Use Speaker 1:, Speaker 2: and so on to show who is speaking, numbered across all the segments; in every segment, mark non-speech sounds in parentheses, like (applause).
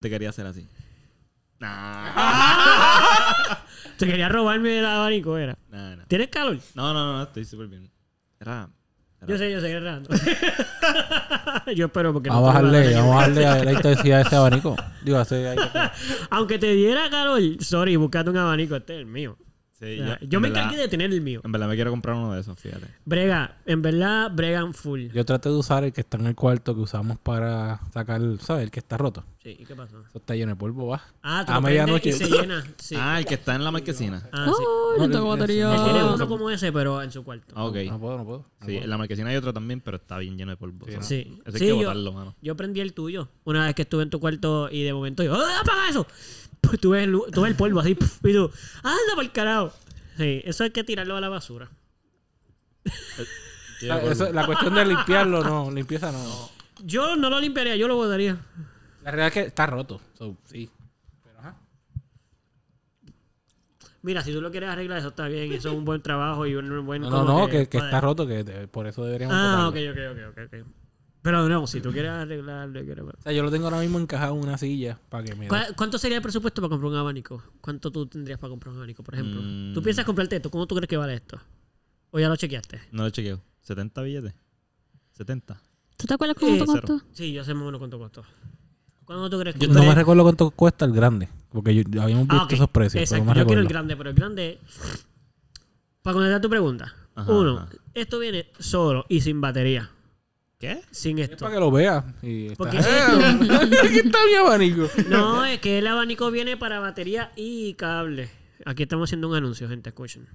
Speaker 1: Te quería hacer así. Nah,
Speaker 2: Te quería robarme el abanico, era.
Speaker 1: nah, nah.
Speaker 2: ¿Tienes calor?
Speaker 1: No, no, no, no, estoy súper bien. Era. era-
Speaker 2: Yo sé, yo sé que era rato. (laughs) Yo espero porque
Speaker 3: Vamos a
Speaker 2: tengo
Speaker 3: bajarle,
Speaker 2: calor.
Speaker 3: vamos a bajarle a la intensidad
Speaker 2: (laughs)
Speaker 3: de ese abanico. Digo, a ese aire.
Speaker 2: Aunque te diera calor, sorry, buscate un abanico, este es el mío.
Speaker 1: Sí,
Speaker 2: O sea,
Speaker 1: yo
Speaker 2: yo me
Speaker 1: encargué
Speaker 2: encargué de tener el mío.
Speaker 1: En verdad me quiero comprar uno de esos, fíjate.
Speaker 2: Brega, en verdad, bregan full.
Speaker 3: Yo traté de usar el que está en el cuarto que usamos para sacar, ¿sabes? El que está roto.
Speaker 2: Sí, ¿y qué pasó?
Speaker 3: Eso está lleno de polvo, va.
Speaker 2: Ah, te
Speaker 3: A
Speaker 2: lo prendes
Speaker 3: medianoche.
Speaker 2: y se llena. Sí.
Speaker 1: Ah, el que está en la marquesina.
Speaker 2: Ah,
Speaker 3: (laughs)
Speaker 2: sí.
Speaker 4: Oh, yo tengo batería.
Speaker 2: Él
Speaker 3: Oh.
Speaker 2: tiene uno como ese, pero en su cuarto.
Speaker 1: Ah, ok.
Speaker 3: No puedo, no puedo.
Speaker 1: Sí, en la marquesina hay otro también, pero está bien lleno de polvo. o sea, Eso
Speaker 2: Sí.
Speaker 1: hay
Speaker 2: Sí,
Speaker 1: que
Speaker 2: yo-
Speaker 1: botarlo, mano.
Speaker 2: Yo prendí el tuyo una vez que estuve en tu cuarto y de momento yo, ¡ah, apaga eso! (laughs) Pues tú ves el, tú ves el polvo así, (laughs) pf, y tú, ¡anda por el carajo! Sí, eso hay que tirarlo a la basura. Ah,
Speaker 3: La, eso- la cuestión de limpiarlo, no, limpieza no.
Speaker 2: Yo no lo limpiaría, yo lo botaría.
Speaker 3: La realidad es que está roto. So, sí. Pero, ajá.
Speaker 2: Mira, si tú lo quieres arreglar, eso está bien, eso es un buen trabajo y un buen.
Speaker 3: No, no,
Speaker 2: como
Speaker 3: no, que, que está
Speaker 2: padre.
Speaker 3: roto, que te- por eso deberíamos.
Speaker 2: Ah, ok,
Speaker 3: botarlo.
Speaker 2: ok, ok, ok. ok. Pero no, si tú quieres arreglarlo, quieres...
Speaker 3: O sea, yo lo tengo ahora mismo encajado en una silla para que me.
Speaker 2: ¿Cuál- ¿Cuánto sería el presupuesto para comprar un abanico? ¿Cuánto tú tendrías para comprar un abanico, por ejemplo?
Speaker 1: Mm.
Speaker 2: ¿Tú piensas comprarte esto? ¿Cómo tú crees que vale esto? ¿O ya lo chequeaste?
Speaker 1: No lo chequeo. ¿70 billetes? ¿70?
Speaker 4: ¿Tú te acuerdas cómo
Speaker 2: Eh,
Speaker 4: te
Speaker 1: cero.
Speaker 4: costó?
Speaker 2: Sí, yo sé más o menos cuánto costó. ¿Cuánto tú crees que Ah,
Speaker 3: Yo no me recuerdo cuánto cuesta el grande, porque yo, yo habíamos visto
Speaker 2: ok.
Speaker 3: esos precios.
Speaker 2: Exacto,
Speaker 3: pero no me
Speaker 2: yo quiero el
Speaker 3: recuerdo.
Speaker 2: grande, pero el grande... Para contestar tu pregunta.
Speaker 1: Ajá,
Speaker 2: Uno,
Speaker 1: ajá.
Speaker 2: esto viene solo y sin batería.
Speaker 1: ¿Qué?
Speaker 2: Sin
Speaker 3: Es
Speaker 2: esto.
Speaker 3: para que lo vea. Y está-
Speaker 2: Porque
Speaker 3: (laughs) Aquí está mi
Speaker 2: (laughs)
Speaker 3: abanico.
Speaker 2: No, es que el abanico viene para batería y cable. Aquí estamos haciendo un anuncio, gente, escuchen.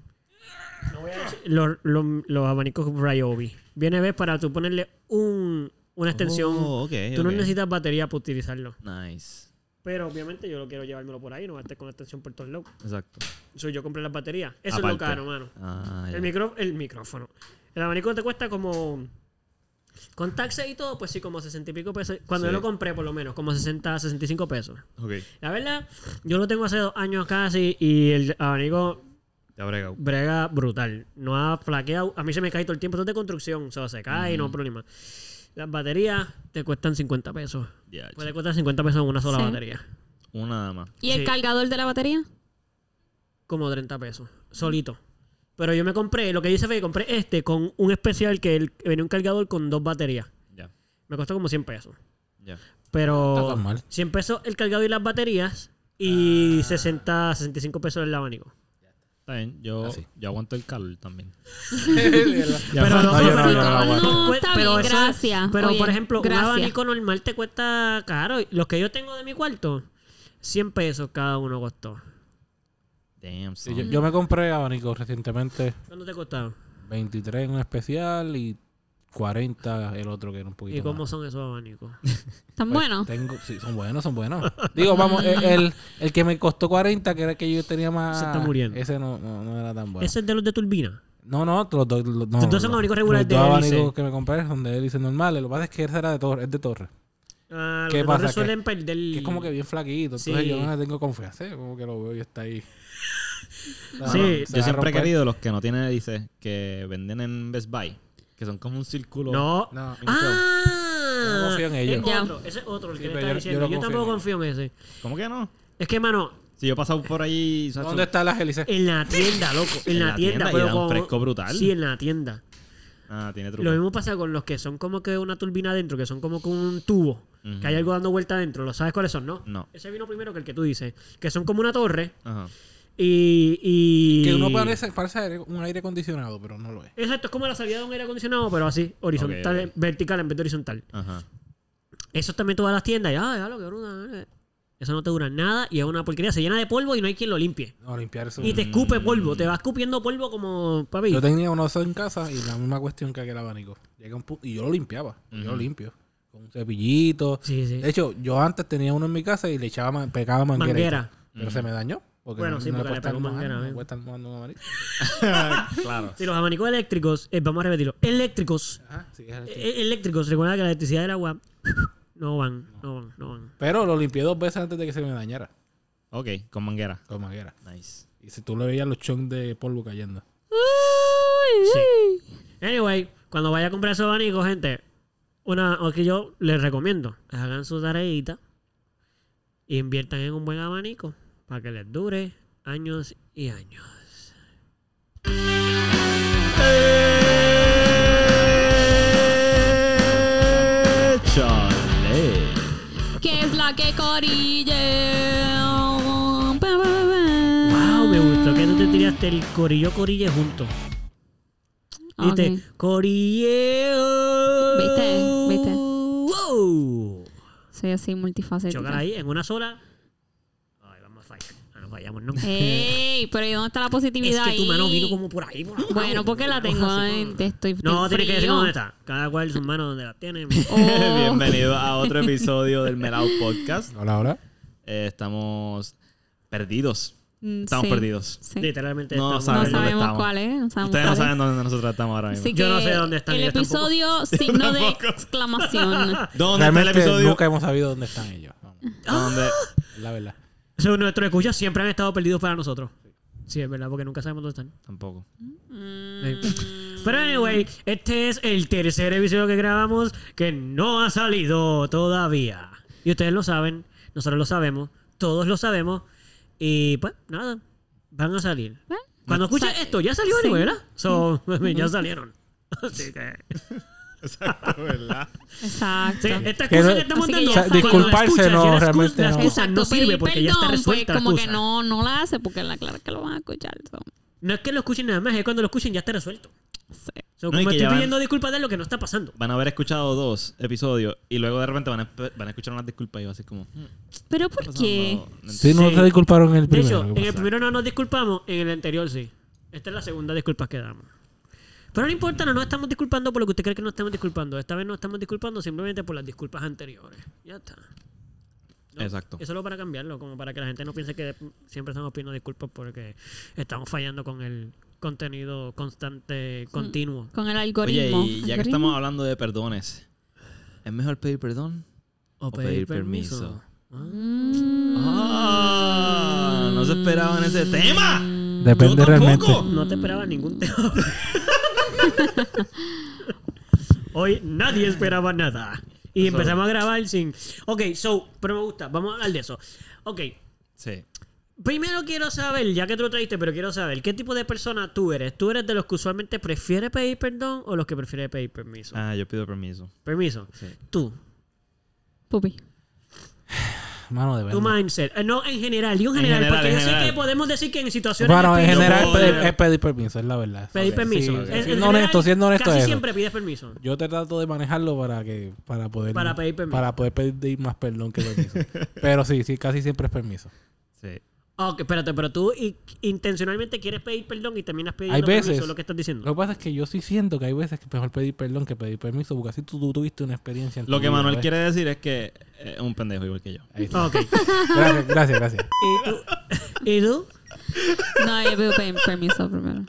Speaker 2: Los, los- los abanicos Ryobi. Viene, ves, para tú ponerle un, una extensión.
Speaker 1: Oh, ok,
Speaker 2: Tú no
Speaker 1: ok.
Speaker 2: necesitas batería para utilizarlo.
Speaker 1: Nice.
Speaker 2: Pero obviamente yo lo quiero llevármelo por ahí, no va a estar con la extensión por todos lados.
Speaker 1: Exacto.
Speaker 2: Eso yo compré las baterías. Eso es
Speaker 1: Aparte.
Speaker 2: lo caro, mano.
Speaker 1: Ah, ya.
Speaker 2: El, micro, el micrófono. El abanico te cuesta como. Con taxes y todo, pues sí, como 60 y pico pesos. Cuando
Speaker 1: Sí.
Speaker 2: yo lo compré, por lo menos, como 60, 65 pesos.
Speaker 1: Ok.
Speaker 2: La verdad, yo lo tengo hace dos años casi y el abanico
Speaker 1: Te habré cagado.
Speaker 2: brega brutal. No ha flaqueado. A mí se me cae todo el tiempo. Esto es de construcción. O sea, se cae y no hay problema. Las baterías te cuestan 50 pesos.
Speaker 1: Ya,
Speaker 2: Puede costar 50 pesos una sola
Speaker 4: Sí.
Speaker 2: batería.
Speaker 1: ch- Una dama.
Speaker 4: ¿Y el
Speaker 2: Sí.
Speaker 4: cargador de la batería?
Speaker 2: Como 30 pesos. Solito. Pero yo me compré, lo que hice fue que compré este con un especial que el- venía un cargador con dos baterías.
Speaker 1: Ya.
Speaker 2: Me costó como 100 pesos.
Speaker 1: Ya.
Speaker 3: No está
Speaker 2: Pero
Speaker 3: tan mal.
Speaker 2: 100 pesos el cargador y las baterías
Speaker 4: Ah.
Speaker 2: y 60, 65 pesos el abanico.
Speaker 1: Está bien. Yo,
Speaker 3: Así.
Speaker 1: yo aguanto el calor también. Ya,
Speaker 2: Ah, Pero
Speaker 1: (laughs) no,
Speaker 2: no,
Speaker 3: Ah,
Speaker 1: yo no,
Speaker 2: pero-
Speaker 1: yo no lo
Speaker 4: no,
Speaker 1: aguanto.
Speaker 2: Cu-
Speaker 4: está
Speaker 2: pero
Speaker 4: bien,
Speaker 2: eso-
Speaker 4: gracias.
Speaker 2: Pero,
Speaker 4: Oye,
Speaker 2: por ejemplo,
Speaker 4: gracias.
Speaker 2: un abanico normal te cuesta caro. Los que yo tengo de mi cuarto, 100 pesos cada uno costó.
Speaker 1: Damn,
Speaker 3: Sí,
Speaker 1: son.
Speaker 3: yo, yo me compré abanico recientemente,
Speaker 2: ¿Cuánto te costaron?
Speaker 3: 23 en un especial y 40 el otro que era un poquito.
Speaker 2: ¿Y cómo
Speaker 3: más.
Speaker 2: son esos abanicos?
Speaker 4: ¿Están
Speaker 3: Pues
Speaker 4: buenos?
Speaker 3: Tengo, sí, son buenos, son buenos. Digo, vamos, el, el- el que me costó 40, que era el que yo tenía más.
Speaker 2: Se está muriendo.
Speaker 3: Ese no, no, no era tan bueno.
Speaker 2: Ese es de los de turbina.
Speaker 3: No, no, los dos. Los, no,
Speaker 2: Entonces son
Speaker 3: los-
Speaker 2: abanicos regulares
Speaker 3: los
Speaker 2: de
Speaker 3: dos
Speaker 2: hélice.
Speaker 3: abanicos que me compré son de hélice normales. Lo que pasa es que ese era de torre, es de torre.
Speaker 2: Ah,
Speaker 3: ¿Qué
Speaker 2: los
Speaker 3: pasa?
Speaker 2: pasa?
Speaker 3: ¿Qué-
Speaker 2: suelen perder.
Speaker 3: Que es como que bien flaquito. Entonces
Speaker 2: Sí.
Speaker 3: yo no le tengo confianza. ¿eh? Como que lo veo y está ahí.
Speaker 2: Sí,
Speaker 3: no,
Speaker 2: yo
Speaker 3: se pues.
Speaker 1: Yo
Speaker 3: va a
Speaker 1: siempre he
Speaker 3: romper.
Speaker 1: querido los que no tienen, dice, que venden en Best Buy. Que son como un círculo.
Speaker 2: No.
Speaker 3: No.
Speaker 2: Ah,
Speaker 3: Yo no confío en ellos.
Speaker 2: es
Speaker 4: Ya.
Speaker 2: otro, ese es otro el
Speaker 3: Sí,
Speaker 2: que le estaba
Speaker 3: pero yo- yo
Speaker 2: diciendo.
Speaker 3: no
Speaker 2: Yo,
Speaker 3: confío
Speaker 2: tampoco
Speaker 3: en
Speaker 2: confío en ese.
Speaker 1: ¿Cómo que no?
Speaker 2: Es que, mano,
Speaker 1: Si yo he pasado por ahí... ¿sabes?
Speaker 3: ¿Dónde están las hélices?
Speaker 2: en la tienda, loco. En, la tienda,
Speaker 1: y
Speaker 2: pero
Speaker 1: dan
Speaker 2: con-
Speaker 1: fresco brutal.
Speaker 2: Sí, en la tienda.
Speaker 1: Ah, tiene truco.
Speaker 2: Lo mismo pasa con los que son como que una turbina adentro, que son como con un tubo,
Speaker 1: Ujú.
Speaker 2: que hay algo dando vuelta adentro. ¿Lo sabes cuáles son, no?
Speaker 1: No.
Speaker 2: Ese vino primero que el que tú dices, que son como una torre
Speaker 1: Ajá.
Speaker 2: y... y-
Speaker 3: Que uno parece, parece aire- un aire acondicionado, pero no lo es.
Speaker 2: Exacto, es como la salida de un aire acondicionado, pero así, horizontal,
Speaker 1: Ok, ok.
Speaker 2: vertical en vez de horizontal.
Speaker 1: Ajá.
Speaker 2: Eso también tú vas a las tiendas y, ah, déjalo que bruta, eh". Eso no te dura nada y es una porquería. Se llena de polvo y no hay quien lo limpie.
Speaker 3: No, limpiar eso.
Speaker 2: Y te escupe polvo, te va escupiendo polvo como papi.
Speaker 3: Yo tenía uno de esos en casa y la misma cuestión que aquel abanico. Llega un pu- y yo lo limpiaba. Yo lo limpio. Con un cepillito.
Speaker 2: Sí, sí.
Speaker 3: De hecho, yo antes tenía uno en mi casa y le echaba, man- pegaba manguera. y
Speaker 2: Manguera.
Speaker 3: todo. Pero se me dañó. Porque
Speaker 2: Bueno, sí, porque
Speaker 3: puedo
Speaker 2: le
Speaker 3: estar
Speaker 2: pegó
Speaker 3: mojando,
Speaker 2: manguera,
Speaker 3: No
Speaker 2: ¿eh?
Speaker 3: puedo estar mojando un abanico.
Speaker 1: Claro.
Speaker 2: Sí, los abanicos eléctricos, eh, vamos a repetirlo, eléctricos
Speaker 3: Ajá, sí, es el chiste.
Speaker 2: Eh, eléctricos, recuerda que la electricidad del agua no van, no van, no van.
Speaker 3: Pero lo limpié dos veces antes de que se me dañara.
Speaker 1: Ok, con manguera.
Speaker 3: Con manguera.
Speaker 1: Nice.
Speaker 3: Y si tú le veías los chonks de polvo cayendo.
Speaker 2: Sí. Anyway, cuando vaya a comprar esos abanicos, gente, una o que yo les recomiendo, hagan su tareita, Y inviertan en un buen abanico para que les dure años y años.
Speaker 1: Chale. (laughs)
Speaker 4: Que es la que corille.
Speaker 2: ¡Wow! Me gustó que tú te tiraste el corillo corille junto.
Speaker 4: Ah, ok.
Speaker 2: Viste, corilleo.
Speaker 4: Viste, viste.
Speaker 2: Wow.
Speaker 4: Soy así multifacética.
Speaker 2: Chocar ahí en una sola. Ay, vamos a fallar. Ah, No fallamos nunca.
Speaker 4: ¡Ey! Pero ¿y dónde está la
Speaker 2: Es
Speaker 4: positividad
Speaker 2: que tu mano
Speaker 4: Eh, ahí?
Speaker 2: vino como por ahí. por abajo.
Speaker 4: Bueno, porque la tengo.
Speaker 2: Así,
Speaker 4: en- Estoy
Speaker 2: No, tiene
Speaker 4: estoy
Speaker 2: que decir
Speaker 4: Pues frío.
Speaker 2: dónde está. Cada cual sus manos donde las
Speaker 4: (laughs)
Speaker 2: tiene. (laughs)
Speaker 4: Oh.
Speaker 1: Bienvenido a otro episodio del Melao Podcast.
Speaker 3: Hola, hola.
Speaker 1: Eh, estamos perdidos.
Speaker 4: Mm,
Speaker 1: Estamos
Speaker 4: sí,
Speaker 1: perdidos.
Speaker 4: sí.
Speaker 2: Literalmente.
Speaker 1: No
Speaker 4: No
Speaker 1: saben
Speaker 2: estamos-
Speaker 1: dónde
Speaker 4: sabemos
Speaker 1: estamos.
Speaker 4: cuál es. No sabemos
Speaker 1: Ustedes no
Speaker 4: cuál es.
Speaker 1: saben dónde nosotros estamos ahora mismo.
Speaker 4: Así
Speaker 2: Yo no
Speaker 4: que
Speaker 2: sé dónde están
Speaker 4: El
Speaker 2: ellos tampoco. (laughs)
Speaker 4: episodio signo de
Speaker 1: tampoco.
Speaker 4: exclamación.
Speaker 1: ¿Dónde está el
Speaker 3: Realmente
Speaker 1: episodio?
Speaker 3: nunca hemos sabido dónde están ellos. Vamos,
Speaker 1: ¿Dónde?
Speaker 3: es la verdad.
Speaker 2: Según nuestros escuchas siempre han estado perdidos para nosotros. Sí, es verdad, porque nunca sabemos dónde están.
Speaker 1: Tampoco.
Speaker 4: Mm.
Speaker 2: Pero anyway, este es el tercer episodio que grabamos que no ha salido todavía. Y ustedes lo saben, nosotros lo sabemos, todos lo sabemos. Y pues nada, van a salir.
Speaker 4: ¿Eh?
Speaker 2: Cuando escuchen
Speaker 4: Sa-
Speaker 2: esto, ya salió
Speaker 4: sí.
Speaker 2: anyway, ¿verdad? So, (laughs) ya salieron. Así que.
Speaker 1: Exacto, ¿verdad?
Speaker 4: Exacto.
Speaker 2: Sí, esta
Speaker 3: Que
Speaker 2: excusa
Speaker 3: no-
Speaker 2: que estamos dando.
Speaker 4: Así que ya O sea, saben.
Speaker 3: disculparse
Speaker 2: cuando la
Speaker 3: no,
Speaker 2: escuchas,
Speaker 3: realmente
Speaker 2: la excusa,
Speaker 3: no.
Speaker 2: excusa no
Speaker 4: pedir
Speaker 2: sirve porque ya está
Speaker 4: perdón,
Speaker 2: resuelta
Speaker 4: pues,
Speaker 2: la
Speaker 4: como
Speaker 2: excusa.
Speaker 4: que no, no la hace porque la clara que lo van a escuchar. so,
Speaker 2: No es que lo escuchen nada más, es cuando lo escuchen ya está resuelto.
Speaker 4: sí.
Speaker 2: So,
Speaker 1: No, y
Speaker 2: como
Speaker 1: que
Speaker 2: estoy
Speaker 1: ya van-
Speaker 2: pidiendo disculpas de lo que no está pasando.
Speaker 1: (laughs) Van a haber escuchado dos episodios y luego de repente van a, van a escuchar unas disculpas y va a ser como... "Hmm,
Speaker 4: Pero
Speaker 1: ¿qué
Speaker 4: ¿por
Speaker 1: está
Speaker 4: qué?
Speaker 1: pasando? No
Speaker 3: Sí, no
Speaker 2: Sí.
Speaker 3: te disculparon en el
Speaker 2: De
Speaker 3: primero.
Speaker 2: hecho,
Speaker 3: ¿qué
Speaker 2: en el
Speaker 3: pasa?
Speaker 2: primero no nos disculpamos, en el anterior sí. Esta es la segunda disculpa que damos. Pero no importa, no nos estamos disculpando por lo que usted cree que nos estamos disculpando. Esta vez nos estamos disculpando simplemente por las disculpas anteriores. Ya está. No,
Speaker 1: Exacto.
Speaker 2: Eso es para cambiarlo, como para que la gente no piense que siempre estamos pidiendo disculpas porque estamos fallando con el contenido
Speaker 1: Mm.
Speaker 2: constante, continuo.
Speaker 4: Con el
Speaker 1: Oye,
Speaker 4: algoritmo.
Speaker 1: y ya que
Speaker 4: Algoritmo.
Speaker 1: estamos hablando de perdones, ¿es mejor pedir perdón?
Speaker 2: O
Speaker 1: pedir permiso.
Speaker 4: Mm.
Speaker 1: Ah, no se esperaban ese tema.
Speaker 3: Depende
Speaker 1: Yo tampoco.
Speaker 3: realmente.
Speaker 2: No te esperaba ningún tema.
Speaker 1: (laughs)
Speaker 2: Hoy nadie esperaba nada. Y
Speaker 1: Eso.
Speaker 2: empezamos a grabar sin. Ok, so, pero me gusta. Vamos a hablar de eso. Ok.
Speaker 1: Sí.
Speaker 2: Primero quiero saber, ya que tú lo trajiste, pero quiero saber, ¿qué tipo de persona tú eres? ¿Tú eres de los que usualmente prefiere pedir perdón o los que prefiere pedir permiso?
Speaker 1: Ah, yo pido permiso.
Speaker 2: Permiso.
Speaker 1: Sí.
Speaker 2: Tú,
Speaker 4: Pupi.
Speaker 3: Mano,
Speaker 2: tu
Speaker 3: depende.
Speaker 2: mindset. Eh, No, en general, yo en
Speaker 1: En
Speaker 2: general,
Speaker 1: general,
Speaker 2: porque
Speaker 1: en
Speaker 2: yo sé
Speaker 1: general.
Speaker 2: que podemos decir que en situaciones.
Speaker 3: Bueno, en
Speaker 2: específicas-
Speaker 3: general
Speaker 1: Yo
Speaker 3: es pedir,
Speaker 1: puedo-
Speaker 3: es pedir permiso, es la verdad.
Speaker 2: Pedir
Speaker 3: Ok,
Speaker 2: permiso.
Speaker 3: sí,
Speaker 2: En-
Speaker 3: sí.
Speaker 2: en
Speaker 3: Siendo
Speaker 2: general,
Speaker 3: honesto, siendo honesto
Speaker 2: Casi
Speaker 3: es eso.
Speaker 2: siempre pides permiso.
Speaker 3: Yo te trato de manejarlo para que para poder
Speaker 2: Para pedir permiso.
Speaker 3: para poder pedir más perdón que (laughs) permiso. Pero sí, sí, casi siempre es permiso.
Speaker 1: Sí.
Speaker 2: Ok, espérate, pero tú i- intencionalmente quieres pedir perdón y terminas pidiendo
Speaker 3: Hay veces-
Speaker 2: permiso, lo que estás diciendo.
Speaker 3: Lo que pasa es que yo sí siento que hay veces que es mejor pedir perdón que pedir permiso, porque así tú, tú tuviste una experiencia. En
Speaker 1: Lo
Speaker 3: tu
Speaker 1: que
Speaker 3: vida, pues.
Speaker 1: Manuel
Speaker 3: ¿ves?
Speaker 1: quiere decir es que es un pendejo igual que yo.
Speaker 3: Ahí está.
Speaker 2: Ok.
Speaker 3: Gracias, gracias, gracias.
Speaker 2: ¿Y tú? (laughs) ¿Y tú?
Speaker 4: No, yo pido pe- permiso primero.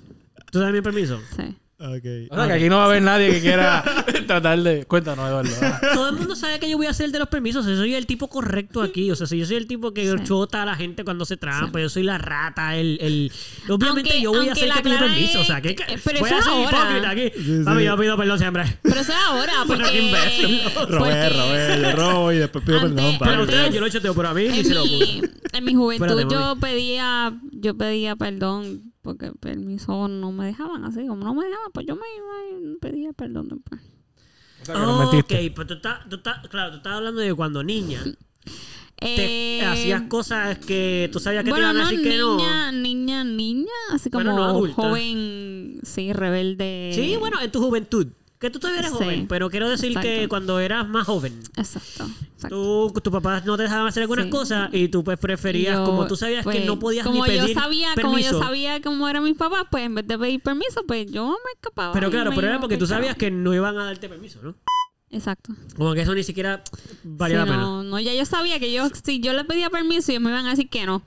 Speaker 2: ¿Tú también permiso?
Speaker 4: Sí.
Speaker 1: Ok.
Speaker 3: O sea, que aquí no va a haber nadie que quiera tratar de... Cuéntanos, Eduardo. Ah,
Speaker 2: Todo el mundo sabe que yo voy a ser el de los permisos. Yo soy el tipo correcto aquí. O sea, si yo soy el tipo que
Speaker 4: Sí.
Speaker 2: chota a la gente cuando se trampa, yo soy la rata, el... el... Obviamente
Speaker 4: Aunque-
Speaker 2: yo voy a
Speaker 4: aunque
Speaker 2: ser el
Speaker 4: la
Speaker 2: que pide
Speaker 4: clara
Speaker 2: permiso. O sea,
Speaker 4: es-
Speaker 2: que...
Speaker 4: eh, pero
Speaker 2: voy
Speaker 4: eso
Speaker 2: a
Speaker 4: es
Speaker 2: ser
Speaker 4: ahora.
Speaker 2: hipócrita aquí. Papi, yo pido perdón siempre.
Speaker 4: Pero eso es
Speaker 1: (laughs)
Speaker 4: ahora,
Speaker 2: Pero qué imbécil.
Speaker 4: porque...
Speaker 1: Robé,
Speaker 4: porque
Speaker 1: robé,
Speaker 4: (laughs)
Speaker 1: yo robo y después pido
Speaker 4: Pues Antes-
Speaker 1: perdón.
Speaker 2: Pero
Speaker 4: Antes-
Speaker 1: padre.
Speaker 2: ustedes, yo lo choteo, pero a mí ni se
Speaker 4: En
Speaker 2: lo
Speaker 4: mi, en mi juventud
Speaker 2: Espérate, mami.
Speaker 4: yo pedía yo pedía perdón porque permiso no me dejaban así como no me dejaban pues yo me iba y pedía perdón después.
Speaker 3: o sea, que nos
Speaker 2: Ok,
Speaker 3: mentiste.
Speaker 2: pues tú estás... Tú estás... Claro, tú estás hablando de cuando niña... te
Speaker 4: Eh,
Speaker 2: hacías cosas que tú sabías que
Speaker 4: bueno,
Speaker 2: te iban a
Speaker 4: no,
Speaker 2: decir que no.
Speaker 4: niña, niña, niña, así como
Speaker 2: Bueno, no, adulta.
Speaker 4: joven, sí, rebelde.
Speaker 2: Sí, bueno, en tu juventud. Que tú todavía eres
Speaker 4: eh, Sí.
Speaker 2: joven, pero quiero decir que
Speaker 4: Exacto.
Speaker 2: cuando eras más joven,
Speaker 4: Exacto, exacto.
Speaker 2: tú, tu papá no te dejaba hacer algunas
Speaker 4: Sí.
Speaker 2: cosas y tú pues preferías,
Speaker 4: Yo,
Speaker 2: como tú sabías
Speaker 4: pues,
Speaker 2: que no podías
Speaker 4: como
Speaker 2: ni pedir
Speaker 4: yo sabía, Como
Speaker 2: permiso.
Speaker 4: yo sabía cómo eran mis papás, pues en vez de pedir permiso, pues yo me escapaba.
Speaker 2: Pero
Speaker 4: y
Speaker 2: claro,
Speaker 4: me
Speaker 2: pero era
Speaker 4: iba
Speaker 2: porque tú
Speaker 4: por el
Speaker 2: sabías
Speaker 4: carajo.
Speaker 2: que no iban a darte permiso, ¿no?
Speaker 4: Exacto.
Speaker 2: Como que eso ni siquiera valía
Speaker 4: Sí,
Speaker 2: la pena.
Speaker 4: no, no, ya yo sabía que yo, si yo les pedía permiso, ellos me iban a decir que no.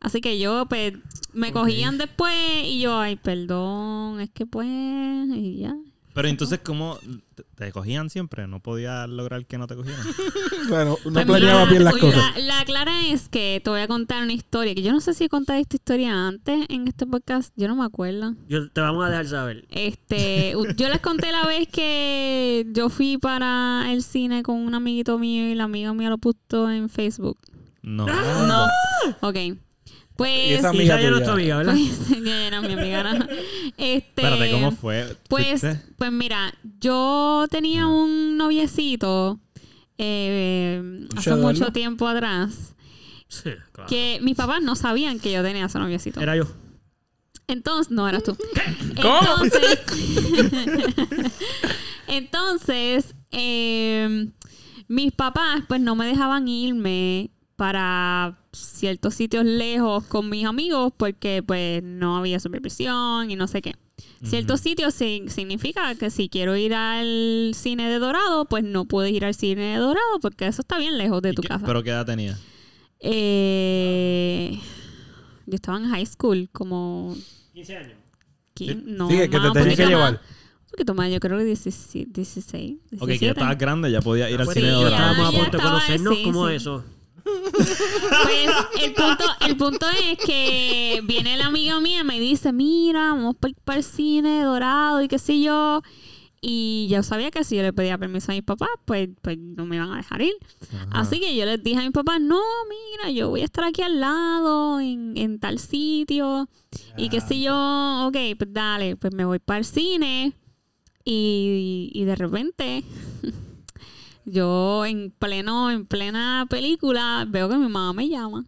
Speaker 4: Así que yo, pues, me cogían después y yo, ay, perdón, es que pues, y ya.
Speaker 1: Pero entonces, ¿cómo te- te cogían siempre? ¿No podías lograr que no te
Speaker 4: (laughs)
Speaker 1: cogieran?
Speaker 3: Bueno, no
Speaker 4: Pues
Speaker 3: planeaba
Speaker 4: mira,
Speaker 3: bien las
Speaker 4: oye,
Speaker 3: cosas.
Speaker 4: La, la clara es que te voy a contar una historia, que yo no sé si he contado esta historia antes en este podcast, yo no me acuerdo.
Speaker 2: Yo te vamos a dejar saber.
Speaker 4: Este, u- yo les conté la vez que yo fui para el cine con un amiguito mío y la amiga mía lo puso en Facebook.
Speaker 1: No.
Speaker 4: No. Ok. Pues.
Speaker 3: Y esa
Speaker 2: Y ya
Speaker 3: Amiga
Speaker 2: ya no
Speaker 3: tuya.
Speaker 2: es tu amiga, ¿verdad?
Speaker 4: (laughs) Pues, ya era mi amiga. era- Este,
Speaker 1: Espérate, ¿cómo fue?
Speaker 4: Pues,
Speaker 1: ¿Fuiste?
Speaker 4: pues mira, yo
Speaker 3: Ah.
Speaker 4: tenía un noviecito eh, hace
Speaker 3: Shadow,
Speaker 4: mucho
Speaker 3: ¿no?
Speaker 4: tiempo atrás
Speaker 2: (laughs) Sí, claro.
Speaker 4: que mis papás no sabían que yo tenía ese noviecito.
Speaker 2: Era yo.
Speaker 4: Entonces, no
Speaker 1: (laughs)
Speaker 4: eras tú. Entonces, entonces eh, mis papás pues no me dejaban irme para ciertos sitios lejos con mis amigos porque pues no había supervisión y no sé qué. Ciertos sitios si- significa que si quiero ir al cine de Dorado, pues no puedes ir al cine de Dorado porque eso está bien lejos de
Speaker 1: ¿Y
Speaker 4: tu
Speaker 1: qué-
Speaker 4: casa.
Speaker 1: ¿Pero qué edad tenía?
Speaker 4: Eh, yo estaba en high school, como
Speaker 2: 15 años.
Speaker 4: ¿Quién? No,
Speaker 3: Sigue, que
Speaker 4: más,
Speaker 3: te
Speaker 4: un
Speaker 3: tenías que
Speaker 4: poquito más.
Speaker 3: llevar.
Speaker 4: Un poquito más, yo creo que 16. 16
Speaker 1: Ok, que ya
Speaker 4: 17.
Speaker 1: estabas grande, ya podía ir al
Speaker 2: Pues
Speaker 1: cine
Speaker 4: sí,
Speaker 1: de
Speaker 2: ya
Speaker 1: Dorado.
Speaker 4: Ah,
Speaker 2: estábamos a
Speaker 4: ya
Speaker 2: punto de
Speaker 4: estaba,
Speaker 2: conocernos
Speaker 4: sí,
Speaker 2: como
Speaker 4: sí.
Speaker 2: eso.
Speaker 4: Pues el punto, el punto es que viene la amiga mía y me dice, mira, vamos pa- para el cine dorado y qué sé yo. Y yo sabía que si yo le pedía permiso a mis papás, pues, pues no me iban a dejar ir. Así que yo les dije a mis papás, no, mira, yo voy a estar aquí al lado, en, en tal sitio. Y qué sé yo, ok, pues dale, pues me voy para el cine. Y, y de repente, yo en pleno, en plena película, veo que mi mamá me llama.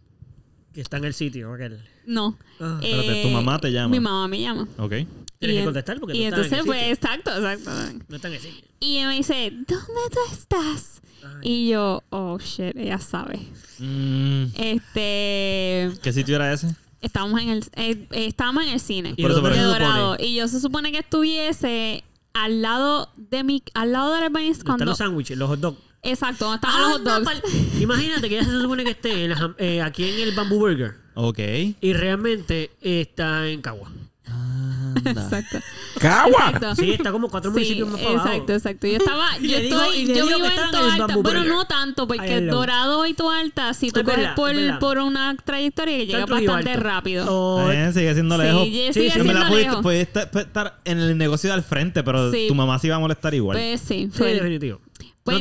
Speaker 2: Que está en el sitio, aquel.
Speaker 4: No.
Speaker 2: Ah,
Speaker 1: espérate, ¿tu mamá te llama?
Speaker 4: Mi mamá me llama.
Speaker 1: Ok.
Speaker 2: Tienes
Speaker 4: Y
Speaker 2: que
Speaker 4: en-
Speaker 2: contestar porque
Speaker 4: Y
Speaker 2: no
Speaker 4: entonces,
Speaker 2: estás en el
Speaker 4: pues,
Speaker 2: sitio.
Speaker 4: exacto, exacto.
Speaker 2: No estás en el sitio.
Speaker 4: Y me dice, ¿dónde tú estás?
Speaker 2: Ay,
Speaker 4: Y yo, oh shit, ella sabe.
Speaker 1: Mm,
Speaker 4: Este.
Speaker 1: ¿Qué sitio era ese?
Speaker 4: Estábamos en el, eh, eh, estábamos en el cine.
Speaker 2: ¿Y
Speaker 1: por eso, por
Speaker 2: dónde
Speaker 4: de
Speaker 2: se
Speaker 1: eso.
Speaker 2: supone?
Speaker 4: Dorado. Y yo se supone que estuviese al lado de mi, al lado de la urbanis-
Speaker 2: Están
Speaker 4: cuando.
Speaker 2: los sándwiches, los hot dogs.
Speaker 4: Exacto, donde estaban Ah, los hot
Speaker 2: Anda,
Speaker 4: dogs.
Speaker 2: pal- Imagínate que ya se supone que esté en la jam- eh, aquí en el Bamboo Burger
Speaker 1: Ok.
Speaker 2: y realmente está en Cagua.
Speaker 1: Anda.
Speaker 4: (laughs) Exacto.
Speaker 3: ¡Cagua!
Speaker 4: Exacto.
Speaker 2: Sí, está como cuatro
Speaker 4: (laughs) Sí,
Speaker 2: municipios más para abajo.
Speaker 4: exacto, exacto. Yo estaba,
Speaker 2: (laughs) Y
Speaker 4: yo
Speaker 2: le digo-
Speaker 4: estoy,
Speaker 2: y le
Speaker 4: yo
Speaker 2: digo
Speaker 4: vivo
Speaker 2: que están
Speaker 4: en
Speaker 2: en
Speaker 4: Toa
Speaker 2: el
Speaker 4: Alta,
Speaker 2: Bamboo
Speaker 4: bueno,
Speaker 2: Burger.
Speaker 4: no tanto, porque
Speaker 2: Ahí al lado.
Speaker 4: Dorado y Toa Alta, si tú
Speaker 2: Es
Speaker 4: coges
Speaker 2: verdad,
Speaker 4: por,
Speaker 2: es verdad.
Speaker 4: por una trayectoria que
Speaker 2: Está
Speaker 4: llega
Speaker 2: en Trujillo
Speaker 4: bastante
Speaker 2: Alto.
Speaker 4: rápido.
Speaker 2: Oh,
Speaker 1: También sigue siendo
Speaker 4: Sí,
Speaker 1: lejos.
Speaker 4: sigue
Speaker 2: Sí,
Speaker 1: En
Speaker 4: siendo
Speaker 1: verdad, pudiste-
Speaker 4: lejos.
Speaker 1: pudiste estar- pues, estar en el negocio de al frente, pero
Speaker 4: Sí.
Speaker 1: tu mamá se iba a molestar igual.
Speaker 4: Pues sí,
Speaker 2: sí,
Speaker 4: fue-
Speaker 2: definitivo.
Speaker 4: Pues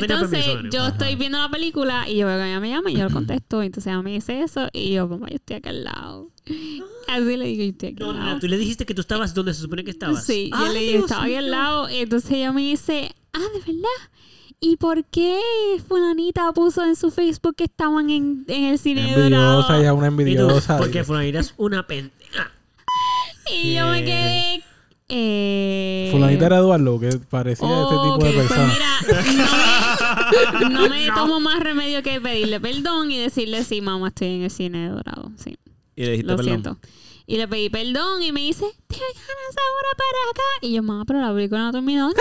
Speaker 2: No tenía
Speaker 4: entonces
Speaker 2: permiso, Ah. Dani.
Speaker 4: yo estoy viendo la película y yo veo que ella me llama y yo le contesto. Y entonces ella me dice eso y yo, mamá, yo estoy acá al lado. Así le digo, yo estoy aquí
Speaker 2: No,
Speaker 4: al
Speaker 2: Ah. no,
Speaker 4: lado.
Speaker 2: no, tú le dijiste que tú estabas donde se supone que estabas.
Speaker 4: Sí, yo
Speaker 2: Ay,
Speaker 4: le digo,
Speaker 2: Dios
Speaker 4: estaba aquí
Speaker 2: mío.
Speaker 4: al lado. Y entonces ella me dice, ah, ¿de verdad? ¿Y por qué fulanita puso en su Facebook que estaban en, en el cine de
Speaker 3: Envidiosa,
Speaker 4: dorado?
Speaker 3: ya una
Speaker 2: Y tú,
Speaker 3: envidiosa.
Speaker 2: porque Fulanita es una pendeja.
Speaker 4: Y yo me
Speaker 2: ¿Qué?
Speaker 4: quedé... Eh,
Speaker 3: Fulanita era Eduardo, que parecía este tipo de
Speaker 4: Oh, Ok,
Speaker 3: persona.
Speaker 4: Pues mira, no me,
Speaker 2: (laughs)
Speaker 4: no me tomo más remedio que pedirle perdón y decirle, sí, mamá, estoy en el cine de dorado. Sí,
Speaker 1: y le dijiste
Speaker 4: lo
Speaker 1: perdón.
Speaker 4: siento. Y le pedí perdón y me dice, te ganas ahora para acá. Y yo, mamá, pero la película no ha terminado.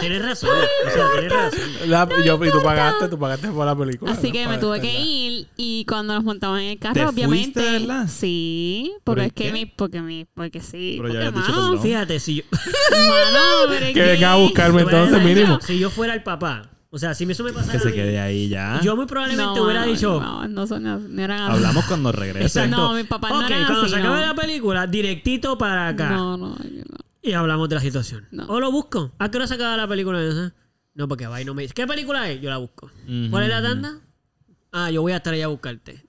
Speaker 2: Tienes razón. O sea, tienes razón.
Speaker 3: La- yo- y tú pagaste, tú pagaste por la película.
Speaker 4: Así
Speaker 3: ¿no?
Speaker 4: que me
Speaker 3: Para
Speaker 4: tuve
Speaker 3: estar
Speaker 4: que
Speaker 3: allá.
Speaker 4: ir y cuando nos montamos en el carro,
Speaker 1: ¿Te fuiste,
Speaker 4: obviamente.
Speaker 1: de verdad?
Speaker 4: Sí, porque
Speaker 1: ¿Pero
Speaker 4: es
Speaker 1: qué?
Speaker 4: que mi, porque mi, porque sí.
Speaker 1: Pero ya
Speaker 4: porque,
Speaker 1: habías dicho
Speaker 4: mano,
Speaker 1: perdón.
Speaker 2: Fíjate, si yo, (laughs)
Speaker 4: (laughs) mano, pero es
Speaker 3: Que venga a buscarme
Speaker 2: Bueno,
Speaker 3: entonces,
Speaker 4: Bueno,
Speaker 3: mínimo.
Speaker 2: Si yo fuera el papá, o sea, si eso me pasara
Speaker 1: Que
Speaker 2: a
Speaker 1: se
Speaker 2: mí,
Speaker 1: quede ahí ya.
Speaker 2: yo muy probablemente
Speaker 4: No,
Speaker 2: hubiera
Speaker 4: mano,
Speaker 2: dicho...
Speaker 4: No, no, son, as- no eran así.
Speaker 1: Hablamos cuando regrese.
Speaker 2: Exacto.
Speaker 4: No, mi papá no
Speaker 2: Ok,
Speaker 4: era
Speaker 2: cuando
Speaker 4: así,
Speaker 2: se acabe
Speaker 4: no.
Speaker 2: la película, directito para acá.
Speaker 4: No, no, yo no.
Speaker 2: Y hablamos de la situación.
Speaker 4: No.
Speaker 2: O lo busco. ¿A qué hora se acaba la película esa? No, porque va y no me dice. ¿Qué película es? Yo la busco.
Speaker 1: Ujú,
Speaker 2: ¿Cuál es la tanda? Ah, yo voy a estar allá a buscarte.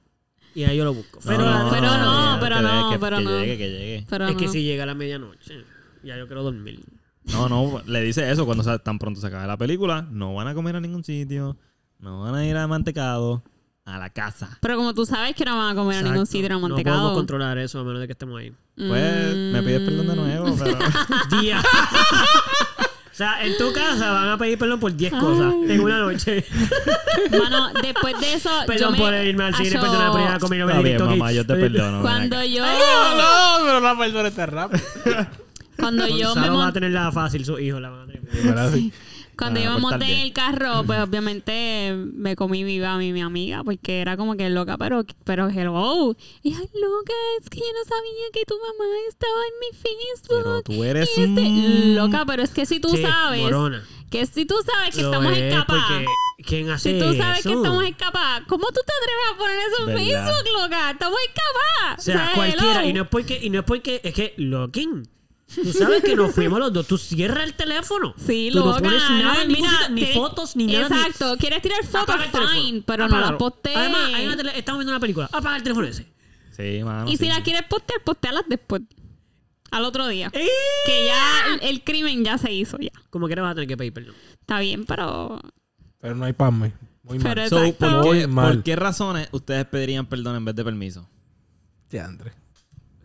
Speaker 2: Y ahí yo lo busco. Pero
Speaker 4: no,
Speaker 2: la-
Speaker 4: pero no,
Speaker 1: Ah, que llegue,
Speaker 4: pero no,
Speaker 1: que-
Speaker 4: pero
Speaker 1: que
Speaker 4: no.
Speaker 1: llegue, que llegue.
Speaker 4: Pero
Speaker 2: es que
Speaker 4: no.
Speaker 2: si llega a la medianoche, ya yo quiero dormir.
Speaker 1: No, no, le dice eso cuando se- tan pronto se acabe la película. No van a comer a ningún sitio. No van a ir a mantecado. A la casa.
Speaker 4: Pero como tú sabes que no van a comer a ningún
Speaker 2: Exacto.
Speaker 4: sitio de
Speaker 2: No
Speaker 4: mantecado.
Speaker 2: podemos controlar eso a menos de que estemos ahí.
Speaker 1: Pues me
Speaker 3: Mm.
Speaker 1: pides perdón de nuevo,
Speaker 3: (laughs)
Speaker 1: pero. (laughs)
Speaker 2: Día. (laughs) o sea, en tu casa van a pedir perdón por 10 cosas en una noche.
Speaker 4: Mano, después de eso. Ah,
Speaker 2: (laughs)
Speaker 4: yo
Speaker 2: perdón
Speaker 4: me, ah,
Speaker 2: por irme al cine,
Speaker 4: Acho,
Speaker 2: perdón por ir a comer y no
Speaker 1: Está
Speaker 2: venir
Speaker 1: bien,
Speaker 2: aquí.
Speaker 1: mamá, yo te perdono. ven
Speaker 4: Cuando
Speaker 1: acá.
Speaker 4: yo.
Speaker 3: (laughs) No, no, pero la persona está rápido.
Speaker 4: Cuando yo me
Speaker 2: Gonzalo va a
Speaker 4: mon-
Speaker 2: tenerla fácil, su hijo la van a tener.
Speaker 4: Cuando
Speaker 1: Ah,
Speaker 4: yo
Speaker 1: pues,
Speaker 4: me monté en
Speaker 1: también.
Speaker 4: el carro,
Speaker 1: (laughs)
Speaker 4: pues obviamente me comí viva a mí, mi amiga, porque era como que loca, pero, pero hello. Y ay, loca, es que yo no sabía que tu mamá estaba en mi
Speaker 1: Pero
Speaker 4: Facebook.
Speaker 1: tú eres.
Speaker 4: Y este,
Speaker 1: un-
Speaker 4: loca, pero es que si tú
Speaker 2: Sí,
Speaker 4: sabes
Speaker 2: morona.
Speaker 4: que si tú sabes que
Speaker 2: Lo
Speaker 4: estamos
Speaker 2: es,
Speaker 4: escapados,
Speaker 2: porque ¿Quién hace
Speaker 4: si tú sabes que
Speaker 2: eso?
Speaker 4: estamos escapados, ¿cómo tú te atreves a poner eso en
Speaker 1: ¿Verdad?
Speaker 4: Facebook, loca? Estamos escapados.
Speaker 2: O sea, cualquiera. Y no es porque, y no es porque, es que Locking. Tú sabes que nos fuimos los dos. Tú cierras el teléfono.
Speaker 4: Sí,
Speaker 2: Tú
Speaker 4: loca.
Speaker 2: no pones nada,
Speaker 4: no,
Speaker 2: ni,
Speaker 4: mira,
Speaker 2: música, ni
Speaker 4: tiene-
Speaker 2: fotos, ni nada. ni-
Speaker 4: Exacto. ¿Quieres tirar fotos?
Speaker 2: Apaga el teléfono.
Speaker 4: Fine. Pero no
Speaker 2: Apágalo.
Speaker 4: las postees.
Speaker 2: Además, hay una tele- estamos viendo una película. Apaga el teléfono ese.
Speaker 1: Sí,
Speaker 2: Ah,
Speaker 1: mano.
Speaker 4: Y
Speaker 1: sí,
Speaker 4: si las
Speaker 1: sí.
Speaker 4: quieres postear, postealas después. Al otro día.
Speaker 2: Eh.
Speaker 4: Que ya el, el crimen ya se hizo, ya.
Speaker 2: Como que vas a tener que pedir perdón.
Speaker 4: Está bien, pero.
Speaker 3: Pero no hay pasme. Muy mal.
Speaker 4: Pero
Speaker 1: So,
Speaker 4: exacto.
Speaker 1: ¿por, qué,
Speaker 3: Muy mal.
Speaker 1: por qué razones ustedes pedirían perdón en vez de permiso?
Speaker 3: Te André.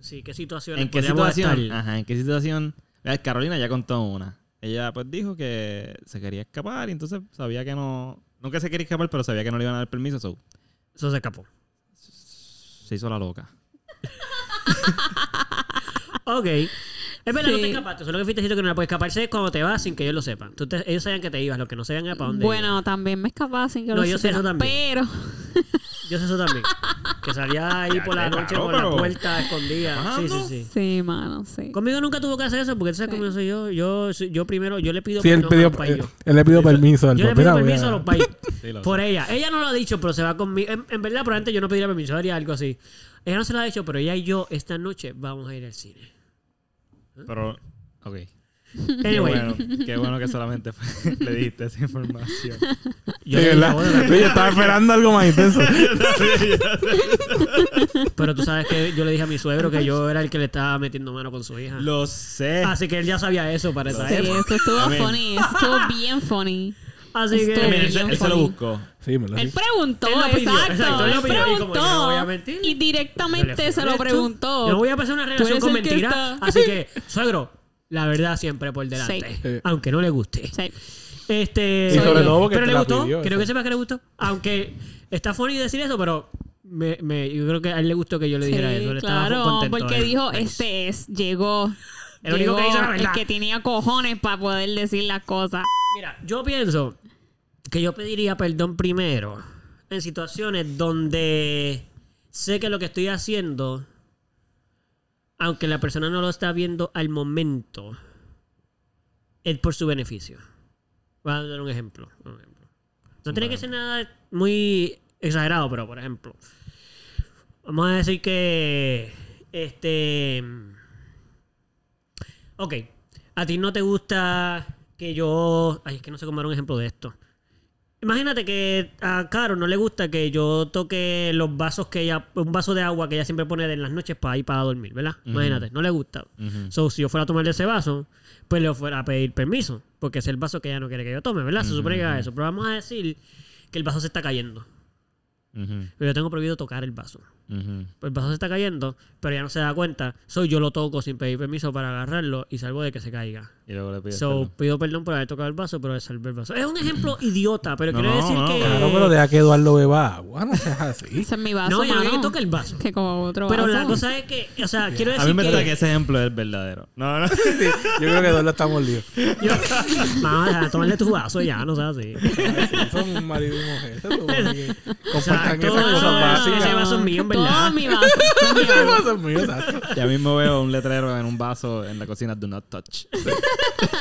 Speaker 2: Sí, ¿qué situación?
Speaker 1: ¿En qué situación? Ah. Ajá, ¿en qué situación? Eh, Carolina ya contó una. Ella pues dijo que se quería escapar y entonces sabía que no... No que se quería escapar, pero sabía que no le iban a dar permiso. So,
Speaker 2: Eso se escapó.
Speaker 1: se hizo la loca.
Speaker 2: Ok. Es verdad, no
Speaker 4: Sí.
Speaker 2: te escapaste. Solo que fuiste diciendo que no la puedes escaparse es cuando te vas sin que ellos lo sepan. Tú te- ellos sabían que te ibas, lo que no sabían era para dónde
Speaker 4: Bueno, también me escapaba sin que
Speaker 2: No,
Speaker 4: lo
Speaker 2: yo sé eso
Speaker 4: supiera,
Speaker 2: también.
Speaker 4: Pero.
Speaker 2: ibas. Yo sé eso también. que salía ahí
Speaker 1: Ya,
Speaker 2: por la
Speaker 1: claro,
Speaker 2: noche por la
Speaker 1: pero-
Speaker 2: puerta escondida. Sí, sí,
Speaker 1: Ajá,
Speaker 2: sí.
Speaker 4: (laughs) Sí, mano, sí.
Speaker 2: Conmigo nunca tuvo que hacer eso porque tú sabes
Speaker 4: Sí.
Speaker 2: cómo yo soy yo. Yo, soy- yo primero, yo le pido
Speaker 3: Sí, él,
Speaker 2: perdón
Speaker 3: pidió,
Speaker 2: a los
Speaker 3: él,
Speaker 2: payos.
Speaker 3: él le pidió permiso al
Speaker 2: Yo le
Speaker 3: papá.
Speaker 2: pido
Speaker 3: Mira,
Speaker 2: permiso a los payos.
Speaker 1: Sí, lo
Speaker 2: Por ella. Ella no lo ha dicho, pero se va conmigo. En, en verdad, probablemente yo no pediría permiso, haría algo así. Ella no se lo ha dicho, pero ella y yo esta noche vamos a ir al cine.
Speaker 1: sé. Pero... Ok. Qué
Speaker 2: Anyway,
Speaker 1: bueno, qué bueno que solamente fue- (laughs) le diste esa información.
Speaker 2: yo
Speaker 3: Sí,
Speaker 2: le dije,
Speaker 3: ¿verdad?
Speaker 2: "Bueno,
Speaker 3: Sí, yo estaba esperando algo más intenso.
Speaker 2: Pero tú sabes que yo le dije a mi suegro que yo era el que le estaba metiendo mano con su hija.
Speaker 1: (laughs) Lo sé.
Speaker 2: Así que él ya sabía eso para esa
Speaker 4: Sí,
Speaker 2: época.
Speaker 4: eso estuvo
Speaker 1: Amén.
Speaker 4: funny. eso estuvo
Speaker 2: (laughs)
Speaker 4: bien funny.
Speaker 2: Así que.
Speaker 4: Estuvo
Speaker 1: Mira, él,
Speaker 4: bien
Speaker 1: se- él se lo
Speaker 4: funny.
Speaker 1: buscó.
Speaker 3: Sí, me lo
Speaker 4: Él preguntó,
Speaker 2: Él lo pidió,
Speaker 4: exacto.
Speaker 2: exacto, él lo
Speaker 4: Él
Speaker 2: pidió, y como yo no voy a
Speaker 4: preguntó.
Speaker 2: mentir,
Speaker 4: Y
Speaker 2: yo le fui
Speaker 4: directamente se lo
Speaker 2: honesto,
Speaker 4: preguntó.
Speaker 2: Yo no voy a empezar una relación
Speaker 4: eres
Speaker 2: con
Speaker 4: el que está-
Speaker 2: mentiras. Así que, suegro, la verdad siempre por delante.
Speaker 3: Sí.
Speaker 2: Aunque no le guste.
Speaker 4: Sí.
Speaker 2: Este.
Speaker 3: Y sobre todo porque
Speaker 2: pero
Speaker 3: te
Speaker 2: le
Speaker 3: la
Speaker 2: gustó.
Speaker 3: pidió,
Speaker 2: creo
Speaker 3: eso.
Speaker 2: que sepa que le gustó. Aunque está funny decir eso, pero me, me- yo creo que a él le gustó que yo le
Speaker 4: Sí,
Speaker 2: dijera eso. Él estaba
Speaker 4: claro,
Speaker 2: contento
Speaker 4: porque
Speaker 2: él.
Speaker 4: dijo,
Speaker 2: Nice.
Speaker 4: este es, llegó.
Speaker 2: El único que
Speaker 4: Llegó
Speaker 2: hizo la verdad.
Speaker 4: El que tenía cojones para poder decir las cosas.
Speaker 2: Mira, yo pienso que yo pediría perdón primero en situaciones donde sé que lo que estoy haciendo, aunque la persona no lo está viendo al momento, es por su beneficio. Voy a dar un ejemplo. un ejemplo. No tiene que ser nada muy exagerado, pero por ejemplo, vamos a decir que este Ok. A ti no te gusta que yo. Ay, es que no sé cómo era un ejemplo de esto. Imagínate que a Caro no le gusta que yo toque los vasos que ella. Un vaso de agua que ella siempre pone en las noches para ir para dormir, ¿verdad? Imagínate, no le gusta.
Speaker 1: Ujú.
Speaker 2: So, si yo fuera a tomarle ese vaso, pues le fuera a pedir permiso. Porque es el vaso que ella no quiere que yo tome, ¿verdad? Se supone que haga eso. Pero vamos a decir que el vaso se está cayendo.
Speaker 1: Ujú,
Speaker 2: Pero yo tengo prohibido tocar el vaso
Speaker 1: ujú.
Speaker 2: el vaso se está cayendo, pero ya no se da cuenta. Soy yo lo toco sin pedir permiso para agarrarlo y salvo de que se caiga.
Speaker 1: Y luego le pides
Speaker 2: So,
Speaker 1: perdón.
Speaker 2: pido perdón por haber tocado el vaso, pero salvé el vaso. Es un ejemplo
Speaker 1: (clears throat)
Speaker 2: idiota, pero
Speaker 1: No,
Speaker 2: quiero decir
Speaker 1: no,
Speaker 2: que.
Speaker 3: Claro, pero deja que Eduardo beba agua. No seas así.
Speaker 4: Ese es mi vaso.
Speaker 2: no, yo no quiero
Speaker 4: mano.
Speaker 2: que toque el vaso.
Speaker 4: Que como otro
Speaker 2: Pero
Speaker 4: vaso.
Speaker 2: la cosa es que, o sea, quiero
Speaker 1: A
Speaker 2: decir
Speaker 1: mí me está
Speaker 2: que.
Speaker 1: que ese ejemplo es el verdadero. No, no.
Speaker 3: (laughs) Sí, yo creo que Eduardo está mordido.
Speaker 2: Mamá, deja de tomarle tu vaso ya, no seas así.
Speaker 3: Son un marido y mujer.
Speaker 1: (laughs)
Speaker 3: Eso es lo que Compartan
Speaker 2: Exacto.
Speaker 3: esas cosas básicas.
Speaker 2: Ese vaso es mío, en verdad.
Speaker 4: Todo mi vaso.
Speaker 2: (laughs)
Speaker 4: todo mi
Speaker 3: Esas
Speaker 4: vaso.
Speaker 3: cosas mías,
Speaker 1: (laughs)
Speaker 3: exacto.
Speaker 1: Ya mismo veo un letrero en un vaso en la cocina. Do not touch.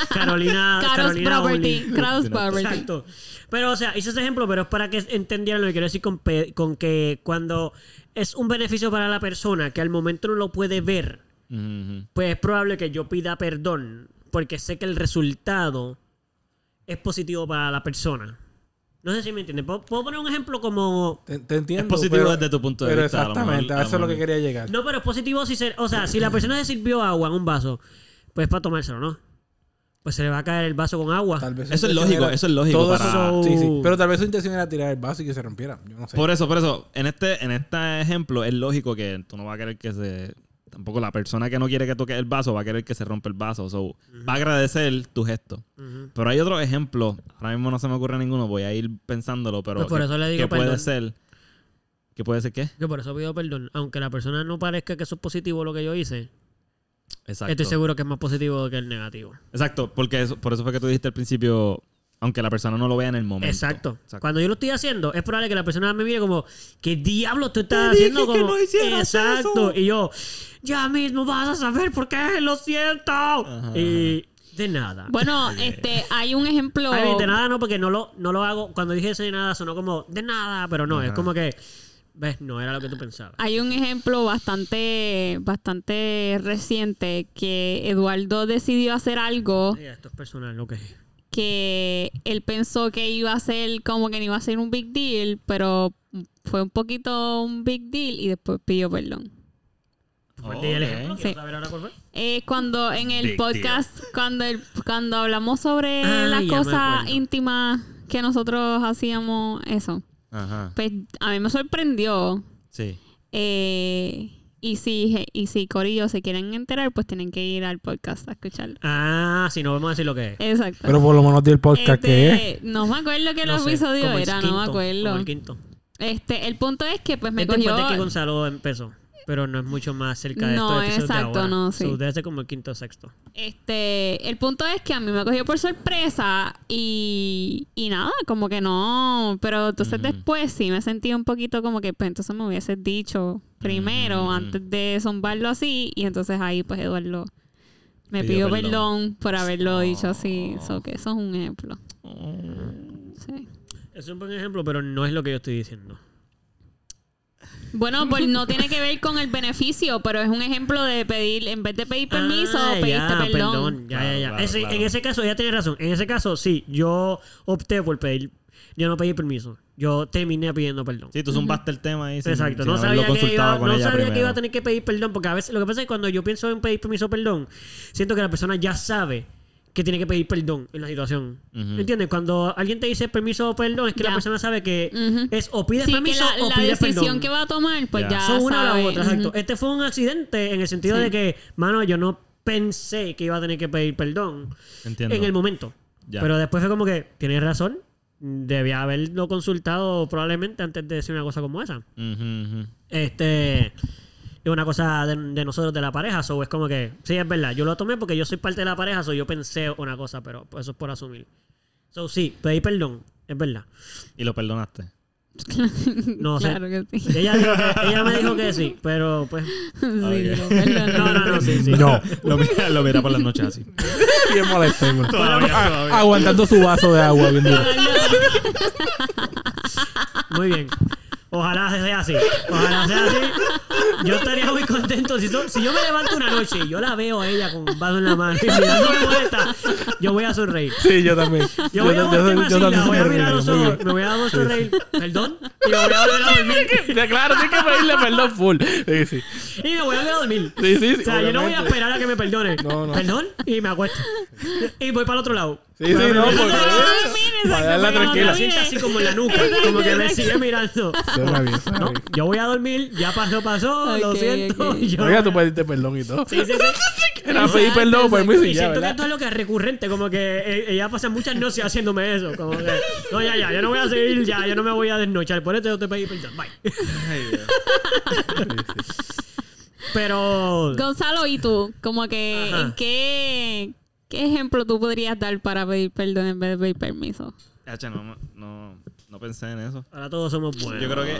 Speaker 2: Carolina.
Speaker 4: Carlos
Speaker 2: Carolina Only.
Speaker 4: Property. Carlos
Speaker 1: Exacto.
Speaker 4: Property.
Speaker 2: Exacto. Pero, o sea, hice ese ejemplo, pero es para que entendieran lo que quiero decir con, pe- con que cuando es un beneficio para la persona que al momento no lo puede ver,
Speaker 1: Ujú, ujú.
Speaker 2: pues es probable que yo pida perdón porque sé que el resultado es positivo para la persona. No sé si me entienden. ¿Puedo, puedo poner un ejemplo como...
Speaker 3: Te, te entiendo.
Speaker 1: Es positivo
Speaker 3: pero-
Speaker 1: desde tu punto de
Speaker 3: pero
Speaker 1: vista, a lo
Speaker 3: Exactamente.
Speaker 1: mejor- a
Speaker 3: eso
Speaker 1: lo
Speaker 3: es lo que
Speaker 1: mejor.
Speaker 3: quería llegar.
Speaker 2: No, pero es positivo si se... O sea, si la persona se sirvió agua en un vaso, pues es para tomárselo, ¿no? Pues se le va a caer el vaso con agua.
Speaker 3: Tal vez su
Speaker 1: Eso es
Speaker 3: intención
Speaker 1: lógico, eso es lógico
Speaker 3: Todo
Speaker 1: para-
Speaker 3: eso- sí, sí.
Speaker 2: So-
Speaker 3: Pero tal vez su intención era tirar el vaso y que se rompiera. Yo no sé.
Speaker 1: Por eso, por eso. En este, en este ejemplo es lógico que tú no vas a querer que se... Tampoco la persona que no quiere que toque el vaso va a querer que se rompa el vaso. So, va a agradecer tu gesto.
Speaker 2: Ujú.
Speaker 1: Pero hay otro ejemplo. Ahora mismo no se me ocurre ninguno. Voy a ir pensándolo, pero...
Speaker 2: Pues por
Speaker 1: que-
Speaker 2: eso le digo
Speaker 1: que puede
Speaker 2: perdón.
Speaker 1: ser? ¿Qué puede ser qué?
Speaker 2: Yo por eso pido perdón. Aunque la persona no parezca que eso es positivo lo que yo hice,
Speaker 1: Exacto.
Speaker 2: Estoy seguro que es más positivo que el negativo.
Speaker 1: Exacto, porque eso- por eso fue que tú dijiste al principio, aunque la persona no lo vea en el momento.
Speaker 2: Exacto. Cuando yo lo estoy haciendo, es probable que la persona me mire como, ¿qué diablo tú estás haciendo?
Speaker 1: dije que
Speaker 2: Como,
Speaker 1: no hicieras
Speaker 2: Exacto.
Speaker 1: eso.
Speaker 2: Y yo, ya mismo vas a saber por qué, lo siento. Y de nada.
Speaker 4: Bueno, este, hay un ejemplo.
Speaker 2: Ay, de nada no, porque no lo, no lo hago. Cuando dije eso de nada, sonó como de nada, pero no, es como que ¿Ves? No era lo que tú pensabas.
Speaker 4: Hay un ejemplo bastante, bastante reciente que Eduardo decidió hacer algo
Speaker 2: Ey, esto es personal, ok.
Speaker 4: que él pensó que iba a ser como que no iba a ser un big deal, pero fue un poquito un big deal y después pidió perdón.
Speaker 2: Pues di el
Speaker 1: Ok.
Speaker 2: ejemplo,
Speaker 4: Sí.
Speaker 2: quiero saber ahora cuál fue.
Speaker 4: Eh, cuando en el
Speaker 1: Big deal.
Speaker 4: podcast, cuando el- cuando hablamos sobre
Speaker 2: Ah, ya
Speaker 4: las
Speaker 2: me
Speaker 4: cosas
Speaker 2: acuerdo.
Speaker 4: íntimas que nosotros hacíamos, eso,
Speaker 1: Ajá.
Speaker 4: pues a mí me sorprendió
Speaker 1: Sí.
Speaker 4: Eh, y si, je- y si Corillo se quieren enterar, pues tienen que ir al podcast a escucharlo.
Speaker 2: Ah, si no vamos a decir lo que es.
Speaker 4: Exacto.
Speaker 3: Pero por lo menos di el podcast
Speaker 4: Este,
Speaker 3: que es.
Speaker 4: No me acuerdo qué
Speaker 2: No sé,
Speaker 4: episodio
Speaker 2: como el
Speaker 4: era, no
Speaker 2: quinto,
Speaker 4: me acuerdo.
Speaker 2: como el quinto.
Speaker 4: Este, el punto es que pues me
Speaker 2: Es después de que
Speaker 4: cogió.
Speaker 2: Gonzalo empezó. Pero no es mucho más cerca de
Speaker 4: No,
Speaker 2: estos episodios de
Speaker 4: exacto,
Speaker 2: ahora.
Speaker 4: no, sí.
Speaker 2: So, debe ser como el quinto o sexto.
Speaker 4: Este, el punto es que a mí me cogió por sorpresa y, y nada, como que no. Pero entonces
Speaker 1: Ujú.
Speaker 4: después sí me sentí un poquito como que pues, entonces me hubiese dicho primero
Speaker 1: Ujú.
Speaker 4: antes de zumbarlo así. Y entonces ahí pues Eduardo me
Speaker 1: Pidió
Speaker 4: pidió,
Speaker 1: perdón.
Speaker 4: perdón. por
Speaker 2: Oh.
Speaker 4: haberlo dicho así. So que eso es un ejemplo. Sí.
Speaker 2: Es un buen ejemplo, pero no es lo que yo estoy diciendo.
Speaker 4: Bueno, pues no tiene que ver con el beneficio, pero es un ejemplo de pedir, en vez de pedir permiso,
Speaker 2: Ah,
Speaker 4: pediste
Speaker 2: ya,
Speaker 4: perdón.
Speaker 2: Ya,
Speaker 1: Claro,
Speaker 2: ya, ya.
Speaker 1: claro,
Speaker 2: Ese-
Speaker 1: claro.
Speaker 2: En ese caso, ya tiene razón. En ese caso, sí, yo opté por pedir. Yo no pedí permiso. Yo terminé pidiendo perdón.
Speaker 1: Sí, tú zumbaste el tema ahí. sin-
Speaker 2: Exacto,
Speaker 1: sin
Speaker 2: no
Speaker 1: haberlo
Speaker 2: sabía, que iba,
Speaker 1: consultado con
Speaker 2: no
Speaker 1: ella
Speaker 2: sabía que
Speaker 1: primero.
Speaker 2: iba a tener que pedir perdón, porque a veces lo que pasa es que cuando yo pienso en pedir permiso o perdón, siento que la persona ya sabe que tiene que pedir perdón en la situación.
Speaker 1: Ujú.
Speaker 2: ¿Entiendes? Cuando alguien te dice permiso o perdón, es que la
Speaker 4: Ya.
Speaker 2: persona sabe que
Speaker 4: Ujú.
Speaker 2: es o pides
Speaker 4: Sí, que
Speaker 2: permiso
Speaker 4: la,
Speaker 2: o
Speaker 4: la
Speaker 2: pides
Speaker 4: decisión
Speaker 2: perdón.
Speaker 4: que va a tomar, pues
Speaker 1: Ya.
Speaker 4: ya.
Speaker 2: Son una o la
Speaker 4: sabe.
Speaker 2: otra,
Speaker 4: Ujú.
Speaker 2: exacto. Este fue un accidente en el sentido
Speaker 4: Sí.
Speaker 2: de que, mano, yo no pensé que iba a tener que pedir perdón
Speaker 1: Entiendo.
Speaker 2: en el momento.
Speaker 1: Ya.
Speaker 2: Pero después fue como que, tienes razón, debía haberlo consultado probablemente antes de decir una cosa como esa.
Speaker 1: Ujú, ujú.
Speaker 2: Este es una cosa de, de nosotros, de la pareja. So, es como que, sí, es verdad. Yo lo tomé porque yo soy parte de la pareja, so, yo pensé una cosa, pero pues, eso es por asumir. So, sí, pedí perdón, es verdad.
Speaker 1: Y lo perdonaste.
Speaker 4: (laughs)
Speaker 2: No sé.
Speaker 4: Claro
Speaker 2: (laughs)
Speaker 4: que sí.
Speaker 2: Ella, dijo que- ella me dijo que sí, pero pues.
Speaker 1: Ok.
Speaker 2: (laughs)
Speaker 4: Sí, lo perdoné.
Speaker 2: No, no, no, sí, sí.
Speaker 3: No.
Speaker 1: Lo mira, lo mira por las noches así.
Speaker 3: Bien
Speaker 1: (laughs)
Speaker 3: molesto. güey.
Speaker 1: Todavía,
Speaker 3: Ah,
Speaker 1: todavía.
Speaker 3: Aguantando su vaso de agua bien duro.
Speaker 2: Muy bien. Ojalá sea así. Ojalá sea así. Yo estaría muy contento. Si, so- si yo me levanto una noche y yo la veo a ella con un vaso en la mano y mirándome molesta, yo voy a sonreír.
Speaker 3: Sí, yo también.
Speaker 2: Yo voy a voltearme así, la voy a
Speaker 3: soy
Speaker 2: mirar a los
Speaker 3: horrible, muy
Speaker 2: ojos,
Speaker 3: bien.
Speaker 2: me voy a dar a reír, perdón, y me voy a volver a dormir.
Speaker 3: (laughs) Sí, Claro, tienes que pedirle perdón full. Sí, sí.
Speaker 2: Y me voy a volver a dormir.
Speaker 3: Sí, sí, sí,
Speaker 2: O sea, yo no voy a
Speaker 3: obviamente.
Speaker 2: esperar a que me perdone.
Speaker 3: No, no.
Speaker 2: Perdón, y me acuesto. Y voy para el otro lado.
Speaker 3: Sí, sí, no,
Speaker 2: porque...
Speaker 3: porque- Para darla
Speaker 2: Me
Speaker 3: tranquila.
Speaker 2: sienta así como en la nuca, como que me sigue mirando.
Speaker 3: Suena bien, suena
Speaker 2: No,
Speaker 3: bien.
Speaker 2: yo voy a dormir, ya pasó, pasó, lo
Speaker 4: Ok,
Speaker 2: siento.
Speaker 4: ok.
Speaker 2: Yo...
Speaker 3: Oiga, tú pediste perdón y todo.
Speaker 2: Sí, sí, sí.
Speaker 3: Era pedir
Speaker 4: Exacto,
Speaker 3: perdón pues, por mí
Speaker 2: Y
Speaker 3: sí, ya,
Speaker 2: siento que
Speaker 3: ¿verdad?
Speaker 2: esto es lo que es recurrente, como que eh, ella pasa muchas noches haciéndome eso. Como que, no, ya, ya, yo no voy a seguir, ya, yo no me voy a desnochar. Por eso yo te pedí perdón, bye. Pero.
Speaker 4: Gonzalo, ¿y tú? Como que,
Speaker 2: Ajá.
Speaker 4: ¿en qué, qué ejemplo tú podrías dar para pedir perdón en vez de pedir permiso?
Speaker 1: Hacha, no, no, no pensé en eso.
Speaker 2: Ahora todos somos buenos.
Speaker 1: Yo creo que.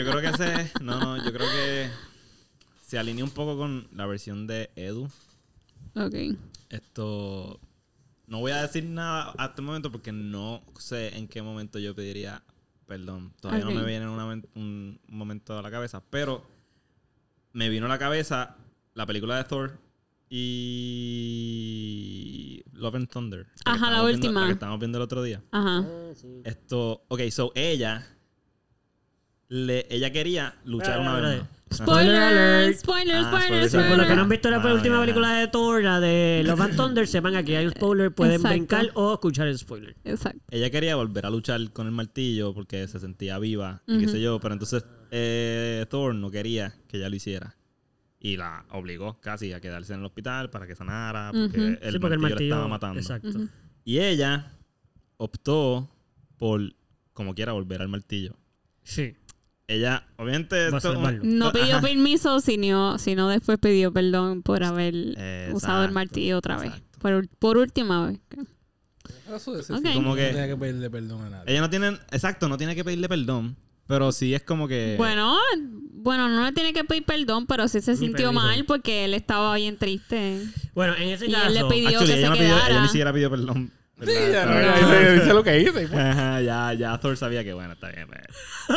Speaker 1: Yo creo que ese. No, no, yo creo que. Se alinea un poco con la versión de Edu.
Speaker 4: Ok.
Speaker 1: Esto. No voy a decir nada hasta el momento porque no sé en qué momento yo pediría perdón. Todavía
Speaker 4: Ok.
Speaker 1: no me viene una men- un un momento a la cabeza. Pero me vino a la cabeza la película de Thor y. Love and Thunder. que
Speaker 4: Ajá, la
Speaker 1: estábamos viendo-
Speaker 4: última.
Speaker 1: La que estábamos viendo el otro día.
Speaker 4: Ajá.
Speaker 1: Esto, ok, so ella le, ella quería luchar
Speaker 2: Espera,
Speaker 1: una vez
Speaker 2: espera,
Speaker 1: más.
Speaker 4: Spoiler
Speaker 2: alert.
Speaker 4: alert, spoiler,
Speaker 1: Ah, spoiler
Speaker 4: spoiler,
Speaker 2: Por
Speaker 1: alert.
Speaker 2: los que
Speaker 4: spoiler.
Speaker 2: no han visto la
Speaker 1: Mano, Ah,
Speaker 2: última
Speaker 1: ya.
Speaker 2: película de Thor, la de Love and Thunder, sepan que aquí hay un spoiler, pueden
Speaker 4: Exacto.
Speaker 2: brincar o escuchar el spoiler.
Speaker 4: Exacto.
Speaker 1: Ella quería volver a luchar con el martillo porque se sentía viva y qué
Speaker 4: Ujú.
Speaker 1: sé yo, pero entonces eh, Thor no quería que ella lo hiciera. Y la obligó casi a quedarse en el hospital para que sanara porque,
Speaker 4: Ujú.
Speaker 1: el, martillo la estaba matando.
Speaker 2: Exacto.
Speaker 4: Ujú.
Speaker 1: Y ella optó por, como quiera, volver al martillo.
Speaker 2: Sí.
Speaker 1: Ella, obviamente...
Speaker 2: Va a
Speaker 1: esto-
Speaker 2: salvarlo.
Speaker 4: No pidió
Speaker 1: Ajá.
Speaker 4: permiso, sino, sino después pidió perdón por haber
Speaker 1: Exacto,
Speaker 4: usado el martillo otra vez.
Speaker 1: exacto.
Speaker 4: Por, ul- por última vez.
Speaker 3: Eso es
Speaker 4: Ok.
Speaker 1: Como
Speaker 3: No
Speaker 1: que-
Speaker 3: tenía que pedirle perdón a nadie.
Speaker 1: Ella no tiene, exacto, no tiene que pedirle perdón, pero sí es como
Speaker 3: Eh,
Speaker 1: que...
Speaker 4: Bueno, bueno, no le tiene que pedir perdón, pero sí
Speaker 3: Mm,
Speaker 4: se
Speaker 2: Ni
Speaker 4: sintió
Speaker 2: permiso.
Speaker 4: mal porque él estaba bien triste.
Speaker 2: Bueno, en ese
Speaker 4: Y
Speaker 2: caso.
Speaker 4: él le pidió
Speaker 1: Actually,
Speaker 4: que
Speaker 1: ella,
Speaker 4: se
Speaker 1: no pidió-
Speaker 4: quedara.
Speaker 1: ella ni siquiera pidió perdón.
Speaker 3: Sí, ya no,
Speaker 1: Ahora
Speaker 3: ya
Speaker 1: mismo.
Speaker 3: hice- hice lo que hice. y pues.
Speaker 1: Ajá, ya, ya Thor sabía que bueno, está bien. pues,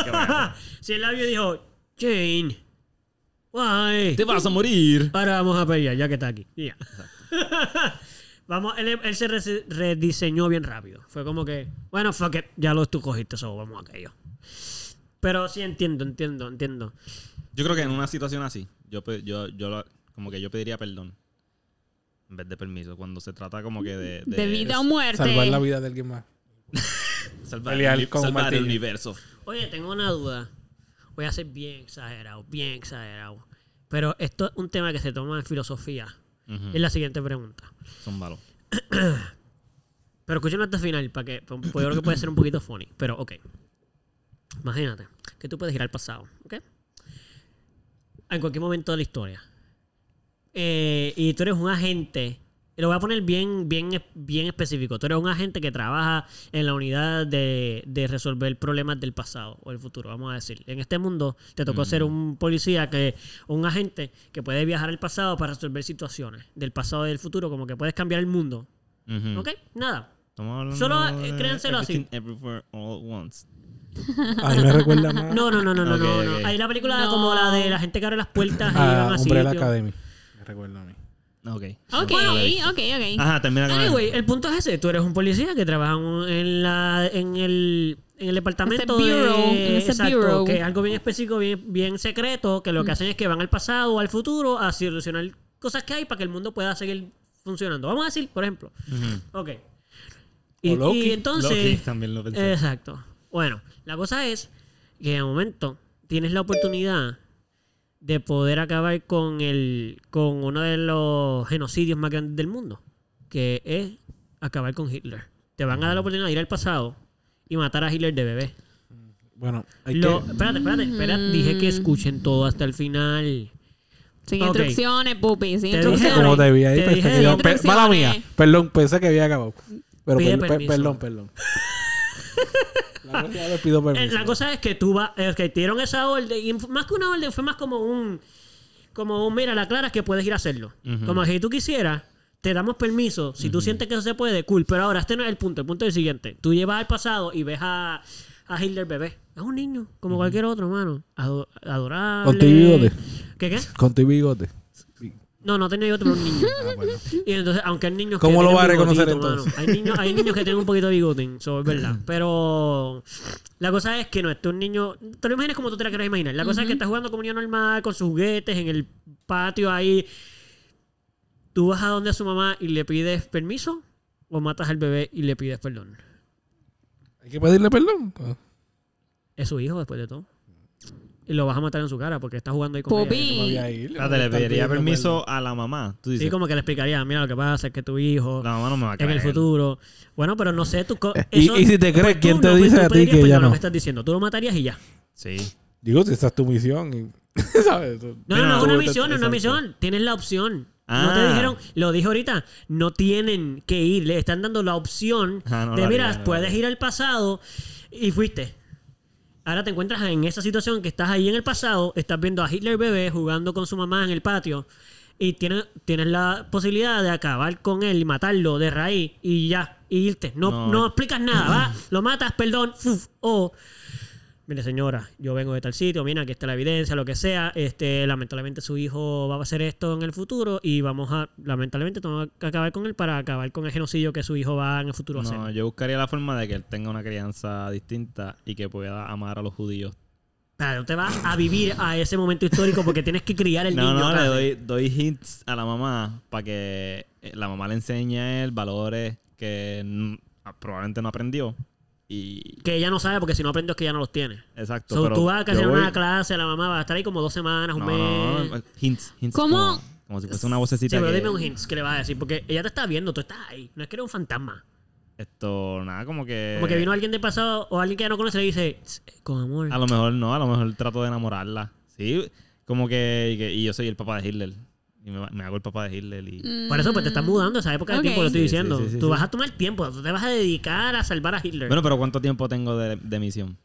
Speaker 1: ¿qué voy a (laughs) hacer?
Speaker 2: (laughs) Si el labio dijo, Jane, why?
Speaker 1: Te vas a morir.
Speaker 2: Ahora vamos a pelear, ya que está aquí. Ya. (laughs) vamos, él, él se rese- rediseñó bien rápido. Fue como que, bueno, fuck it, ya los tú cogiste, so vamos a aquello. Pero sí entiendo, entiendo, entiendo.
Speaker 1: Yo creo que en una situación así, yo, pe- yo, yo lo- como que yo pediría perdón en vez de permiso. Cuando se trata como que de...
Speaker 4: De, vida o muerte.
Speaker 3: eh, Salvar la vida de
Speaker 2: (laughs)
Speaker 3: alguien más.
Speaker 1: Salvar,
Speaker 3: Pelear
Speaker 1: el,
Speaker 3: con un
Speaker 1: salvar el
Speaker 3: martillo.
Speaker 1: universo.
Speaker 2: Oye, tengo una duda. Voy a ser bien exagerado, bien exagerado. Pero esto es un tema que se toma en filosofía.
Speaker 1: Ujú,
Speaker 2: Es la siguiente pregunta.
Speaker 1: zúmbalo.
Speaker 2: Pero escúchenlo hasta el final, para que, pues, yo creo que puede ser un poquito funny, pero ok. Imagínate que tú puedes ir al pasado, ¿ok? En cualquier momento de la historia. Eh, y tú eres un agente, y lo voy a poner bien, bien, bien específico, tú eres un agente que trabaja en la unidad de, de resolver problemas del pasado o el futuro, vamos a decir. En este mundo te tocó ser un policía, que un agente que puede viajar al pasado para resolver situaciones del pasado y del futuro, como que puedes cambiar el mundo,
Speaker 1: Ujú.
Speaker 2: ¿ok? Nada.
Speaker 1: Estamos hablando
Speaker 2: Solo, eh,
Speaker 1: de
Speaker 2: créanselo así.
Speaker 1: Everything, Everywhere, All at Once.
Speaker 3: A mí me recuerda más
Speaker 2: No, no, no, no, no,
Speaker 1: Ok, Ah,
Speaker 2: no, no.
Speaker 1: ok.
Speaker 2: Hay la película
Speaker 4: No.
Speaker 2: como la de la gente que abre las puertas y
Speaker 3: a
Speaker 2: van así.
Speaker 3: Umbrella Academy. Me recuerda a mí.
Speaker 1: Ok.
Speaker 4: Ok, ok, ok.
Speaker 1: Ajá, termina con
Speaker 2: Anyway, el punto es ese. Tú eres un policía que trabaja en- en la, en el, en el departamento
Speaker 4: Ese bureau,
Speaker 2: de
Speaker 4: en ese bureau. Mm.
Speaker 2: que es algo bien específico, bien, bien secreto, que lo que hacen es que van al pasado o al futuro a solucionar cosas que hay para que el mundo pueda seguir funcionando. Vamos a decir, por ejemplo, ok. Y,
Speaker 3: O Loki.
Speaker 2: y entonces,
Speaker 1: Oh, Loki, también
Speaker 2: Eh,
Speaker 1: lo pensé.
Speaker 2: Exacto. Bueno, la cosa es que de momento tienes la oportunidad de poder acabar con el con uno de los genocidios más grandes del mundo, que es acabar con Hitler. Te van a dar la oportunidad de ir al pasado y matar a Hitler de bebé.
Speaker 3: Bueno, hay
Speaker 2: Lo-
Speaker 3: que...
Speaker 2: espérate, espérate, espérate. Dije que escuchen todo hasta el final.
Speaker 4: Sin
Speaker 2: Ok.
Speaker 4: instrucciones, pupi. Sin
Speaker 2: Te
Speaker 4: instrucciones.
Speaker 2: dije-
Speaker 3: Como te vi ahí,
Speaker 2: Te
Speaker 3: pensé
Speaker 2: dije
Speaker 3: que iba-
Speaker 4: de
Speaker 3: pe- Mala mía.
Speaker 4: instrucciones.
Speaker 3: Perdón, pensé que había acabado. Pero
Speaker 2: Pide
Speaker 3: per- per-
Speaker 2: permiso. (laughs)
Speaker 3: perdón, perdón. La próxima vez pido
Speaker 2: Eh,
Speaker 3: permiso.
Speaker 2: La cosa es que tú vas, es que te dieron esa orden, y f- más que una orden, fue más como un, como un, mira, la clara es que puedes ir a hacerlo.
Speaker 1: Ujú.
Speaker 2: Como si tú quisieras, te damos permiso, si tú sientes que eso se puede, cool, pero ahora este no es el punto, el punto es el siguiente, tú llevas al pasado y ves a, a Hitler bebé, es un niño, como cualquier otro, mano, Ado- adorable.
Speaker 3: Con tu bigote.
Speaker 2: ¿Qué, qué?
Speaker 3: Con tu bigote.
Speaker 2: No, no tenía yo otro un
Speaker 3: (laughs)
Speaker 2: niño. Y entonces, aunque hay niños
Speaker 3: Ah, ¿Cómo
Speaker 2: que
Speaker 3: lo
Speaker 2: tienen
Speaker 3: va a reconocer
Speaker 2: bigotito, mano.
Speaker 3: entonces?
Speaker 2: Hay niños, hay niños que tienen un poquito de bigotín, eso es
Speaker 3: (laughs)
Speaker 2: verdad. Pero la cosa es que no, este es un niño. Te lo imaginas como tú te la quieras imaginar. La cosa es que está jugando como un niño normal, con sus juguetes, en el patio ahí. Tú vas a donde a su mamá y le pides permiso, o matas al bebé y le pides perdón.
Speaker 3: Hay que pedirle perdón.
Speaker 2: Es su hijo después de todo. Y lo vas a matar en su cara porque está jugando ahí con ella.
Speaker 3: No
Speaker 4: Pupi.
Speaker 3: voy a ir,
Speaker 1: Espérate, le
Speaker 3: voy a estar
Speaker 1: pediría
Speaker 3: pidiendo
Speaker 1: permiso a la mamá. Tú
Speaker 2: Sí,
Speaker 1: dices,
Speaker 2: como que le explicaría, mira lo que pasa, es que tu hijo...
Speaker 1: la mamá no me va a
Speaker 2: en
Speaker 1: creer.
Speaker 2: el futuro. Bueno, pero no sé, tú. co-
Speaker 3: Eh, (laughs) y- y si te crees,
Speaker 2: tú
Speaker 3: ¿quién te
Speaker 2: no, pues,
Speaker 3: dice
Speaker 2: tú
Speaker 3: a ti
Speaker 2: pedirías
Speaker 3: que
Speaker 2: perdón
Speaker 3: ya
Speaker 2: a lo
Speaker 3: no?
Speaker 2: que estás diciendo, tú lo matarías y ya.
Speaker 1: Sí.
Speaker 3: Digo, si esa es tu misión. y- (laughs) ¿Sabes? Tú-
Speaker 2: No, no, no, es
Speaker 3: tú-
Speaker 2: una
Speaker 3: tú-
Speaker 2: misión, es una
Speaker 3: exacto.
Speaker 2: misión. Tienes la opción. No
Speaker 1: Ah.
Speaker 2: te dijeron, lo dije ahorita, no tienen que ir, le están dando la opción
Speaker 1: Ah, no,
Speaker 2: de,
Speaker 1: la
Speaker 2: mira,
Speaker 1: haría, no, la
Speaker 2: puedes
Speaker 1: haría".
Speaker 2: ir al pasado y fuiste. Ahora te encuentras en esa situación que estás ahí en el pasado, estás viendo a Hitler bebé jugando con su mamá en el patio y tienes, tienes la posibilidad de acabar con él y matarlo de raíz y ya, y irte. No,
Speaker 1: No. eh.
Speaker 2: no. explicas nada,
Speaker 1: (clears throat)
Speaker 2: va, lo matas, perdón, fuf, o Mire, señora, yo vengo de tal sitio, mira, aquí está la evidencia, lo que sea. Este, lamentablemente su hijo va a hacer esto en el futuro y vamos a, lamentablemente, tenemos que acabar con él para acabar con el genocidio que su hijo va en el futuro a hacer.
Speaker 1: No, yo buscaría la forma de que él tenga una crianza distinta y que pueda amar a los judíos.
Speaker 2: Claro, no te vas a vivir a ese momento histórico porque tienes que criar el
Speaker 1: (laughs) No,
Speaker 2: niño.
Speaker 1: no, le
Speaker 2: casi.
Speaker 1: doy, doy hints a la mamá para que eh, la mamá le enseñe a él valores que n- ah, probablemente no aprendió. Y
Speaker 2: Que ella no sabe porque si no aprendes que ya no los tiene.
Speaker 1: exacto.
Speaker 2: So,
Speaker 1: pero
Speaker 2: tú vas a
Speaker 1: yo
Speaker 2: hacer
Speaker 1: voy-
Speaker 2: una clase, la mamá va a estar ahí como dos semanas, un
Speaker 1: No,
Speaker 2: mes.
Speaker 1: no, no, hints, hints.
Speaker 4: ¿Cómo?
Speaker 1: Como, como si fuese una
Speaker 2: Sí,
Speaker 1: vocecita.
Speaker 2: pero
Speaker 1: que-
Speaker 2: dime un hint que le vas a decir porque ella te está viendo, tú estás ahí. No es que eres un fantasma.
Speaker 1: Esto, nada, como que.
Speaker 2: Como que vino alguien de pasado o alguien que ya no conoce y le dice, "Tss, con amor.
Speaker 1: A lo mejor no, a lo mejor trato de enamorarla. Sí, como que. Y, que- y yo soy el papá de Hitler. Y me, va- me hago el papá de Hitler. Y,
Speaker 4: Mm,
Speaker 2: Por eso, pues te estás mudando a esa época
Speaker 4: Ok.
Speaker 2: de tiempo, lo estoy
Speaker 1: Sí, sí,
Speaker 2: diciendo.
Speaker 1: sí, sí,
Speaker 2: tú
Speaker 1: sí.
Speaker 2: vas a tomar tiempo, tú te vas a dedicar a salvar a Hitler.
Speaker 1: Bueno, pero ¿cuánto tiempo tengo de, de misión?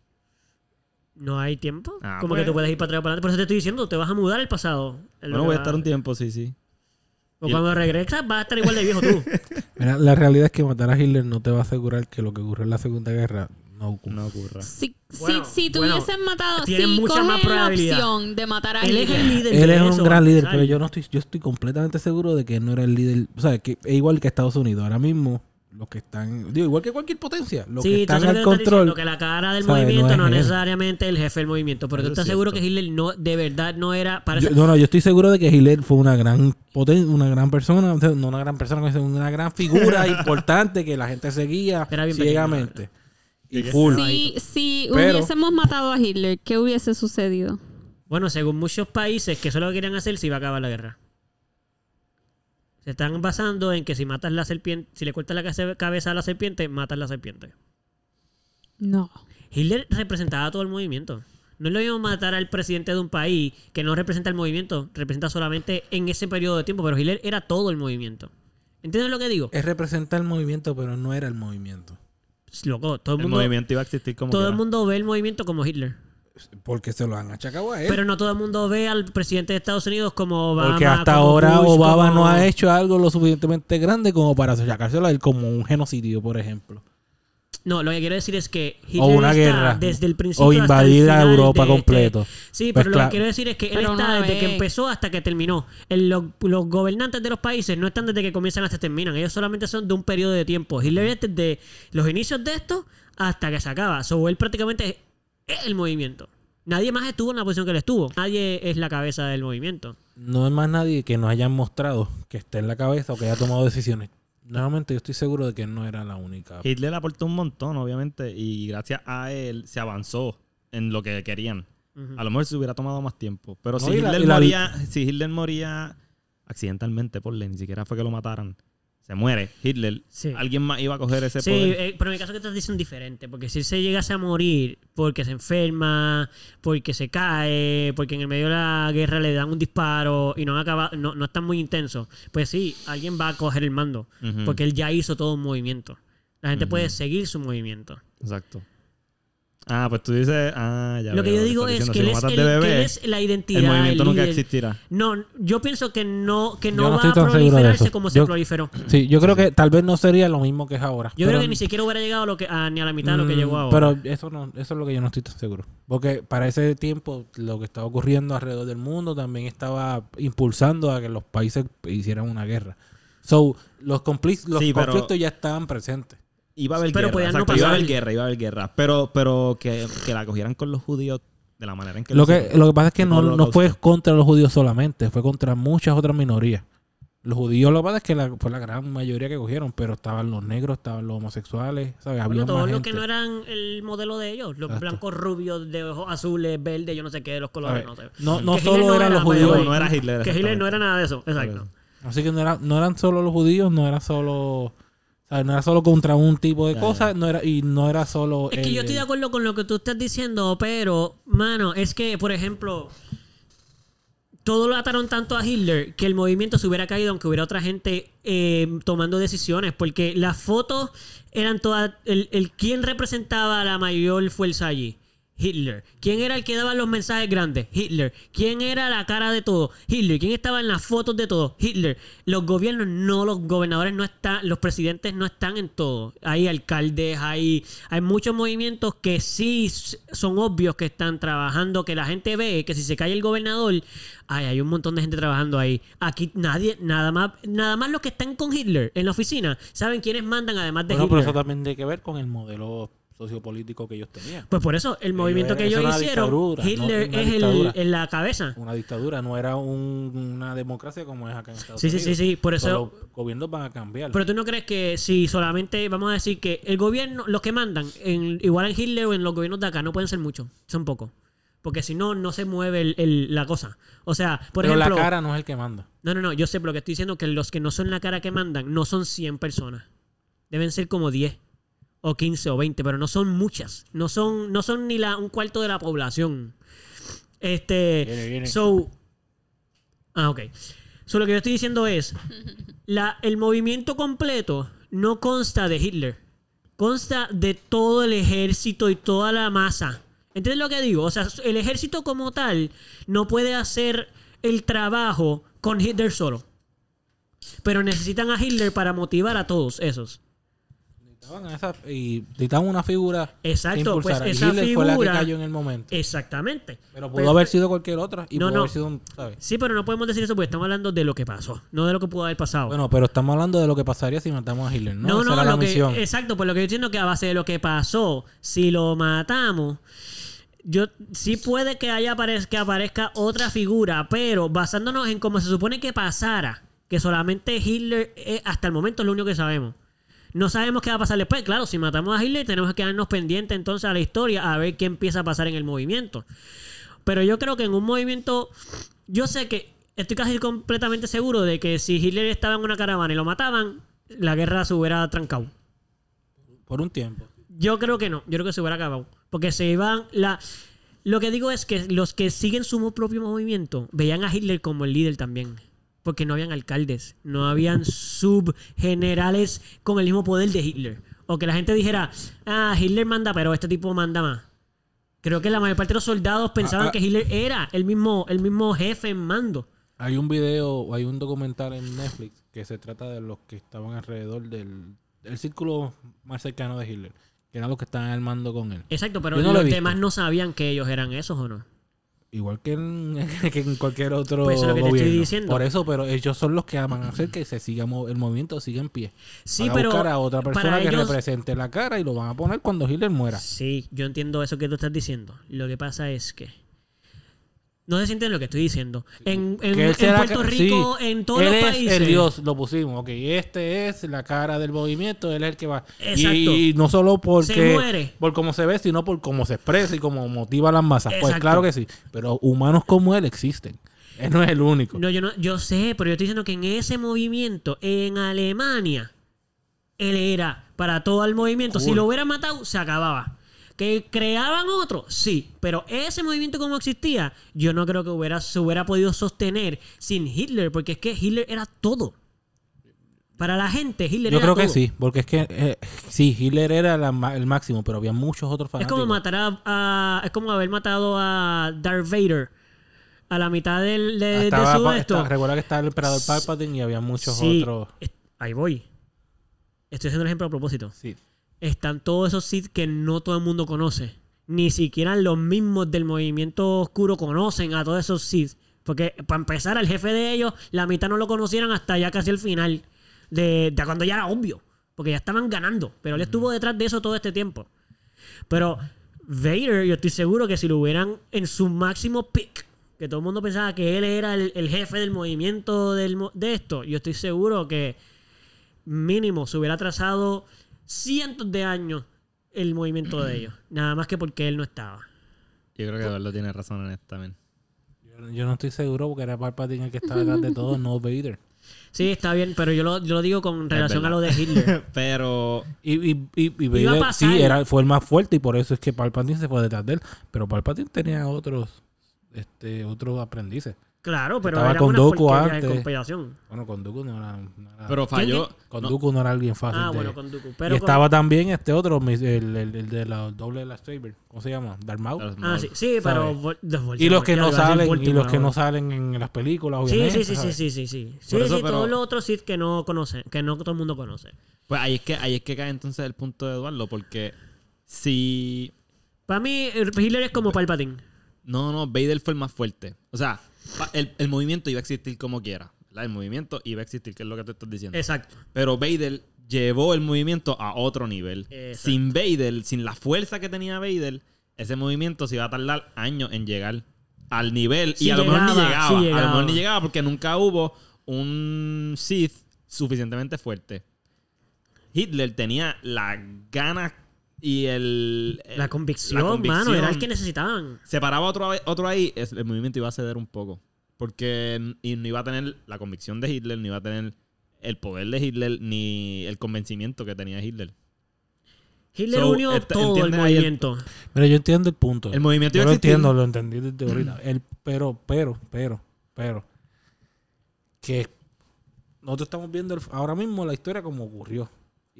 Speaker 2: no hay tiempo.
Speaker 1: Ah,
Speaker 2: como
Speaker 1: pues.
Speaker 2: que tú puedes ir para atrás o para adelante. Por eso te estoy diciendo, te vas a mudar al pasado. Es lo
Speaker 1: Bueno,
Speaker 2: que
Speaker 1: voy a
Speaker 2: va-
Speaker 1: estar un tiempo, sí, sí.
Speaker 2: O cuando regresas, vas a estar igual de viejo tú.
Speaker 3: Mira, la realidad es que matar a Hitler no te va a asegurar que lo que ocurrió en la Segunda Guerra no ocurra.
Speaker 1: No ocurra.
Speaker 4: Si, si-
Speaker 2: Bueno,
Speaker 4: si te
Speaker 2: bueno,
Speaker 4: hubiesen matado, si
Speaker 2: tienen mucha más
Speaker 4: cogen la
Speaker 2: probabilidad.
Speaker 4: opción de matar a
Speaker 2: Él es el
Speaker 4: alguien.
Speaker 2: líder.
Speaker 3: Él
Speaker 2: de
Speaker 3: es un
Speaker 2: eso,
Speaker 3: gran líder,
Speaker 2: ¿sabes?
Speaker 3: pero yo no estoy, yo estoy completamente seguro de que él no era el líder. O sea, que es igual que Estados Unidos. Ahora mismo, los que están, digo, igual que cualquier potencia, los
Speaker 2: Sí,
Speaker 3: que
Speaker 2: tú
Speaker 3: están
Speaker 2: sabes
Speaker 3: al
Speaker 2: lo que te están
Speaker 3: control.
Speaker 2: diciendo, que la cara del
Speaker 3: ¿sabes? No
Speaker 2: movimiento
Speaker 3: es
Speaker 2: no,
Speaker 3: él.
Speaker 2: necesariamente el jefe del movimiento. Pero
Speaker 1: Eso
Speaker 2: tú
Speaker 1: es
Speaker 2: estás seguro que
Speaker 1: cierto.
Speaker 2: Hitler no, de verdad no era para
Speaker 3: Yo-
Speaker 2: esa-
Speaker 3: no, no, yo estoy seguro de que Hitler fue una gran poten- una gran persona, o sea, no una gran persona, sino una gran figura
Speaker 2: (laughs)
Speaker 3: importante que la gente seguía
Speaker 2: Era bien
Speaker 3: ciegamente. Y
Speaker 1: Sí,
Speaker 3: full.
Speaker 4: Si, si
Speaker 3: Pero-
Speaker 4: hubiésemos matado a Hitler, ¿qué hubiese sucedido?
Speaker 2: Bueno, según muchos países, que eso es lo que querían hacer si va a acabar la guerra. Se están basando en que si matas la serpiente, si le cortas la case- cabeza a la serpiente, matas la serpiente.
Speaker 4: No.
Speaker 2: Hitler representaba todo el movimiento. No es lo mismo matar al presidente de un país que no representa el movimiento, representa solamente en ese periodo de tiempo, pero Hitler era todo el movimiento. ¿Entiendes lo que digo?
Speaker 3: Es representar el movimiento, pero no era el movimiento.
Speaker 2: Loco, todo el
Speaker 1: El
Speaker 2: mundo,
Speaker 1: movimiento iba a existir como
Speaker 2: todo
Speaker 1: quiera.
Speaker 2: el mundo ve el movimiento como Hitler.
Speaker 3: Porque se lo han achacado a él.
Speaker 2: Pero no todo el mundo ve al presidente de Estados Unidos como Obama.
Speaker 3: Eh. Porque hasta
Speaker 2: como
Speaker 3: ahora
Speaker 2: Bush,
Speaker 3: Obama
Speaker 2: como-
Speaker 3: no ha hecho algo lo suficientemente grande como para sacárselo a él como un genocidio, por ejemplo.
Speaker 2: No, lo que quiero decir es que Hitler
Speaker 3: o una
Speaker 2: está
Speaker 3: guerra.
Speaker 2: desde el principio
Speaker 3: O
Speaker 2: hasta el
Speaker 3: invadir a
Speaker 2: final
Speaker 3: Europa
Speaker 2: de este-
Speaker 3: completo.
Speaker 2: Sí,
Speaker 3: Pues
Speaker 2: pero lo
Speaker 3: claro.
Speaker 2: que quiero decir es que él
Speaker 4: Pero
Speaker 2: está
Speaker 4: una
Speaker 2: desde que
Speaker 4: vez.
Speaker 2: empezó hasta que terminó. El- los, los gobernantes de los países no están desde que comienzan hasta que terminan. Ellos solamente son de un periodo de tiempo. Hitler es desde los inicios de esto hasta que se acaba. So, él prácticamente es el movimiento. Nadie más estuvo en la posición que él estuvo. Nadie es la cabeza del movimiento.
Speaker 3: No hay más nadie que nos hayan mostrado que esté en la cabeza o que haya tomado decisiones. Nuevamente, yo estoy seguro de que no era la única.
Speaker 1: Hitler aportó un montón, obviamente, y gracias a él se avanzó en lo que querían.
Speaker 2: Mm.
Speaker 1: A lo mejor se hubiera tomado más tiempo. Pero
Speaker 3: No,
Speaker 1: si,
Speaker 3: y
Speaker 1: Hitler
Speaker 3: la- y la-
Speaker 1: moría, si Hitler moría accidentalmente, por ni siquiera fue que lo mataran. Se muere Hitler.
Speaker 2: Sí.
Speaker 1: Alguien más iba a coger ese
Speaker 2: Sí,
Speaker 1: este poder.
Speaker 2: eh, pero en el caso que te dicen diferente, porque si él se llegase a morir porque se enferma, porque se cae, porque en el medio de la guerra le dan un disparo y no han acabado, no, no están muy intensos, pues sí, alguien va a coger el mando,
Speaker 1: Ujú.
Speaker 2: eh, porque él ya hizo todo un movimiento. La gente
Speaker 1: Ujú.
Speaker 2: puede seguir su movimiento.
Speaker 1: Exacto. Ah, pues tú dices. Ah, ya
Speaker 2: lo que
Speaker 1: veo
Speaker 2: yo
Speaker 1: te
Speaker 2: digo
Speaker 1: estoy
Speaker 2: es
Speaker 1: diciendo.
Speaker 2: que
Speaker 1: Si
Speaker 2: él
Speaker 1: lo
Speaker 2: es,
Speaker 1: matas
Speaker 2: el,
Speaker 1: de
Speaker 2: que
Speaker 1: bebé,
Speaker 2: él es la identidad.
Speaker 1: el movimiento nunca
Speaker 2: líder.
Speaker 1: existirá.
Speaker 2: No, yo pienso que no, que
Speaker 3: Yo
Speaker 2: no,
Speaker 3: no
Speaker 2: va
Speaker 3: estoy
Speaker 2: a
Speaker 3: tan seguro de
Speaker 2: proliferarse
Speaker 3: eso.
Speaker 2: como se
Speaker 3: Yo-
Speaker 2: proliferó.
Speaker 3: Sí, yo creo que tal vez no sería lo mismo que es ahora.
Speaker 2: Yo
Speaker 3: pero-
Speaker 2: creo que ni siquiera hubiera llegado a lo que, a- ni a la mitad de lo que
Speaker 3: Mm,
Speaker 2: llegó ahora.
Speaker 3: Pero eso, no, eso es lo que yo no estoy tan seguro. Porque para ese tiempo lo que estaba ocurriendo alrededor del mundo también estaba impulsando a que los países hicieran una guerra. So, los, compli- los
Speaker 1: Sí, pero-
Speaker 3: conflictos ya estaban presentes.
Speaker 1: Iba a haber
Speaker 2: Pero
Speaker 1: guerra.
Speaker 2: podían no
Speaker 1: exacto, iba a haber
Speaker 2: pasar.
Speaker 1: guerra, iba a haber guerra. Pero, pero que, que la cogieran con los judíos de la manera en que
Speaker 3: Lo que, lo que pasa es que
Speaker 1: el
Speaker 3: no, no
Speaker 1: holocausto.
Speaker 3: fue contra los judíos solamente, fue contra muchas otras minorías. Los judíos lo que pasa es que la- fue la gran mayoría que cogieron, pero estaban los negros, estaban los homosexuales, ¿sabes?
Speaker 2: Bueno,
Speaker 3: Había
Speaker 2: todos
Speaker 3: más
Speaker 2: los
Speaker 3: gente.
Speaker 2: que no eran el modelo de ellos, los
Speaker 3: Exacto.
Speaker 2: blancos rubios de ojos azules, verdes, yo no sé qué, de los colores,
Speaker 3: ¿Sabes?
Speaker 2: no sé.
Speaker 3: No, no
Speaker 2: Que Hitler
Speaker 3: solo eran los
Speaker 2: by the
Speaker 3: judíos.
Speaker 2: way,
Speaker 1: No era Hitler,
Speaker 2: Que Hitler
Speaker 1: exactamente.
Speaker 2: no era nada de eso,
Speaker 1: Por
Speaker 2: exacto.
Speaker 1: eso.
Speaker 3: Así que no, era- no eran solo los judíos, no era solo. ¿sabes? No era solo contra un tipo de
Speaker 1: Ya,
Speaker 3: cosas, no era, y no era solo.
Speaker 2: Es que
Speaker 3: el-
Speaker 2: yo estoy de
Speaker 3: el-
Speaker 2: acuerdo con lo que tú estás diciendo, pero, mano, es que, por ejemplo, todos lo ataron tanto a Hitler que el movimiento se hubiera caído aunque hubiera otra gente eh, tomando decisiones, porque las fotos eran todas, el, el quién representaba la mayor fuerza allí. Hitler. ¿Quién era el que daba los mensajes grandes? Hitler. ¿Quién era la cara de todo? Hitler. ¿Quién estaba en las fotos de todo? Hitler. Los gobiernos no, los gobernadores no están, los presidentes no están en todo. Hay alcaldes, hay, hay muchos movimientos que sí s- son obvios que están trabajando, que la gente ve que si se cae el gobernador, ay, hay un montón de gente trabajando ahí. Aquí nadie, nada más, nada más los que están con Hitler en la oficina saben quiénes mandan además de
Speaker 3: Bueno, pero
Speaker 2: Hitler.
Speaker 3: eso también tiene que ver con el modelo sociopolítico que ellos tenían.
Speaker 2: Pues por eso, el movimiento
Speaker 3: era-
Speaker 2: que
Speaker 3: Eh, eso
Speaker 2: ellos
Speaker 3: era una
Speaker 2: hicieron,
Speaker 3: dictadura, no-
Speaker 2: Hitler
Speaker 3: una
Speaker 2: es el,
Speaker 3: dictadura.
Speaker 2: en la cabeza.
Speaker 3: Una dictadura, no era un- una democracia como es acá en Estados
Speaker 2: Sí, sí,
Speaker 3: Unidos.
Speaker 2: sí, sí, por eso-
Speaker 3: So, los gobiernos van a cambiar.
Speaker 2: Pero tú no crees que si solamente, vamos a decir que el gobierno, los que mandan, en, igual en Hitler o en los gobiernos de acá, no pueden ser muchos, son pocos. Porque si no, no se mueve el- el- la cosa. O sea, por
Speaker 3: Pero
Speaker 2: ejemplo...
Speaker 3: la cara no es el que manda.
Speaker 2: No, no, no, yo sé, pero lo que estoy diciendo es que los que no son la cara que mandan no son 100 personas. Deben ser como 10 o 15 o 20, pero no son muchas. No son, no son ni la, un cuarto de la población. Este.
Speaker 3: Viene, viene.
Speaker 2: So. Ah, ok. So, lo que yo estoy diciendo es: la, el movimiento completo no consta de Hitler. Consta de todo el ejército y toda la masa. ¿Entiendes lo que digo? O sea, el ejército como tal no puede hacer el trabajo con Hitler solo. Pero necesitan a Hitler para motivar a todos esos.
Speaker 3: Necesitaban a esa- y necesitaban una figura que
Speaker 2: Exacto,
Speaker 3: impulsara.
Speaker 2: pues
Speaker 3: Y
Speaker 2: esa
Speaker 3: Hitler fue la que
Speaker 2: figura-
Speaker 3: cayó en el momento.
Speaker 2: Exactamente.
Speaker 3: Pero pudo haber sido cualquier otra y
Speaker 2: No,
Speaker 3: pudo
Speaker 2: no.
Speaker 3: haber sido un, ¿sabes?
Speaker 2: Sí, pero no podemos decir eso porque estamos hablando de lo que pasó, no de lo que pudo haber pasado.
Speaker 3: Bueno, pero estamos hablando de lo que pasaría si matamos a Hitler, ¿no?
Speaker 2: no,
Speaker 3: Esa
Speaker 2: no,
Speaker 3: era la
Speaker 2: lo que-
Speaker 3: misión.
Speaker 2: exacto, por lo que yo entiendo que a base de lo que pasó, si lo matamos, yo sí puede que haya aparez- que aparezca otra figura, pero basándonos en cómo se supone que pasara, que solamente Hitler eh, hasta el momento es lo único que sabemos. No sabemos qué va a pasar después. Claro, si matamos a Hitler, tenemos que quedarnos pendientes entonces a la historia a ver qué empieza a pasar en el movimiento. Pero yo creo que en un movimiento. Yo sé que. Estoy casi completamente seguro de que si Hitler estaba en una caravana y lo mataban, la guerra se hubiera trancado.
Speaker 3: Por un tiempo.
Speaker 2: Yo creo que no. Yo creo que se hubiera acabado. Porque se iban. La... Lo que digo es que los que siguen su propio movimiento veían a Hitler como el líder también. Porque no habían alcaldes, no habían subgenerales con el mismo poder de Hitler. O que la gente dijera, ah, Hitler manda, pero este tipo manda más. Creo que la mayor parte de los soldados pensaban
Speaker 3: ah.
Speaker 2: que Hitler era el mismo, el mismo jefe en mando.
Speaker 3: Hay un video, o hay un documental en Netflix que se trata de los que estaban alrededor del, del círculo más cercano de Hitler, que eran los que estaban al mando con él.
Speaker 2: Exacto, pero
Speaker 3: Yo no lo he
Speaker 2: los
Speaker 3: visto.
Speaker 2: demás no sabían que ellos eran esos o no.
Speaker 3: Igual que en, (laughs) que en cualquier otro
Speaker 2: Pues eso es lo que te
Speaker 3: gobierno.
Speaker 2: estoy diciendo.
Speaker 3: Por eso, pero ellos son los que aman hacer que se siga mo- el movimiento siga en pie.
Speaker 2: Sí,
Speaker 3: Van a
Speaker 2: pero
Speaker 3: buscar a otra persona
Speaker 2: para
Speaker 3: que
Speaker 2: ellos-
Speaker 3: represente la cara y lo van a poner cuando Hitler muera.
Speaker 2: Sí, yo entiendo eso que tú estás diciendo. Lo que pasa es que. No se sienten lo que estoy diciendo. En, en-
Speaker 3: Que él
Speaker 2: en
Speaker 3: será
Speaker 2: Puerto
Speaker 3: ca-
Speaker 2: Rico,
Speaker 3: sí,
Speaker 2: en todos
Speaker 3: él
Speaker 2: los
Speaker 3: es
Speaker 2: países.
Speaker 3: El Dios lo pusimos. Ok, este es la cara del movimiento, él es el que va.
Speaker 2: Exacto.
Speaker 3: Y, no solo porque
Speaker 2: Se muere.
Speaker 3: por cómo se ve, sino por cómo se expresa y cómo motiva a las masas. Pues
Speaker 2: Exacto.
Speaker 3: claro que sí. Pero humanos como él existen. Él no es el único.
Speaker 2: No, yo no, yo sé, pero yo estoy diciendo que en ese movimiento, en Alemania, él era para todo el movimiento. Si
Speaker 3: Cool.
Speaker 2: lo hubiera matado, se acababa. Que creaban otro, sí, pero ese movimiento como existía, yo no creo que hubiera, se hubiera podido sostener sin Hitler, porque es que Hitler era todo. Para la gente, Hitler
Speaker 3: Yo
Speaker 2: era
Speaker 3: creo que
Speaker 2: todo.
Speaker 3: sí, porque es que eh, sí, Hitler era la ma- el máximo, pero había muchos otros
Speaker 2: Es
Speaker 3: fanáticos.
Speaker 2: como matar a, a- Es como haber matado a Darth Vader a la mitad del, de,
Speaker 3: Ah,
Speaker 2: de
Speaker 3: estaba-
Speaker 2: su
Speaker 3: pa-
Speaker 2: esto.
Speaker 3: estaba- recuerda que estaba el emperador Palpatine y había muchos
Speaker 2: Sí,
Speaker 3: otros.
Speaker 2: es- Ahí voy. Estoy haciendo el ejemplo a propósito.
Speaker 3: Sí.
Speaker 2: Están todos esos Sith que no todo el mundo conoce. Ni siquiera los mismos del movimiento oscuro conocen a todos esos Sith. Porque para empezar, al jefe de ellos, la mitad no lo conocieron hasta ya casi el final. De, de cuando ya era obvio. Porque ya estaban ganando. Pero él estuvo detrás de eso todo este tiempo. Pero Vader, yo estoy seguro que si lo hubieran en su máximo pick, que todo el mundo pensaba que él era el, el jefe del movimiento del, mo- de esto, yo estoy seguro que mínimo se hubiera trazado cientos de años el movimiento de ellos. Nada más que porque él no estaba.
Speaker 1: Yo creo que Eduardo tiene razón en esto también.
Speaker 3: Yo, yo no estoy seguro porque era Palpatine el que estaba detrás de todo, no Vader.
Speaker 2: Sí, está bien, pero yo lo, yo lo digo con relación a
Speaker 1: verdad.
Speaker 2: lo de
Speaker 3: (laughs)
Speaker 2: Hitler.
Speaker 1: Pero
Speaker 3: Y, y, y, y
Speaker 2: Iba a
Speaker 3: Vader
Speaker 2: pasar.
Speaker 3: sí era, fue el más fuerte y por eso es que Palpatine se fue detrás de él. Pero Palpatine tenía otros este otros aprendices.
Speaker 2: Claro, pero
Speaker 3: Estaba
Speaker 2: era
Speaker 3: con
Speaker 2: una
Speaker 3: Dooku
Speaker 2: porquería de
Speaker 3: antes.
Speaker 2: compilación.
Speaker 3: Bueno, con Dooku no era. no era-
Speaker 1: Ah. pero falló.
Speaker 3: con
Speaker 1: no,
Speaker 3: Dooku no era alguien fácil.
Speaker 2: Ah,
Speaker 3: de-
Speaker 2: bueno, con Dooku. Pero
Speaker 3: y
Speaker 2: con-
Speaker 3: estaba también este otro, mis- el, el, el de la doble de la Saber. ¿Cómo se llama? Darth Maul.
Speaker 1: Darth Maul.
Speaker 2: Ah, sí, sí, pero...
Speaker 3: ¿Sabes?
Speaker 2: Vol- de
Speaker 3: Y los que
Speaker 2: Voldemort, ya
Speaker 3: no
Speaker 2: iba a decir
Speaker 3: salen, y los
Speaker 2: Voldemort
Speaker 3: que no
Speaker 2: ahora.
Speaker 3: salen en las películas,
Speaker 2: Sí,
Speaker 3: obviamente.
Speaker 2: sí, sí, sí,
Speaker 3: ¿sabes?
Speaker 2: sí, sí, sí. Sí,
Speaker 1: Por eso,
Speaker 2: sí,
Speaker 1: pero-
Speaker 2: todos los otros Sith que no conocen, que no todo el mundo conoce.
Speaker 1: Pues ahí es que ahí es que cae entonces el punto de Eduardo, porque si
Speaker 2: Para mí, el Hitler es como Palpatine.
Speaker 1: no, no, Vader fue el más fuerte. O sea, pa- el, el movimiento iba a existir como quiera. ¿verdad? El movimiento iba a existir, que es lo que tú estás diciendo.
Speaker 2: Exacto.
Speaker 1: Pero Vader llevó el movimiento a otro nivel.
Speaker 2: Exacto.
Speaker 1: Sin Vader, sin la fuerza que tenía Vader, ese movimiento se iba a tardar años en llegar al nivel.
Speaker 2: Sí
Speaker 1: y a lo mejor ni
Speaker 2: llegaba,
Speaker 1: llegaba. A
Speaker 2: sí
Speaker 1: lo
Speaker 2: llegaba.
Speaker 1: mejor ni llegaba porque nunca hubo un Sith suficientemente fuerte. Hitler tenía las ganas y el... el-
Speaker 2: La convicción, mano,
Speaker 1: convicción.
Speaker 2: era el que necesitaban.
Speaker 1: Se paraba otro, otro ahí, es- el movimiento iba a ceder un poco. Porque n- y no iba a tener la convicción de Hitler, ni iba a tener el poder de Hitler, ni el convencimiento que tenía Hitler.
Speaker 2: Hitler
Speaker 1: So,
Speaker 2: unió
Speaker 1: esta-
Speaker 2: todo el
Speaker 1: ¿entiendes ahí el-
Speaker 2: movimiento.
Speaker 3: Pero yo entiendo el punto.
Speaker 1: El movimiento
Speaker 3: Yo
Speaker 1: iba
Speaker 3: lo
Speaker 1: a existir.
Speaker 3: entiendo, lo entendí desde ahorita. El, pero, pero, pero, pero. Que nosotros estamos viendo el- ahora mismo la historia como ocurrió.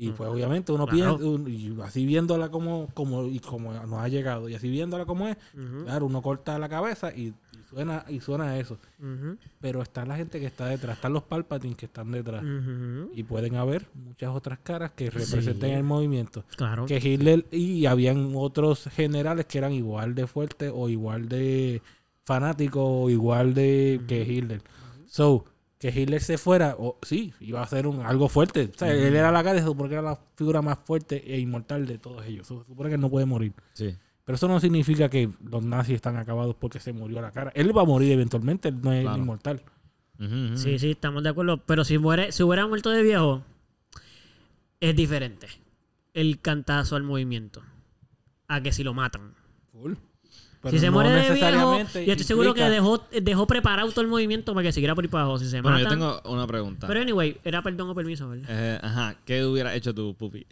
Speaker 3: Y pues obviamente uno
Speaker 2: Claro.
Speaker 3: piensa, un- y así viéndola como, como, y como nos ha llegado, y así viéndola como es,
Speaker 2: Ujú.
Speaker 3: claro, uno corta la cabeza y, y suena, y suena a eso.
Speaker 2: Ujú,
Speaker 3: Pero está la gente que está detrás, están los Palpatine que están detrás.
Speaker 2: ujú.
Speaker 3: Y pueden haber muchas otras caras que representen el movimiento.
Speaker 2: Claro.
Speaker 3: Que Hitler y habían otros generales que eran igual de fuertes o igual de fanáticos o igual de que Hitler. So, que Hitler se fuera, o sí, iba a ser un, algo fuerte. O sea, él era la cara, se supone que era la figura más fuerte e inmortal de todos ellos. Se supone que él no puede morir.
Speaker 1: Sí.
Speaker 3: Pero eso no significa que los nazis están acabados porque se murió la cara. Él va a morir eventualmente, él no es
Speaker 1: Claro.
Speaker 3: inmortal.
Speaker 1: Ujú, ujú.
Speaker 2: Sí, sí, estamos de acuerdo. Pero si, muere, si hubiera muerto de viejo, es diferente el cantazo al movimiento. A que si lo matan. si se muere de viejo, yo estoy seguro que dejó, dejó preparado todo el movimiento para que siguiera por ahí para abajo. Si se
Speaker 1: Bueno, yo
Speaker 2: matan.
Speaker 1: tengo una pregunta.
Speaker 2: Pero anyway, era perdón o permiso, ¿verdad?
Speaker 1: Eh, ajá, ¿qué hubieras hecho tú,
Speaker 2: (laughs)
Speaker 1: Pupi?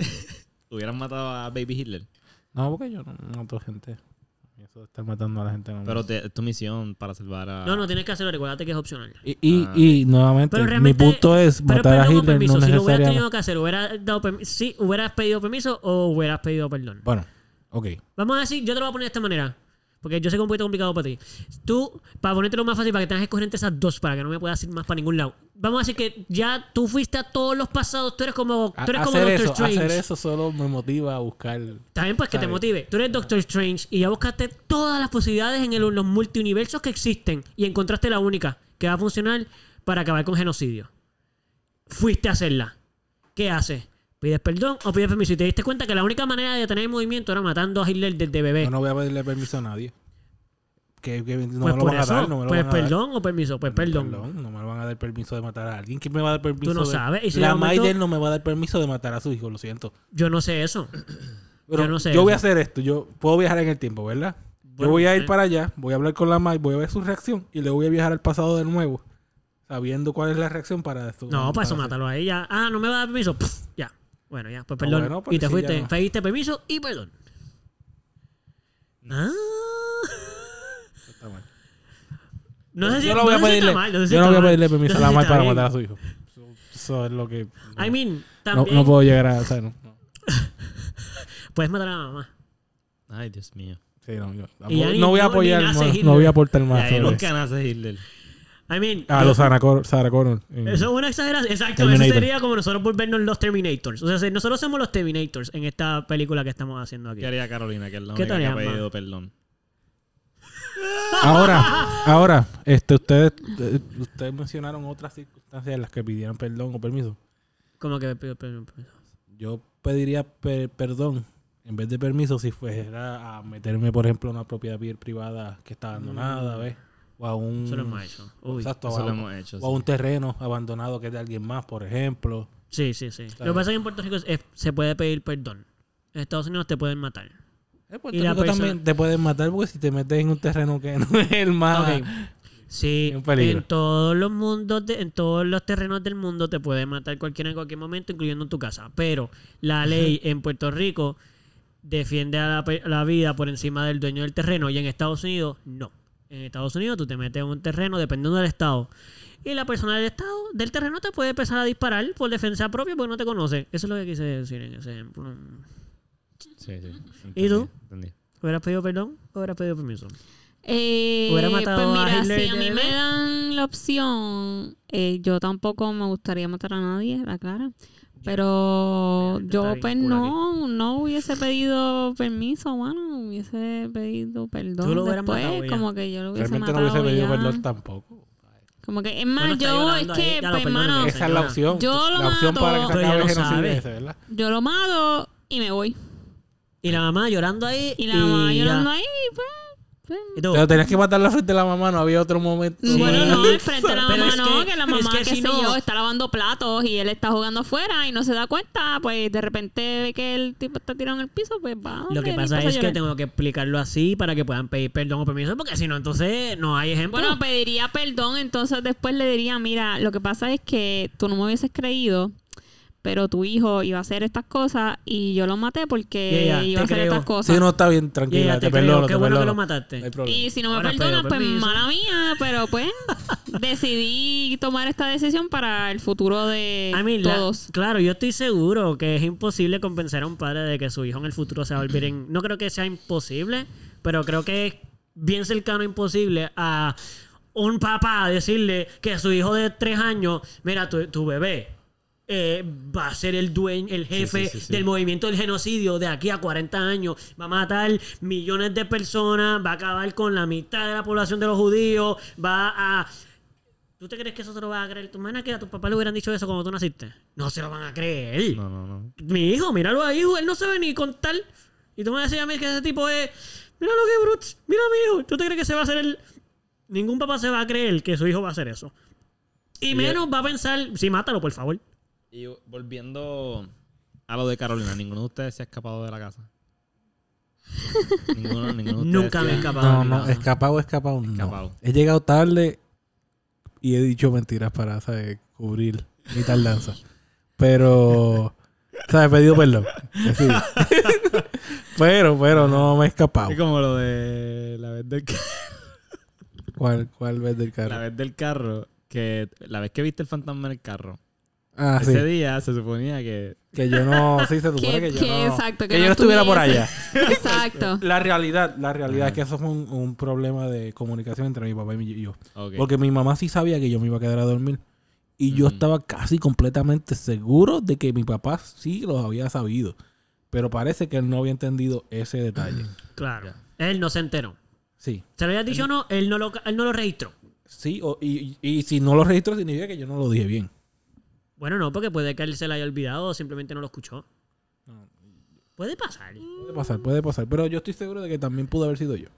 Speaker 1: ¿Hubieras matado a Baby Hitler?
Speaker 3: No, porque yo no mato gente. Eso de estar matando a la gente. no me-
Speaker 1: Pero te- es tu misión para salvar a...
Speaker 2: No, no tienes que hacerlo, recuérdate que es opcional.
Speaker 3: Y, y, y nuevamente,
Speaker 2: Pero
Speaker 3: mi
Speaker 2: realmente.
Speaker 3: punto es
Speaker 2: pero
Speaker 3: matar a
Speaker 2: perdón o
Speaker 3: Hitler no
Speaker 2: permiso, Si lo hubieras
Speaker 3: necesariamente.
Speaker 2: tenido que hacer, hubieras dado permiso. Sí, hubieras pedido permiso o hubieras pedido perdón.
Speaker 3: Bueno, ok.
Speaker 2: Vamos a decir, yo te lo voy a poner de esta manera. Porque yo sé que es un poquito complicado para ti. Tú, para ponértelo más fácil, para que tengas que escoger entre esas dos, para que no me puedas ir más para ningún lado. Vamos a decir que ya tú fuiste a todos los pasados, tú eres como,
Speaker 3: A-
Speaker 2: tú eres como
Speaker 3: hacer,
Speaker 2: Doctor
Speaker 3: eso,
Speaker 2: Strange.
Speaker 3: hacer eso solo me motiva a buscar.
Speaker 2: También pues que te
Speaker 3: Está bien.
Speaker 2: motive. Tú eres Doctor Strange y ya buscaste todas las posibilidades en el- los multiuniversos que existen y encontraste la única que va a funcionar para acabar con genocidio. Fuiste a hacerla. ¿Qué haces? ¿Pides perdón o pides permiso? Y te diste cuenta que la única manera de detener el movimiento era matando a Hitler desde bebé.
Speaker 3: Yo no voy a pedirle permiso a nadie. Que, que
Speaker 2: pues
Speaker 3: no me lo
Speaker 2: por
Speaker 3: van a
Speaker 2: eso,
Speaker 3: dar. No me lo
Speaker 2: pues
Speaker 3: van a dar.
Speaker 2: perdón o permiso, pues perdón.
Speaker 3: No me van a dar permiso de matar a alguien. ¿Quién me va a dar permiso?
Speaker 2: no
Speaker 3: de-
Speaker 2: sabes, y si de
Speaker 3: la
Speaker 2: momento-
Speaker 3: Maiden no me va a dar permiso de matar a su hijo, lo siento.
Speaker 2: Yo no sé eso.
Speaker 3: Pues Pero
Speaker 2: Yo
Speaker 3: yo
Speaker 2: no sé
Speaker 3: voy a
Speaker 2: eso.
Speaker 3: hacer esto. Yo puedo viajar en el tiempo, ¿verdad?
Speaker 2: Bueno,
Speaker 3: yo voy a ir
Speaker 2: eh.
Speaker 3: para allá, voy a hablar con la Maiden, voy a ver su reacción y le voy a viajar al pasado de nuevo, sabiendo cuál es la reacción para esto.
Speaker 2: No, para eso
Speaker 3: hacer-
Speaker 2: mátalo a ella. Ah, no me va a dar permiso. Pff, ya. Bueno, ya, pues
Speaker 3: Ah,
Speaker 2: perdón.
Speaker 3: bueno, pues
Speaker 2: y te
Speaker 3: sí,
Speaker 2: fuiste,
Speaker 3: ya no.
Speaker 2: pediste permiso y perdón. Ah.
Speaker 3: Está mal.
Speaker 2: No sé si
Speaker 3: yo no voy a
Speaker 2: sé si está
Speaker 3: pedirle,
Speaker 2: mal, no sé si
Speaker 3: yo no
Speaker 2: está
Speaker 3: voy a
Speaker 2: mal,
Speaker 3: pedirle
Speaker 2: no
Speaker 3: permiso a
Speaker 2: sé
Speaker 3: la
Speaker 2: si
Speaker 3: madre
Speaker 2: está
Speaker 3: para
Speaker 2: bien.
Speaker 3: matar a su hijo. Eso, eso es lo que. No,
Speaker 2: I mean,
Speaker 3: no-
Speaker 2: también
Speaker 3: no puedo llegar a. o sea, no, no.
Speaker 2: puedes matar a la mamá.
Speaker 1: Ay, Dios mío.
Speaker 3: Sí, no, yo-
Speaker 2: Y ya ni-
Speaker 3: no voy a
Speaker 2: no, ni
Speaker 3: apoyar,
Speaker 2: nace
Speaker 3: no,
Speaker 2: Hitler.
Speaker 3: no voy a aportar más.
Speaker 1: Ya,
Speaker 3: sobre
Speaker 1: nunca nace Hitler.
Speaker 2: I mean,
Speaker 3: eso. A los Sarah Connor. Sarah Connor en-
Speaker 2: eso es una exageración. Exacto, eso
Speaker 3: Ah, Terminator.
Speaker 2: sería como nosotros volvernos los Terminators. O sea, si nosotros somos los Terminators en esta película que estamos haciendo aquí.
Speaker 1: ¿Qué haría Carolina? Que es la
Speaker 2: ¿Qué
Speaker 1: única que ha
Speaker 2: tarea,
Speaker 1: pedido perdón.
Speaker 2: (laughs)
Speaker 3: Ahora, ahora, este, ustedes, eh, ustedes mencionaron otras circunstancias en las que pidieran perdón o permiso.
Speaker 2: Como que pido perdón, permiso.
Speaker 3: Yo pediría per- perdón en vez de permiso si fuera a meterme, por ejemplo, a una propiedad pri- privada que está abandonada, ¿ves? O a un,
Speaker 2: Mm. Eso lo hemos hecho. Uy.
Speaker 3: Mm. Exacto,
Speaker 1: Eso
Speaker 3: o a-
Speaker 1: lo hemos hecho.
Speaker 3: o a un terreno abandonado que es de alguien más, por ejemplo.
Speaker 2: Sí, sí, sí. Lo que pasa es que en Puerto Rico es- es- se puede pedir perdón. En Estados Unidos te pueden matar.
Speaker 3: En Eh, pues, Puerto
Speaker 2: Y la
Speaker 3: Rico
Speaker 2: persona-
Speaker 3: también te pueden matar porque si te metes en un terreno que (laughs) no es el más...
Speaker 2: Ah, Ok. Sí,
Speaker 3: Es un peligro.
Speaker 2: en todos los mundos, de- en todos los terrenos del mundo te puede matar cualquiera en cualquier momento, incluyendo en tu casa. Pero la ley en Puerto Rico defiende a la, pe- la vida por encima del dueño del terreno y en Estados Unidos no. En Estados Unidos tú te metes en un terreno dependiendo del estado y la persona del estado del terreno te puede empezar a disparar por defensa propia porque no te conoce. Eso es lo que quise decir en ese ejemplo.
Speaker 1: Sí, sí.
Speaker 2: ¿Y tú?
Speaker 1: Entendí.
Speaker 2: ¿Hubieras pedido perdón o hubieras pedido permiso?
Speaker 4: Eh,
Speaker 2: Hubiera matado
Speaker 4: pues mira,
Speaker 2: a Hitler
Speaker 4: si a
Speaker 2: de
Speaker 4: mí
Speaker 2: bebé.
Speaker 4: me dan la opción, eh, yo tampoco me gustaría matar a nadie, la clara. Pero
Speaker 2: Obviamente está
Speaker 4: yo
Speaker 2: bien
Speaker 4: pues
Speaker 2: cool
Speaker 4: no, no hubiese pedido permiso, mano, hubiese pedido perdón
Speaker 2: Tú lo hubieras
Speaker 4: después,
Speaker 2: matado ya.
Speaker 4: como que yo lo hubiese
Speaker 3: Realmente no
Speaker 4: matado
Speaker 3: hubiese pedido
Speaker 4: ya.
Speaker 3: perdón tampoco.
Speaker 4: Como que, es
Speaker 2: Bueno,
Speaker 4: más,
Speaker 2: está
Speaker 4: yo, es
Speaker 2: llorando ahí,
Speaker 4: que,
Speaker 2: ya lo
Speaker 4: pues,
Speaker 2: perdoné.
Speaker 4: mano,
Speaker 3: Esa es la
Speaker 2: señora.
Speaker 3: opción.
Speaker 4: Yo lo
Speaker 3: la opción
Speaker 4: mato.
Speaker 3: para que se
Speaker 2: Pero ya
Speaker 3: acabe
Speaker 2: lo
Speaker 3: el genocidio
Speaker 2: sabe.
Speaker 3: ese, ¿verdad?
Speaker 4: yo lo mato y me voy.
Speaker 2: Y la mamá llorando ahí.
Speaker 4: Y la mamá
Speaker 2: ya.
Speaker 4: llorando ahí, pues, pues,
Speaker 2: Y tú,
Speaker 3: Pero tenías que matarla frente a la mamá, no había otro momento.
Speaker 2: Sí.
Speaker 4: Bueno, no, el frente de la
Speaker 2: Pero
Speaker 4: mamá,
Speaker 2: es
Speaker 4: no,
Speaker 2: que-
Speaker 4: que, la
Speaker 2: es
Speaker 4: mamá,
Speaker 2: que
Speaker 4: qué
Speaker 2: si
Speaker 4: sé
Speaker 2: no-
Speaker 4: yo, está lavando platos y él está jugando afuera y no se da cuenta, pues de repente ve que el tipo está tirado en el piso, pues va.
Speaker 2: Lo
Speaker 4: hombre,
Speaker 2: que
Speaker 4: y
Speaker 2: pasa
Speaker 4: empieza a
Speaker 2: es que
Speaker 4: llorar.
Speaker 2: tengo que explicarlo así para que puedan pedir perdón o permiso, porque si no, entonces no hay ejemplo.
Speaker 4: Bueno, pediría perdón, entonces después le diría, mira, lo que pasa es que tú no me hubieses creído, pero tu hijo iba a hacer estas cosas y yo lo maté porque
Speaker 2: Ya, ya,
Speaker 4: iba a
Speaker 2: te
Speaker 4: hacer
Speaker 2: creo.
Speaker 4: estas cosas.
Speaker 3: Sí, no, está bien, tranquila,
Speaker 2: Ya, ya,
Speaker 3: te,
Speaker 2: te creo.
Speaker 3: perdono,
Speaker 2: Qué
Speaker 3: te
Speaker 2: bueno que
Speaker 3: perdono.
Speaker 2: lo mataste.
Speaker 3: No hay problema.
Speaker 4: Y si no me
Speaker 2: Ahora,
Speaker 4: perdonas,
Speaker 2: pero,
Speaker 4: pues
Speaker 2: permiso.
Speaker 4: mala mía, pero
Speaker 2: (laughs)
Speaker 4: pues decidí tomar esta decisión para el futuro de
Speaker 2: I mean, la- (laughs)
Speaker 4: todos.
Speaker 2: claro, yo estoy seguro que es imposible convencer a un padre de que su hijo en el futuro se va a volver en. No creo que sea imposible, pero creo que es bien cercano e imposible a un papá a decirle que a su hijo de tres años, mira, tu, tu bebé eh, va a ser el dueño, el jefe
Speaker 1: sí, sí, sí.
Speaker 2: del movimiento del genocidio de aquí a 40 años, va a matar millones de personas, va a acabar con la mitad de la población de los judíos, va a... ¿Tú te crees que eso se lo va a creer? ¿Tu hermana que a tu papá le hubieran dicho eso cuando tú naciste? No se lo van a creer
Speaker 1: No, no, no.
Speaker 2: mi hijo, míralo ahí, hijo, él no sabe ni contar. Y tú me decías a mí que ese tipo es, mira lo que Bruts, mira a mi hijo. ¿Tú te crees que se va a hacer el... Ningún papá se va a creer que su hijo va a hacer eso. Y menos va a pensar, sí, mátalo, por favor.
Speaker 1: Y volviendo a lo de Carolina, ninguno de ustedes se ha escapado de la
Speaker 2: (laughs)
Speaker 1: casa. ninguno, ninguno de ustedes
Speaker 2: Nunca
Speaker 1: se
Speaker 2: me he
Speaker 1: ha-
Speaker 2: escapado.
Speaker 3: No,
Speaker 2: de mi
Speaker 3: no,
Speaker 2: casa.
Speaker 3: escapado, escapado, no.
Speaker 1: Escapado.
Speaker 3: He llegado tarde y he dicho mentiras para, ¿sabes? Cubrir mi tardanza. Pero, ¿sabes? He pedido perdón. Sí. (laughs) pero, pero no me he escapado.
Speaker 1: Es como lo de la vez del carro.
Speaker 3: ¿Cuál, cuál vez del
Speaker 1: La
Speaker 3: carro?
Speaker 1: vez del carro, que la vez que viste el fantasma en el carro.
Speaker 3: Ah, sí.
Speaker 1: Ese día se suponía que
Speaker 3: Que yo no... Sí, se supone
Speaker 4: Que,
Speaker 3: que yo
Speaker 4: que
Speaker 3: no...
Speaker 4: exacto.
Speaker 3: que yo no estuviera por allá.
Speaker 4: estuviese. Exacto.
Speaker 3: La realidad, la realidad es que eso es un, un problema de comunicación entre mi papá y mi- y yo.
Speaker 1: Ok.
Speaker 3: Porque mi mamá sí sabía que yo me iba a quedar a dormir. Y yo
Speaker 1: Ujú.
Speaker 3: estaba casi completamente seguro de que mi papá sí los había sabido. Pero parece que él no había entendido ese detalle.
Speaker 1: Ah.
Speaker 2: Claro. Él no se enteró.
Speaker 3: Sí.
Speaker 2: Se lo habías dicho o no, él no lo, él no lo registró.
Speaker 3: Sí, o- y, y- y si no lo registro significa que yo no lo dije bien.
Speaker 2: Bueno, no, porque puede que él se lo haya olvidado o simplemente no lo escuchó. Puede pasar.
Speaker 3: Puede pasar, puede pasar. Pero yo estoy seguro de que también pudo haber sido yo.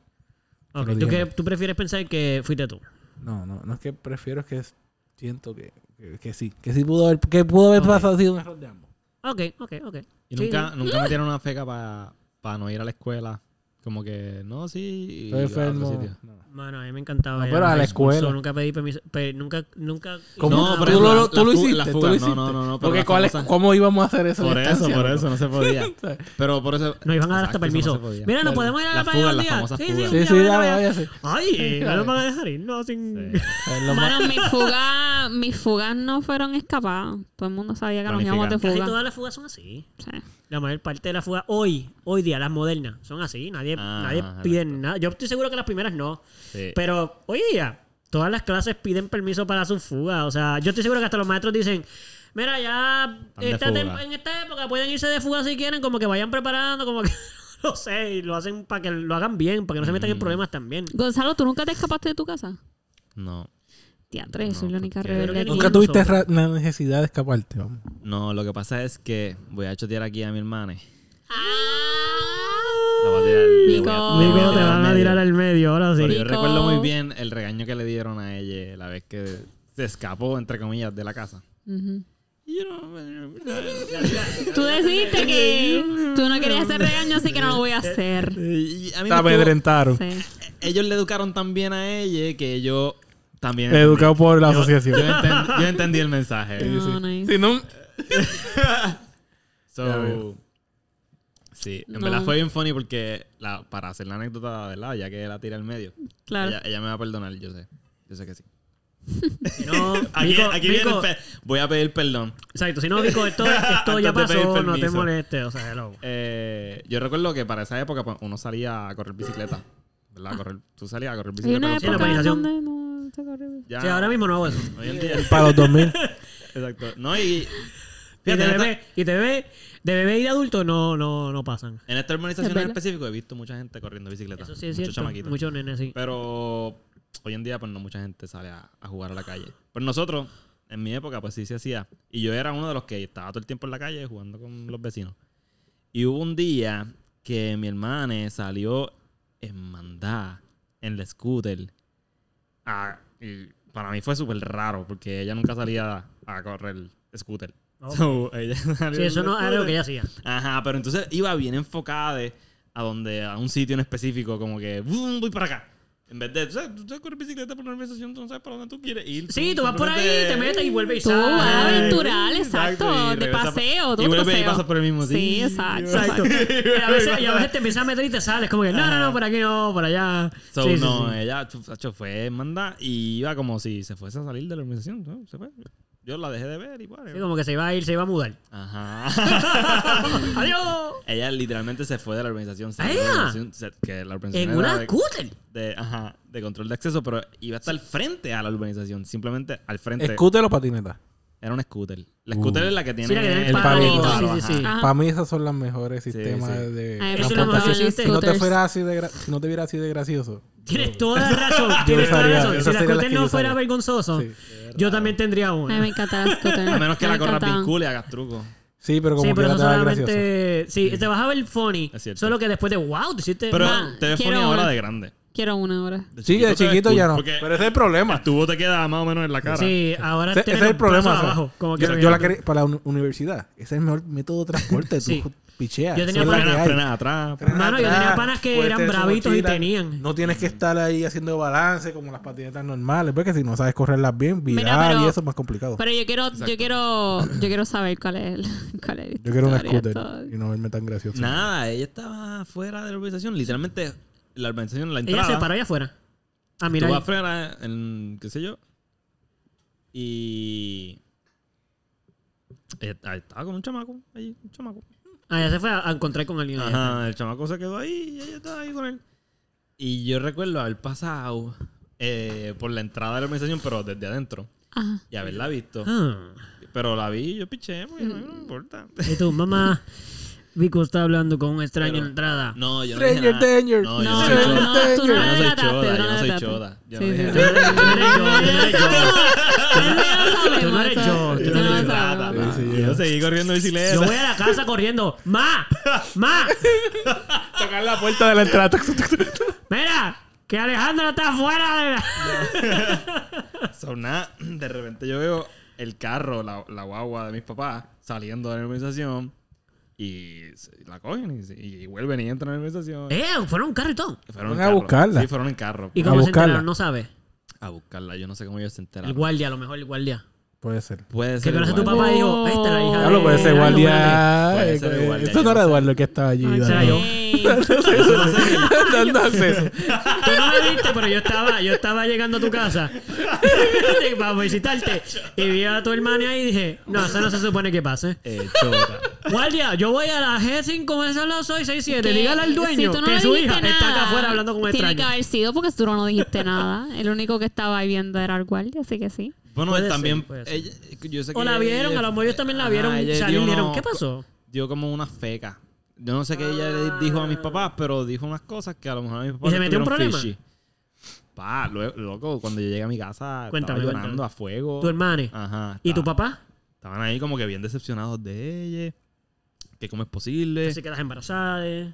Speaker 2: Ok,
Speaker 3: lo
Speaker 2: ¿tú,
Speaker 3: dije
Speaker 2: qué- tú prefieres pensar que fuiste tú.
Speaker 3: No, no, no es que prefiero, es que es- siento que, que, que sí. Que sí pudo haber, que pudo haber
Speaker 2: Ok.
Speaker 3: pasado sido un error de ambos.
Speaker 2: Ok, ok, ok.
Speaker 1: Y
Speaker 2: Sí,
Speaker 1: nunca,
Speaker 2: (laughs)
Speaker 1: nunca metieron una feca para no ir a la escuela. Como que, no, ah, pues sí. y
Speaker 3: Estoy
Speaker 1: a otro
Speaker 2: (laughs)
Speaker 3: enfermo.
Speaker 1: sitio.
Speaker 3: No.
Speaker 2: Mano, a mí me encantaba.
Speaker 3: No,
Speaker 2: ir
Speaker 3: pero a
Speaker 2: high
Speaker 3: la
Speaker 2: school,
Speaker 3: escuela.
Speaker 2: so nunca pedí permiso. pe- nunca, nunca.
Speaker 3: ¿Cómo?
Speaker 1: No,
Speaker 2: nunca-
Speaker 1: pero
Speaker 3: tú,
Speaker 1: la-
Speaker 3: lo, tú
Speaker 1: la
Speaker 3: lo
Speaker 1: fu- la
Speaker 3: hiciste, tú
Speaker 1: fuga.
Speaker 3: lo
Speaker 1: No,
Speaker 3: hiciste.
Speaker 1: no, no, no, pero
Speaker 3: Porque
Speaker 1: la
Speaker 3: ¿cuál es-
Speaker 1: famosa-
Speaker 3: ¿cómo íbamos a hacer eso? en (laughs)
Speaker 1: Por
Speaker 3: la
Speaker 1: eso,
Speaker 3: estancia,
Speaker 1: por
Speaker 3: bro?
Speaker 1: eso, no se
Speaker 2: (laughs)
Speaker 1: podía.
Speaker 3: ¿Sabes?
Speaker 1: (laughs) Pero por eso.
Speaker 2: Nos iban a dar hasta
Speaker 1: Exacto, eso
Speaker 2: permiso.
Speaker 1: no se podía.
Speaker 2: Mira,
Speaker 1: Claro.
Speaker 2: nos podemos ir a la,
Speaker 1: La
Speaker 2: playa
Speaker 1: fuga,
Speaker 2: un
Speaker 1: la
Speaker 2: día?
Speaker 1: famosa
Speaker 2: Sí, sí,
Speaker 1: fuga.
Speaker 2: un
Speaker 3: Sí,
Speaker 2: día
Speaker 3: sí,
Speaker 2: me
Speaker 3: dale,
Speaker 2: voy a-
Speaker 3: váyase.
Speaker 2: Ay, eh, no nos van a dejar ir, no, (laughs) sin.
Speaker 1: Sí.
Speaker 3: Es eh, lo más-
Speaker 4: Bueno, mis fugas, mis fugas no fueron escapadas. Todo el mundo sabía que nos íbamos de
Speaker 1: Planificadas.
Speaker 2: Casi
Speaker 4: fuga.
Speaker 2: todas las fugas son así.
Speaker 4: Sí.
Speaker 2: La mayor parte de las fugas hoy, hoy día, las modernas, son así. Nadie,
Speaker 1: Ah,
Speaker 2: nadie pide nada. Yo estoy seguro que las primeras no.
Speaker 1: Sí.
Speaker 2: Pero hoy día, todas las clases piden permiso para su fuga. O sea, yo estoy seguro que hasta los maestros dicen, mira, ya
Speaker 1: Van de
Speaker 2: esta tem-
Speaker 1: fuga".
Speaker 2: en esta época pueden irse de fuga si quieren, como que vayan preparando, como que (laughs) no sé, y lo hacen para que lo hagan bien, para que no
Speaker 1: Mm.
Speaker 2: se metan en problemas también.
Speaker 4: Gonzalo, ¿tú nunca te escapaste de tu casa?
Speaker 1: No.
Speaker 4: Teatro, yo soy
Speaker 1: No,
Speaker 4: la única
Speaker 1: porque-
Speaker 4: rebelde. aquí.
Speaker 3: Nunca tuviste ra- la necesidad de escaparte, vamos.
Speaker 1: No, lo que pasa es que voy a chotear aquí a mi hermana.
Speaker 4: Ah.
Speaker 1: La voy a tirar- le voy a- le voy
Speaker 4: Nico,
Speaker 1: a tirar al medio.
Speaker 2: al medio, ahora
Speaker 1: Pero
Speaker 4: Nico.
Speaker 1: yo recuerdo muy bien el regaño que le dieron a ella la vez que se escapó, entre comillas, de la casa.
Speaker 4: Ujú.
Speaker 1: Y yo no.
Speaker 4: Tú decidiste que tú no querías hacer regaño, así que no lo voy a hacer.
Speaker 1: Y a mí
Speaker 3: Te
Speaker 1: me estuvo-
Speaker 3: amedrentaron.
Speaker 4: Sí.
Speaker 1: ellos le educaron tan bien a ella que yo también. entendí.
Speaker 3: Educado por la
Speaker 1: Yo,
Speaker 3: asociación.
Speaker 1: entendí, yo entendí el (laughs) mensaje.
Speaker 4: Sí, sí. No, nice.
Speaker 3: Si no, Ya
Speaker 1: So,
Speaker 3: veo.
Speaker 1: sí, en
Speaker 4: No.
Speaker 1: verdad fue bien funny porque la, para hacer la anécdota, ¿verdad? Ya que la tira al medio.
Speaker 4: Claro.
Speaker 1: Ella, ella me va a perdonar, yo sé. Yo sé que sí.
Speaker 2: No,
Speaker 1: (laughs) Aquí,
Speaker 2: Nico,
Speaker 1: aquí
Speaker 2: Nico,
Speaker 1: viene el pe- Voy a pedir perdón.
Speaker 2: Exacto, si no, Nico, esto,
Speaker 1: (laughs)
Speaker 2: esto ya
Speaker 1: Antes de pedir
Speaker 2: pasó, no te
Speaker 1: permiso.
Speaker 2: molestes, o sea, hello.
Speaker 1: Eh, yo recuerdo que para esa época pues, uno salía a correr bicicleta. ¿Verdad? A correr- tú salías a correr
Speaker 4: Hay
Speaker 1: bicicleta.
Speaker 4: una
Speaker 1: con
Speaker 2: Sí, la
Speaker 4: época
Speaker 1: pana.
Speaker 2: urbanización.
Speaker 4: donde no se corre.
Speaker 1: Ya,
Speaker 2: Sí, ahora mismo no hago eso.
Speaker 1: Hoy en día.
Speaker 2: (laughs)
Speaker 3: para los 2000.
Speaker 1: Exacto. No, y.
Speaker 2: Y de
Speaker 1: fíjate, en esta-
Speaker 2: bebé, y de bebé, de bebé y de adulto no, no, no pasan.
Speaker 1: En esta urbanización
Speaker 4: Es
Speaker 1: en
Speaker 4: verdad.
Speaker 1: específico he visto mucha gente corriendo bicicleta.
Speaker 2: Eso sí
Speaker 1: muchos
Speaker 2: es cierto.
Speaker 1: chamaquitos.
Speaker 2: Muchos nenes, sí.
Speaker 1: Pero hoy en día, pues no mucha gente sale a, a jugar a la calle. Pero nosotros, en mi época, pues sí se hacía. Y yo era uno de los que estaba todo el tiempo en la calle jugando con los vecinos. Y hubo un día que mi hermana salió en mandá, en la scooter. Ah, y para mí fue súper raro, porque ella nunca salía a correr scooter.
Speaker 2: Oh.
Speaker 1: So, ella (laughs) salió
Speaker 2: Sí, eso
Speaker 1: en
Speaker 2: no
Speaker 1: la
Speaker 2: era lo
Speaker 1: scooter.
Speaker 2: que ella hacía.
Speaker 1: Ajá, pero entonces iba bien enfocada de- a donde, a un sitio en específico, como que "Bum, voy para acá. En vez de, tú sabes, tú sabes correr bicicleta por una organización, tú no sabes para dónde tú quieres ir.
Speaker 2: Sí, tú vas por ahí,
Speaker 1: simplemente-
Speaker 2: te metes y vuelves y
Speaker 4: Tú vas a
Speaker 2: sales.
Speaker 4: aventurar, exacto,
Speaker 1: Exacto, y
Speaker 4: de
Speaker 1: regresa-
Speaker 4: paseo. tú
Speaker 1: y
Speaker 4: de
Speaker 1: vuelves y
Speaker 4: paseo.
Speaker 1: pasas por el mismo
Speaker 4: Sí,
Speaker 1: sitio. (laughs)
Speaker 4: exacto.
Speaker 2: Exacto. Y a, veces, y a veces te empiezas a meter y te sales, como que no, no, no, por aquí no, por allá.
Speaker 1: So,
Speaker 2: Sí, sí,
Speaker 1: no,
Speaker 2: sí.
Speaker 1: ella chu- chacho, fue manda y iba como si se fuese a salir de la organización. ¿no? Se fue. yo la dejé de ver y bueno.
Speaker 2: Sí, como que se iba a ir, se iba a mudar.
Speaker 1: Ajá. (laughs)
Speaker 2: ¡Adiós!
Speaker 1: ella literalmente se fue de la organización. se
Speaker 2: ¿Ah,
Speaker 1: fue de la
Speaker 2: ella?
Speaker 1: organización, se- que la organización
Speaker 2: En
Speaker 1: era
Speaker 2: una
Speaker 1: de-
Speaker 2: scooter.
Speaker 1: de, ajá, de control de acceso, pero iba a estar frente a la urbanización, simplemente al frente.
Speaker 3: ¿Scooter o patineta?
Speaker 1: era un scooter. La scooter
Speaker 3: Uh.
Speaker 1: es la que tiene
Speaker 2: Sí, la que tiene el
Speaker 1: el
Speaker 3: palito,
Speaker 1: palito.
Speaker 2: sí, sí,
Speaker 1: ajá.
Speaker 2: sí.
Speaker 4: Ajá.
Speaker 3: Para mí esas son las mejores
Speaker 1: Sí,
Speaker 3: sistemas
Speaker 1: sí.
Speaker 2: Eso es
Speaker 3: de
Speaker 4: Ay,
Speaker 2: lo más
Speaker 3: transportación.
Speaker 2: valioso.
Speaker 3: Si no te
Speaker 4: Scooters.
Speaker 3: fuera así de gra- si no te viera así de gracioso.
Speaker 2: Tienes toda la razón. Tienes toda la
Speaker 3: usaría-
Speaker 2: razón.
Speaker 3: esas
Speaker 2: Si la
Speaker 3: serían las
Speaker 2: scooter
Speaker 3: que yo
Speaker 2: no fuera
Speaker 3: usaría.
Speaker 2: vergonzoso,
Speaker 3: Sí.
Speaker 2: yo también tendría
Speaker 4: Ay,
Speaker 2: una.
Speaker 4: me encantan las scooters.
Speaker 1: A menos que
Speaker 4: Me
Speaker 1: la corras
Speaker 4: encantaban.
Speaker 1: vincule y hagas truco.
Speaker 3: Sí, pero como
Speaker 2: Sí, pero
Speaker 3: quiera
Speaker 2: no
Speaker 3: te va a ver gracioso.
Speaker 2: solamente. Sí, te vas a ver funny.
Speaker 1: Es cierto.
Speaker 2: Solo que después de wow, te hiciste.
Speaker 1: Pero
Speaker 4: Ma,
Speaker 1: te ves funny
Speaker 4: quiero
Speaker 1: ahora
Speaker 4: una.
Speaker 1: de grande.
Speaker 4: Quiero una ahora.
Speaker 3: Sí, de
Speaker 1: te ves
Speaker 3: chiquito ya
Speaker 1: cool,
Speaker 3: no.
Speaker 1: porque
Speaker 3: Pero ese es el problema.
Speaker 1: el tubo te queda más o menos en la cara.
Speaker 2: Sí, ahora
Speaker 3: Ese,
Speaker 2: te
Speaker 3: ese
Speaker 2: ven
Speaker 3: es el
Speaker 2: un
Speaker 3: problema.
Speaker 2: paso
Speaker 3: o sea,
Speaker 2: abajo. Como que
Speaker 3: yo, yo la quería para la uni- universidad. Ese es el mejor método de transporte.
Speaker 2: Sí.
Speaker 3: Tú picheas.
Speaker 2: Yo tenía
Speaker 3: eso es
Speaker 2: pana-
Speaker 3: lo que
Speaker 1: Frena,
Speaker 3: hay.
Speaker 1: frena atrás.
Speaker 3: Frena
Speaker 2: Mano, yo
Speaker 3: atrás,
Speaker 2: tenía panas que
Speaker 3: puedes
Speaker 2: eran
Speaker 3: tener su
Speaker 2: bravitos y
Speaker 3: mochila.
Speaker 2: tenían.
Speaker 3: No tienes que estar ahí haciendo balance como las patinetas normales. Porque si no sabes correrlas bien,
Speaker 4: Mira,
Speaker 3: viral
Speaker 4: pero-
Speaker 3: y eso es más complicado.
Speaker 4: Pero yo quiero, yo quiero, yo quiero saber cuál es, el- (laughs) cuál es.
Speaker 3: Yo quiero un
Speaker 4: una
Speaker 3: scooter y no verme tan gracioso.
Speaker 1: Nada, ella estaba fuera de la urbanización. Literalmente, la urbanización, la
Speaker 2: Ella
Speaker 1: entrada.
Speaker 2: se paró allá afuera. Ah,
Speaker 1: Tú
Speaker 2: mira.
Speaker 1: vas frena en, qué sé yo. Y... eh, ahí Estaba con un chamaco allí, un chamaco.
Speaker 2: Ah, ya se fue a a encontrar con alguien. allá.
Speaker 1: Ajá, el chamaco se quedó ahí y ella estaba ahí con él. Y yo recuerdo haber pasado eh, por la entrada de la organización, pero desde adentro.
Speaker 4: Ajá.
Speaker 1: Y haberla visto.
Speaker 2: Ah.
Speaker 1: Pero la vi y yo piché, porque no, no me importa.
Speaker 4: (laughs)
Speaker 2: Y tú, mamá, Vico está hablando con un extraño en la entrada.
Speaker 1: No, yo no dije
Speaker 3: Stranger
Speaker 1: nada.
Speaker 3: Danger.
Speaker 1: No,
Speaker 4: No,
Speaker 1: yo
Speaker 4: no,
Speaker 1: no soy
Speaker 4: no,
Speaker 1: choda.
Speaker 4: no, tú no
Speaker 1: Yo no
Speaker 4: la
Speaker 1: soy
Speaker 4: delataste,
Speaker 1: choda, yo
Speaker 4: tú
Speaker 1: no soy
Speaker 4: delataste.
Speaker 1: choda. Yo no dije nada.
Speaker 4: Sí, sí, sí. (laughs)
Speaker 2: Tú no eres yo, tú no eres no eres yo, tú
Speaker 4: Tú Tú
Speaker 2: no
Speaker 4: no
Speaker 2: eres
Speaker 4: lo
Speaker 1: Plata,
Speaker 2: yo.
Speaker 4: sabes.
Speaker 1: pa. Y Yo seguí corriendo
Speaker 2: yo. Yo
Speaker 1: bicicleta.
Speaker 2: voy a la casa corriendo. ¡Ma!
Speaker 1: (laughs)
Speaker 2: ¡Ma!
Speaker 3: Tocar la puerta de la entrada.
Speaker 2: ¡Mira! ¡Que Alejandra está afuera! De la...
Speaker 1: So, nada, de repente yo veo el carro, la, la guagua de mis papás saliendo de la organización y se- la cogen y, se- y vuelven y entran a la organización.
Speaker 2: ¡Eh! Fueron un carro y todo.
Speaker 1: Fueron
Speaker 3: Fueron
Speaker 1: en
Speaker 3: a
Speaker 1: carro.
Speaker 3: buscarla.
Speaker 1: Sí, fueron en carro.
Speaker 2: ¿Y
Speaker 3: A
Speaker 2: cómo se
Speaker 3: buscarla.
Speaker 2: enteraron? No sabe.
Speaker 1: A buscarla. Yo no sé cómo ellos se enteraron.
Speaker 2: El guardia, a lo mejor el guardia.
Speaker 3: Puede ser.
Speaker 1: Puede
Speaker 2: Que
Speaker 1: ser.
Speaker 2: conoce a tu
Speaker 1: igual.
Speaker 2: papá y dijo, esta es la hija.
Speaker 3: Diablo, puede ser
Speaker 2: de-
Speaker 3: guardia.
Speaker 1: Puede
Speaker 3: Eh,
Speaker 1: ser guardia,
Speaker 3: Esto
Speaker 1: yo
Speaker 3: no
Speaker 1: no
Speaker 3: era
Speaker 1: sé.
Speaker 3: Eduardo el que estaba allí.
Speaker 4: Ay,
Speaker 2: será
Speaker 3: (laughs)
Speaker 2: yo.
Speaker 4: ey.
Speaker 3: Dando acceso.
Speaker 2: Tú no me viste, pero yo estaba, yo estaba llegando a tu casa (laughs) para visitarte. Y vi a tu hermana ahí y dije, no, eso no se supone que pase.
Speaker 1: Eh, chota.
Speaker 2: Guardia, yo voy a la G5 con esa los 667. Dígale al dueño
Speaker 4: si tú no
Speaker 2: que
Speaker 4: le
Speaker 2: su
Speaker 4: dijiste
Speaker 2: hija está acá
Speaker 4: nada,
Speaker 2: afuera hablando con un
Speaker 4: Tiene que
Speaker 2: extraño.
Speaker 4: haber sido porque tú no dijiste nada. El único que estaba ahí viendo era el guardia, así que sí.
Speaker 1: Bueno,
Speaker 2: Puede ser,
Speaker 1: también.
Speaker 2: puede ser.
Speaker 1: ella- yo sé que
Speaker 2: O la vieron, a lo mejor ellos también la vieron
Speaker 1: Ajá, ella
Speaker 2: salir y
Speaker 1: dio
Speaker 2: dijeron,
Speaker 1: unos-
Speaker 2: ¿qué pasó?
Speaker 1: Dio como una feca. Yo no sé qué ella le dijo a mis papás, pero dijo unas cosas que a lo mejor a mis papás.
Speaker 2: ¿Y se
Speaker 1: le
Speaker 2: metió un
Speaker 1: estuvieron
Speaker 2: problema?
Speaker 1: Pa, lo- loco, cuando yo llegué a mi casa,
Speaker 2: Cuéntame,
Speaker 1: estaba
Speaker 2: cuéntame.
Speaker 1: llorando a fuego.
Speaker 2: Tu hermana.
Speaker 1: Ajá.
Speaker 2: ¿Y tu
Speaker 1: estaba-
Speaker 2: papá?
Speaker 1: Estaban ahí como que bien decepcionados de ella. Que cómo es
Speaker 2: Que
Speaker 1: posible.
Speaker 2: se quedas embarazada. eh.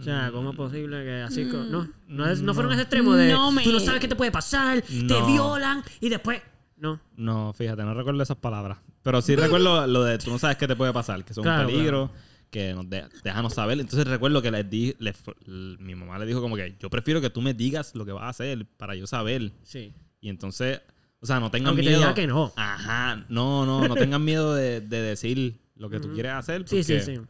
Speaker 2: O sea, ¿cómo es posible que así? co- No, no, es, no
Speaker 1: Mm. No.
Speaker 2: fueron ese extremo de
Speaker 4: No me-
Speaker 2: tú no sabes qué te puede pasar, te
Speaker 1: No.
Speaker 2: violan y después. No.
Speaker 1: No, fíjate, no recuerdo esas palabras. Pero sí recuerdo lo de tú no sabes qué te puede pasar, que son
Speaker 2: Claro,
Speaker 1: un peligro, que nos de- déjanos saber. Entonces recuerdo que les di, les fu- l- mi mamá le dijo como que yo prefiero que tú me digas lo que vas a hacer para yo saber.
Speaker 2: Sí.
Speaker 1: Y entonces, o sea, no tengan
Speaker 2: Aunque te
Speaker 1: miedo.
Speaker 2: diga que no.
Speaker 1: Ajá, no, no, no tengan miedo de, de decir lo que tú quieres hacer.
Speaker 2: Sí, sí,
Speaker 1: porque
Speaker 2: sí.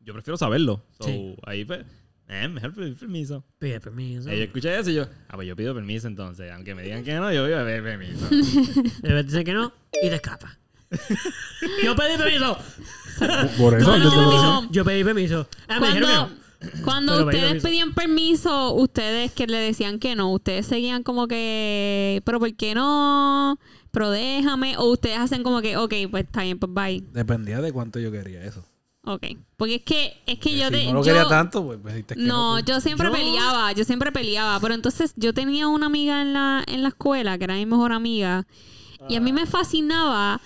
Speaker 1: Yo prefiero saberlo. So,
Speaker 2: Sí.
Speaker 1: Ahí fue, eh, mejor pedir permiso.
Speaker 2: Pide permiso.
Speaker 1: Eh, yo escuché eso y yo, ah, pues yo pido permiso entonces. Aunque me digan que no, yo voy a pedir permiso.
Speaker 2: De repente dice que no y
Speaker 1: (laughs)
Speaker 2: te escapa. yo pedí permiso.
Speaker 3: Por eso.
Speaker 4: No,
Speaker 3: yo te lo
Speaker 4: no,
Speaker 3: dije.
Speaker 4: no.
Speaker 2: Yo pedí permiso. Ah, me dijeron
Speaker 4: Cuando,
Speaker 2: que no.
Speaker 4: cuando
Speaker 2: Pero me
Speaker 4: ustedes
Speaker 2: permiso.
Speaker 4: pedían permiso, ustedes que le decían que no, ustedes seguían como que, pero ¿por qué no? Pero déjame. O ustedes hacen como que, ok, pues está bien, pues bye.
Speaker 3: Dependía de cuánto yo quería eso.
Speaker 4: Ok. Porque es que, es que yo...
Speaker 3: si
Speaker 4: de-
Speaker 3: no lo
Speaker 4: yo-
Speaker 3: quería tanto, pues me dijiste que no.
Speaker 4: No, yo siempre
Speaker 2: Yo-
Speaker 4: peleaba, yo siempre peleaba. Pero entonces yo tenía una amiga en la, en la escuela, que era mi mejor amiga, y a mí
Speaker 1: Ah.
Speaker 4: me fascinaba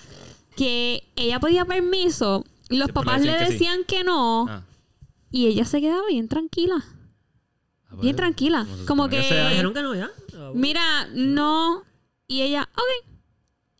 Speaker 4: que ella pedía permiso, y los
Speaker 1: Sí, pero
Speaker 4: papás
Speaker 1: le
Speaker 4: le
Speaker 1: decían que sí.
Speaker 4: decían que, no,
Speaker 1: Ah.
Speaker 4: y ella se quedaba bien tranquila.
Speaker 1: Ah, pues,
Speaker 4: Bien tranquila.
Speaker 1: se
Speaker 4: Como
Speaker 1: supone
Speaker 4: que-
Speaker 1: sea.
Speaker 2: Me dijeron que no, ya. Ah,
Speaker 4: Mira, no. Y ella, ok.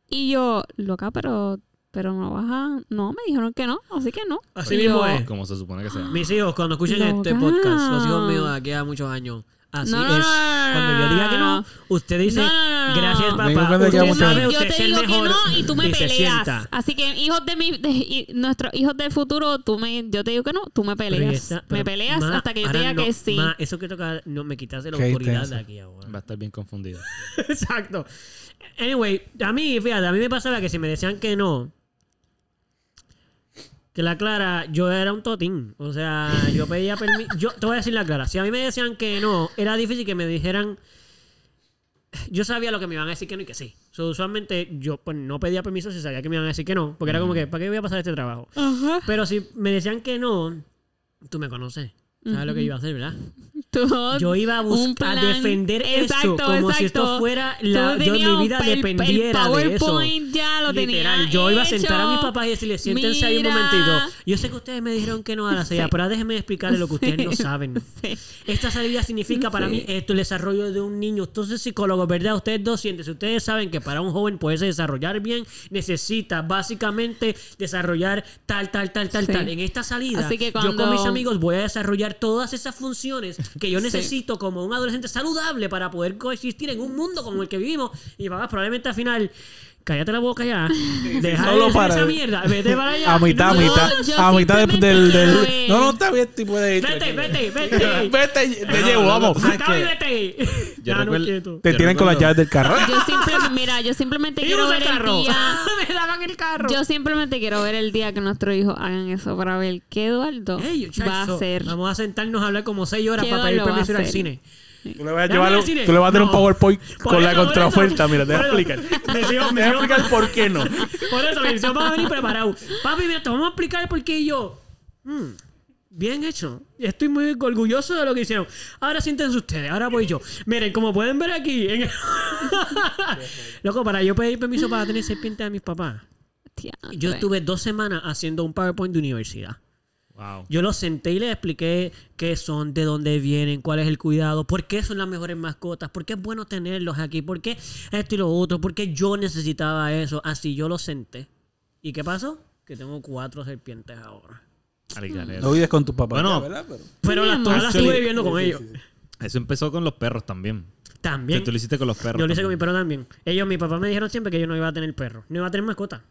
Speaker 4: Y yo, loca, pero, pero no vas a. No, me dijeron que no, así que no.
Speaker 2: Así
Speaker 4: Y
Speaker 2: mismo
Speaker 4: yo,
Speaker 2: es.
Speaker 1: Como se supone que sea.
Speaker 2: Mis hijos, cuando escuchen
Speaker 4: Loca.
Speaker 2: este podcast, los hijos míos de aquí a ah, muchos años, así
Speaker 4: No, no,
Speaker 2: es.
Speaker 4: no, no, no,
Speaker 2: cuando yo diga que no,
Speaker 4: no.
Speaker 2: usted dice,
Speaker 4: No, no, no, no, no.
Speaker 2: Gracias,
Speaker 4: no.
Speaker 2: papá.
Speaker 3: Vengo cuando
Speaker 2: Usted
Speaker 3: llegue
Speaker 4: Yo,
Speaker 3: mucho.
Speaker 2: sabe,
Speaker 4: yo
Speaker 2: usted es
Speaker 4: te
Speaker 2: el
Speaker 4: digo que
Speaker 2: mejor.
Speaker 4: no y tú me
Speaker 2: Y se
Speaker 4: peleas.
Speaker 2: sienta.
Speaker 4: Así que hijos de mi, de- y nuestros hijos del futuro, tú me, yo te digo que no, tú me
Speaker 2: Pero ya
Speaker 4: peleas,
Speaker 2: está,
Speaker 4: me
Speaker 2: pero,
Speaker 4: peleas
Speaker 2: ma,
Speaker 4: hasta que yo te
Speaker 2: ahora
Speaker 4: diga
Speaker 2: no,
Speaker 4: que sí.
Speaker 2: ma, eso que toca, no me quitas la
Speaker 3: Qué
Speaker 2: autoridad
Speaker 3: intenso.
Speaker 2: de aquí ahora.
Speaker 1: Va a estar bien confundido.
Speaker 2: (laughs) Exacto. Anyway, a mí, fíjate, a mí me pasaba que si me decían que no, que la clara, yo era un totín. O sea, yo pedía permiso. Yo te voy a decir la clara. Si a mí me decían que no, era difícil que me dijeran. Yo sabía lo que me iban a decir que no y que sí. So, usualmente yo pues, no pedía permiso si sabía que me iban a decir que no. Porque era como que, ¿para qué voy a pasar este trabajo?
Speaker 4: Ajá.
Speaker 2: Pero si me decían que no, tú me conoces. Sabes lo que iba a hacer, ¿verdad?
Speaker 4: Tú-
Speaker 2: Yo iba a
Speaker 4: un
Speaker 2: buscar
Speaker 4: plan.
Speaker 2: a defender
Speaker 4: Exacto,
Speaker 2: esto como si
Speaker 4: exacto.
Speaker 2: esto fuera
Speaker 4: Tú
Speaker 2: la, yo
Speaker 4: tenías
Speaker 2: mi vida
Speaker 4: pa- el-
Speaker 2: dependiera
Speaker 4: el
Speaker 2: de eso.
Speaker 4: PowerPoint ya lo tenía
Speaker 2: Literal, yo iba a sentar a mis
Speaker 4: hecho.
Speaker 2: papás y decirles, siéntense ahí un
Speaker 4: Mira.
Speaker 2: momentito. Yo sé que ustedes me dijeron que no a la salida, pero ahora déjenme explicarles lo que ustedes no saben.
Speaker 4: (laughs) Sí.
Speaker 2: Esta salida significa para
Speaker 4: Sí.
Speaker 2: mí esto, el desarrollo de un niño. Entonces, psicólogos, ¿verdad? Ustedes dos siéntense. Ustedes saben que para un joven poderse desarrollar bien, necesita básicamente desarrollar tal, tal, tal, tal,
Speaker 4: Sí.
Speaker 2: tal. En esta salida,
Speaker 4: Así que
Speaker 2: yo
Speaker 4: cuando-
Speaker 2: con mis amigos voy a desarrollar todas esas funciones que yo
Speaker 4: (laughs) Sí.
Speaker 2: necesito como un adolescente saludable para poder coexistir en un mundo como el que vivimos. Y papá, probablemente al final... Cállate la boca
Speaker 4: (laughs)
Speaker 2: ya. Deja
Speaker 3: solo
Speaker 2: de hacer
Speaker 3: para-
Speaker 2: esa mierda. Vete para allá.
Speaker 3: A mitad, a
Speaker 4: No,
Speaker 3: mitad.
Speaker 4: yo
Speaker 3: A mitad del- del,
Speaker 4: simplemente
Speaker 3: del-
Speaker 4: grabé.
Speaker 3: No, no, está bien, tú puedes ir.
Speaker 2: Vete, vete,
Speaker 3: (laughs) Vete,
Speaker 4: (laughs)
Speaker 2: vete.
Speaker 3: te llevo, vamos.
Speaker 1: ¿Sabes
Speaker 2: Acaba y
Speaker 1: qué?
Speaker 2: vete.
Speaker 1: Yo
Speaker 2: Ya, no,
Speaker 1: recuerdo-
Speaker 2: quieto.
Speaker 3: Te
Speaker 1: Yo
Speaker 3: tienen con las
Speaker 1: recuerdo-
Speaker 3: llaves del carro.
Speaker 4: Yo simplemente, mira, yo simplemente quiero ver el día.
Speaker 2: (laughs) me daban el carro.
Speaker 4: Yo simplemente quiero ver el día que nuestros hijos hagan eso para ver qué Eduardo
Speaker 2: Ey, chacho,
Speaker 4: va a hacer.
Speaker 2: Vamos a sentarnos a hablar como seis horas
Speaker 4: ¿Qué
Speaker 2: para pedir
Speaker 4: lo va a
Speaker 2: permiso ir al
Speaker 4: hacer?
Speaker 2: cine.
Speaker 3: Tú le vas a
Speaker 2: Déjame
Speaker 3: llevar, un-
Speaker 2: decirle.
Speaker 3: tú le vas a hacer un
Speaker 2: No.
Speaker 3: PowerPoint
Speaker 2: (laughs) Por
Speaker 3: con la
Speaker 2: eso, por
Speaker 3: contraoferta,
Speaker 2: eso.
Speaker 3: mira, te voy a
Speaker 2: Por eso. (laughs)
Speaker 3: explicar.
Speaker 2: Me sigo-
Speaker 3: Te
Speaker 2: me
Speaker 3: voy a
Speaker 2: sigo-
Speaker 3: explicar por qué no.
Speaker 2: Por eso, me yo para venir
Speaker 4: (laughs)
Speaker 2: preparado. Papi, mira, te vamos a explicar por qué Y yo. mm, bien hecho. Estoy muy orgulloso de lo que hicieron. Ahora siéntense ustedes, ahora voy yo. Miren, como pueden ver aquí. en- (laughs) Loco, para yo pedir permiso para tener serpiente a mis papás.
Speaker 4: Diantre.
Speaker 2: Yo estuve dos semanas haciendo un PowerPoint de universidad.
Speaker 1: Wow.
Speaker 2: Yo los senté y les expliqué qué son, de dónde vienen, cuál es el cuidado, por qué son las mejores mascotas, por qué es bueno tenerlos aquí, por qué esto y lo otro, por qué yo necesitaba eso. Así yo los senté. ¿Y qué pasó? Que tengo cuatro serpientes ahora.
Speaker 1: Al garete.
Speaker 3: No vives con tu papá.
Speaker 1: Bueno.
Speaker 3: ¿verdad? Pero-
Speaker 2: Pero las, todas las
Speaker 1: Actually,
Speaker 2: estuve viviendo con ellos.
Speaker 1: Eso empezó con los perros también. Que
Speaker 2: También.
Speaker 1: tú lo hiciste con los perros.
Speaker 2: Yo lo hice con mi
Speaker 1: también.
Speaker 2: perro también. Ellos, mi papá me dijeron siempre que yo no iba a tener perro. No iba a tener mascota.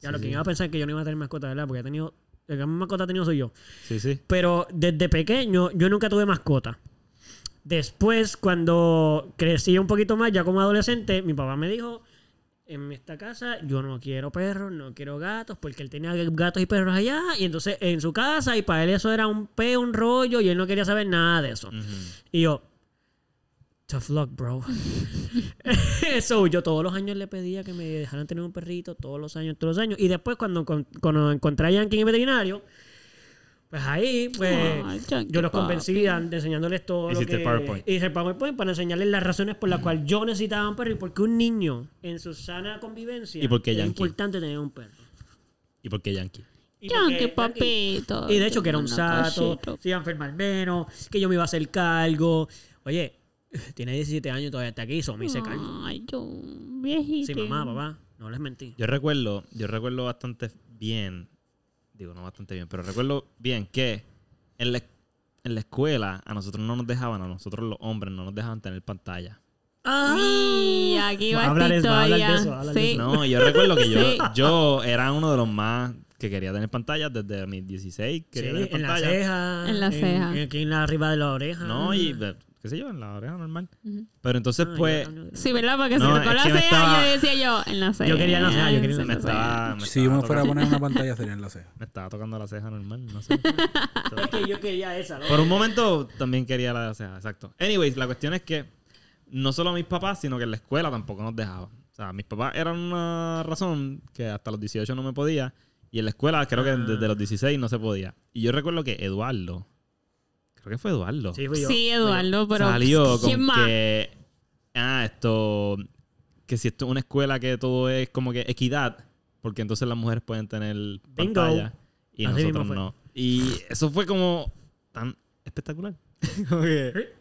Speaker 2: Ya lo que iba a pensar que yo no iba a tener mascota, ¿verdad? Porque he tenido... El que más mascota he tenido soy yo.
Speaker 1: Sí, sí.
Speaker 2: Pero desde pequeño yo nunca tuve mascota. Después, cuando crecí un poquito más, ya como adolescente, mi papá me dijo, en esta casa yo no quiero perros, no quiero gatos, porque él tenía gatos y perros allá, y entonces en su casa, y para él eso era un peo, un rollo, y él no quería saber nada de eso. Y yo, tough luck, bro. (laughs) Eso, yo todos los años le pedía que me dejaran tener un perrito, todos los años, todos los años. Y después, cuando, con- cuando encontré a Yankee en el veterinario, pues ahí, pues,
Speaker 4: Ay, Yankee,
Speaker 2: yo los convencí
Speaker 4: papi.
Speaker 2: an- enseñándoles todo lo
Speaker 1: Hiciste
Speaker 2: que...
Speaker 1: PowerPoint.
Speaker 2: Hice el PowerPoint pues, para enseñarles las razones por las cuales yo necesitaba un perro y por qué un niño, en su sana convivencia,
Speaker 1: ¿Y por qué
Speaker 2: es
Speaker 1: Yankee?
Speaker 2: importante tener un perro.
Speaker 1: ¿Y por qué Yankee?
Speaker 2: Y
Speaker 4: Ya,
Speaker 2: porque-
Speaker 4: que papito.
Speaker 2: y de hecho que era un
Speaker 4: Una
Speaker 2: sato,
Speaker 4: cachito.
Speaker 2: se iba a enfermar menos, que yo me iba a hacer cargo. Oye, (laughs) tiene 17 años y todavía está aquí, eso me hice cargo.
Speaker 4: Ay, yo, viejito.
Speaker 2: Sí, mamá, papá, no les mentí.
Speaker 1: Yo recuerdo, yo recuerdo bastante bien, digo no bastante bien, pero recuerdo bien que en la, en la escuela a nosotros no nos dejaban, a nosotros los hombres no nos dejaban tener pantalla.
Speaker 4: Y aquí
Speaker 2: Va
Speaker 4: va
Speaker 2: a hablar
Speaker 4: esta
Speaker 2: eso, va a hablar de
Speaker 4: historia.
Speaker 2: eso, va a hablar de
Speaker 4: Sí.
Speaker 2: eso.
Speaker 1: No, yo recuerdo
Speaker 2: (laughs)
Speaker 1: que yo,
Speaker 4: Sí.
Speaker 1: yo era uno de los más que quería tener pantalla desde mis 16,
Speaker 2: Sí,
Speaker 1: quería tener
Speaker 2: en la
Speaker 1: pantalla.
Speaker 2: ceja.
Speaker 4: En la ceja.
Speaker 2: en- aquí en la arriba de la oreja.
Speaker 1: No, y eh, qué sé yo, en la oreja normal.
Speaker 4: Ujú.
Speaker 1: Pero entonces
Speaker 2: Ah,
Speaker 1: pues
Speaker 2: yo-
Speaker 4: Sí, ¿verdad? Porque
Speaker 1: No,
Speaker 4: si tocó
Speaker 1: es
Speaker 4: la
Speaker 1: que
Speaker 4: ceja,
Speaker 1: me estaba-
Speaker 4: yo decía yo, en la ceja.
Speaker 2: Yo quería en la ceja, yo quería en
Speaker 1: me
Speaker 2: la
Speaker 1: estaba, me
Speaker 3: Si yo
Speaker 1: estaba
Speaker 3: me fuera a
Speaker 1: tocando,
Speaker 3: poner una pantalla sería en la ceja.
Speaker 1: me estaba tocando la ceja normal, no sé.
Speaker 2: Es que yo quería esa, ¿no?
Speaker 1: Por un momento también quería la de ceja, exacto. Anyways, la cuestión es que no solo mis papás, sino que en la escuela tampoco nos dejaban. O sea, mis papás eran una razón que hasta los 18 no me podía. Y en la escuela creo que desde los 16 no se podía. Y yo recuerdo que Eduardo, creo que fue Eduardo,
Speaker 2: Sí, fui yo.
Speaker 4: Sí, Eduardo, pero.
Speaker 1: salió
Speaker 4: ¿Quién
Speaker 1: con
Speaker 4: más?
Speaker 1: que... Ah, esto... Que si esto es una escuela que todo es como que equidad, porque entonces las mujeres pueden tener pantalla y
Speaker 2: Así mismo
Speaker 1: nosotros
Speaker 2: fue.
Speaker 1: no. Y eso fue como tan espectacular. Como que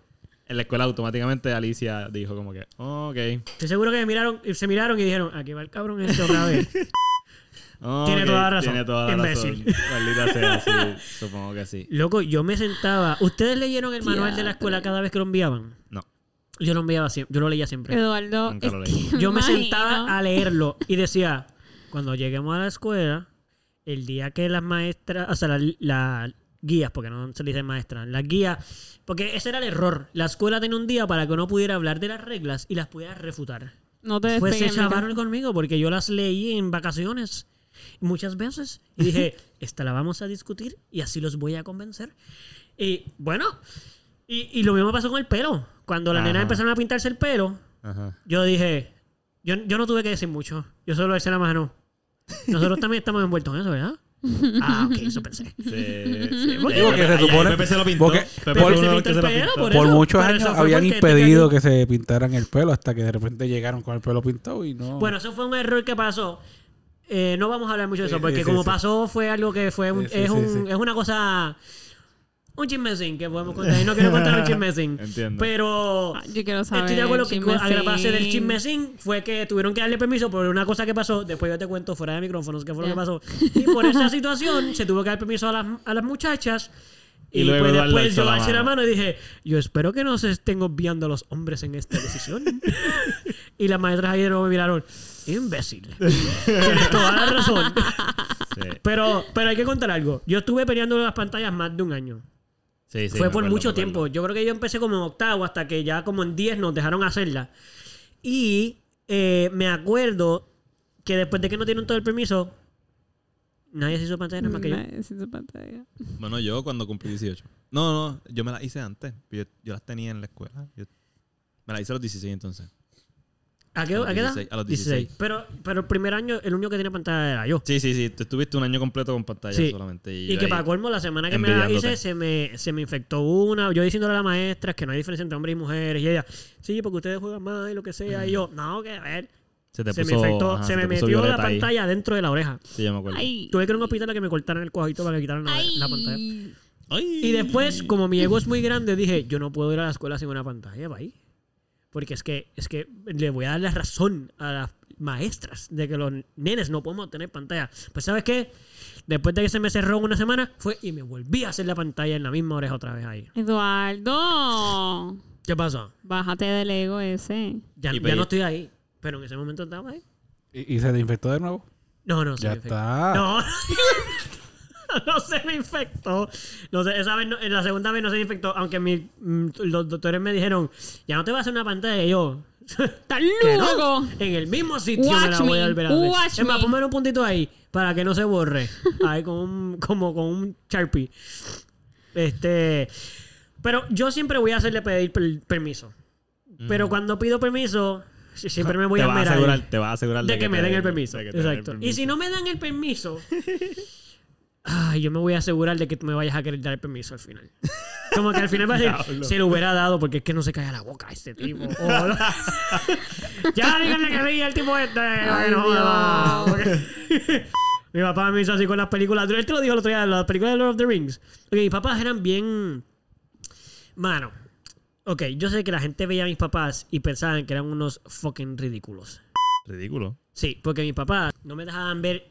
Speaker 1: en la escuela automáticamente Alicia dijo como que, ok,
Speaker 2: Estoy seguro que me miraron, se miraron y dijeron, aquí va el cabrón este
Speaker 1: (laughs)
Speaker 2: otra vez.
Speaker 1: ok,
Speaker 2: Tiene toda la razón,
Speaker 1: Tiene toda la
Speaker 2: imbécil.
Speaker 1: razón. Maldita sea, sí, supongo que sí.
Speaker 4: (laughs)
Speaker 2: Loco, yo me sentaba. ¿Ustedes leyeron el manual de la escuela cada vez que lo enviaban?
Speaker 1: No.
Speaker 2: Yo lo enviaba siempre, yo lo leía siempre.
Speaker 4: Eduardo.
Speaker 1: Nunca lo
Speaker 4: es
Speaker 1: leí.
Speaker 4: que
Speaker 2: Yo me
Speaker 4: (laughs) imagino.
Speaker 2: sentaba a leerlo y decía, cuando lleguemos a la escuela, el día que las maestras, o sea, las guías, porque no se le dice maestras, las guías, porque ese era el error. La escuela tenía un día para que uno pudiera hablar de las reglas y las pudiera refutar.
Speaker 4: No te
Speaker 2: Pues se
Speaker 4: despegues.
Speaker 2: chavaron conmigo porque yo las leí en vacaciones muchas veces y dije, esta la vamos a discutir y así los voy a convencer. Y bueno, y, y lo mismo pasó con el pelo. Cuando las
Speaker 1: Ajá.
Speaker 2: nenas empezaron a pintarse el pelo,
Speaker 1: Ajá.
Speaker 2: yo dije, yo, yo no tuve que decir mucho, yo solo hice la mano. Nosotros también estamos envueltos en eso, ¿verdad? Ah, ok, eso pensé.
Speaker 1: Sí,
Speaker 3: porque se supone-
Speaker 1: Pepe se lo pintó.
Speaker 3: porque-
Speaker 1: Pepe
Speaker 3: Pepe
Speaker 1: fue
Speaker 3: se
Speaker 1: uno de los
Speaker 2: pintó
Speaker 1: que
Speaker 2: el
Speaker 1: se lo
Speaker 2: pelo,
Speaker 1: pintó.
Speaker 2: por
Speaker 3: Por
Speaker 2: eso-
Speaker 3: muchos
Speaker 2: por
Speaker 3: años
Speaker 2: eso fue
Speaker 3: habían
Speaker 2: porque
Speaker 3: impedido
Speaker 2: Tecachi-
Speaker 3: que se pintaran el pelo hasta que de repente llegaron con el pelo pintado y no.
Speaker 2: Bueno, eso fue un error que pasó. Eh, no vamos a hablar mucho de eso,
Speaker 3: Sí, sí,
Speaker 2: porque
Speaker 3: sí,
Speaker 2: como
Speaker 3: sí.
Speaker 2: pasó fue algo que fue un-
Speaker 3: Sí, sí,
Speaker 2: es,
Speaker 3: sí,
Speaker 2: un-
Speaker 3: sí.
Speaker 2: es una cosa... Un chismecín que podemos contar. Y no quiero contar
Speaker 3: (laughs)
Speaker 2: un chismecín.
Speaker 1: Entiendo.
Speaker 2: Pero...
Speaker 4: Ah, Yo quiero saber.
Speaker 2: Estoy de acuerdo que
Speaker 4: chismecín.
Speaker 2: a la base del chismecín fue que tuvieron que darle permiso por una cosa que pasó. Después yo te cuento fuera de micrófonos qué fue
Speaker 4: Ya.
Speaker 2: lo que pasó. Y por esa situación se tuvo que dar permiso a las, a las muchachas.
Speaker 1: Y
Speaker 2: Y,
Speaker 1: luego
Speaker 2: pues,
Speaker 1: Eduardo
Speaker 2: después
Speaker 1: alzó
Speaker 2: yo
Speaker 1: la
Speaker 2: alcé la
Speaker 1: mano.
Speaker 2: mano y dije, yo espero que no se estén obviando los hombres en esta
Speaker 1: (laughs)
Speaker 2: decisión. y las maestras ayer me miraron, imbécil. Tienes toda la
Speaker 1: (laughs)
Speaker 2: razón.
Speaker 1: Sí,
Speaker 2: Pero, pero hay que contar algo. Yo estuve peleando las pantallas más de un año.
Speaker 1: sí, sí,
Speaker 2: Fue
Speaker 1: me
Speaker 2: por
Speaker 1: acuerdo,
Speaker 2: mucho
Speaker 1: me
Speaker 2: tiempo.
Speaker 1: acuerdo.
Speaker 2: Yo creo que yo empecé como en octavo hasta que ya como en 10 nos dejaron hacerla. Y eh, me acuerdo que después de que no dieron todo el permiso, nadie se hizo pantalla nada más que yo.
Speaker 4: Nice, hizo pantalla.
Speaker 1: Bueno, yo cuando cumplí 18. No, no, yo me las hice antes. Yo, yo las tenía en la escuela. Yo- me las hice a los 16 entonces.
Speaker 2: ¿A qué,
Speaker 1: A los
Speaker 2: a qué edad?
Speaker 1: 16, a los
Speaker 2: Pero, pero el primer año, el único que tenía pantalla era yo.
Speaker 1: Sí, sí, sí. Tú estuviste un año completo con pantalla
Speaker 2: Sí.
Speaker 1: solamente. Y,
Speaker 2: Y
Speaker 1: yo
Speaker 2: que
Speaker 1: ahí-
Speaker 2: para colmo, la semana que me la hice,
Speaker 1: envidiándote.
Speaker 2: se me, se me infectó una. Yo diciéndole a la maestra que no hay diferencia entre hombres y mujeres. Y ella, sí, porque ustedes juegan más y lo que sea. Y yo, no, que a ver.
Speaker 1: se te
Speaker 2: se
Speaker 1: puso,
Speaker 2: me infectó,
Speaker 1: ajá,
Speaker 2: se me
Speaker 1: te puso
Speaker 2: metió la
Speaker 1: violeta ahí.
Speaker 2: pantalla dentro de la oreja.
Speaker 1: Sí, yo me acuerdo.
Speaker 4: Ay.
Speaker 2: Tuve que ir a un hospital a que me cortaran el cuajito para que quitaran la,
Speaker 4: Ay.
Speaker 2: la pantalla.
Speaker 1: Ay.
Speaker 2: Y después, como mi ego es muy grande, dije, yo no puedo ir a la escuela sin una pantalla, bye. Porque es que, es que le voy a dar la razón a las maestras de que los nenes no podemos tener pantalla. Pues ¿sabes qué? Después de que se me cerró una semana, fue y me volví a hacer la pantalla en la misma oreja otra vez ahí.
Speaker 4: Eduardo.
Speaker 2: ¿Qué pasó?
Speaker 4: Bájate del ego ese.
Speaker 2: Ya,
Speaker 1: Y
Speaker 2: ya
Speaker 1: pedí-
Speaker 2: no estoy ahí. Pero en ese momento estaba ahí.
Speaker 3: Y, y se te infectó de nuevo.
Speaker 2: No, no, se
Speaker 3: Ya
Speaker 2: me infectó.
Speaker 3: está.
Speaker 2: No. (laughs) no se me infectó. No sé, esa vez no- en la segunda vez no se me infectó, aunque mi- mm, los doctores me dijeron, ya no te vas a hacer una pantalla. Y yo, (laughs)
Speaker 4: ¡Estás
Speaker 2: "¿Que no?
Speaker 4: loco!
Speaker 2: En el mismo sitio me
Speaker 4: Watch
Speaker 2: la voy
Speaker 4: me,
Speaker 2: a volver a hacer.
Speaker 4: watch
Speaker 2: es más,
Speaker 4: me.
Speaker 2: ponme un puntito ahí para que no se borre. Ahí con un, como con un Sharpie. Este... Pero yo siempre voy a hacerle pedir per- permiso. Pero cuando pido permiso, siempre me voy
Speaker 1: Mm. te
Speaker 2: a
Speaker 1: vas a
Speaker 2: mirar.
Speaker 1: asegurar, te vas a asegurar
Speaker 2: De que, me
Speaker 1: te
Speaker 2: den el permiso.
Speaker 1: de que te den el
Speaker 2: Exacto. Y
Speaker 1: permiso.
Speaker 2: si no me dan el permiso, ay, yo me voy a asegurar de que tú me vayas a querer dar el permiso al final. Como que al final va a decir,
Speaker 1: Diablo.
Speaker 2: se lo hubiera dado porque es que no se cae la boca este tipo. O lo- (laughs) ya díganle que veía el tipo este. Ay, no, no, porque- (laughs) Mi papá me hizo así con las películas. Él te lo dijo el otro día, las películas de Lord of the Rings. Ok, mis papás eran bien. Mano. Ok, yo sé que la gente veía a mis papás y pensaban que eran unos fucking ridículos.
Speaker 1: Ridículo.
Speaker 2: Sí, porque mis papás no me dejaban ver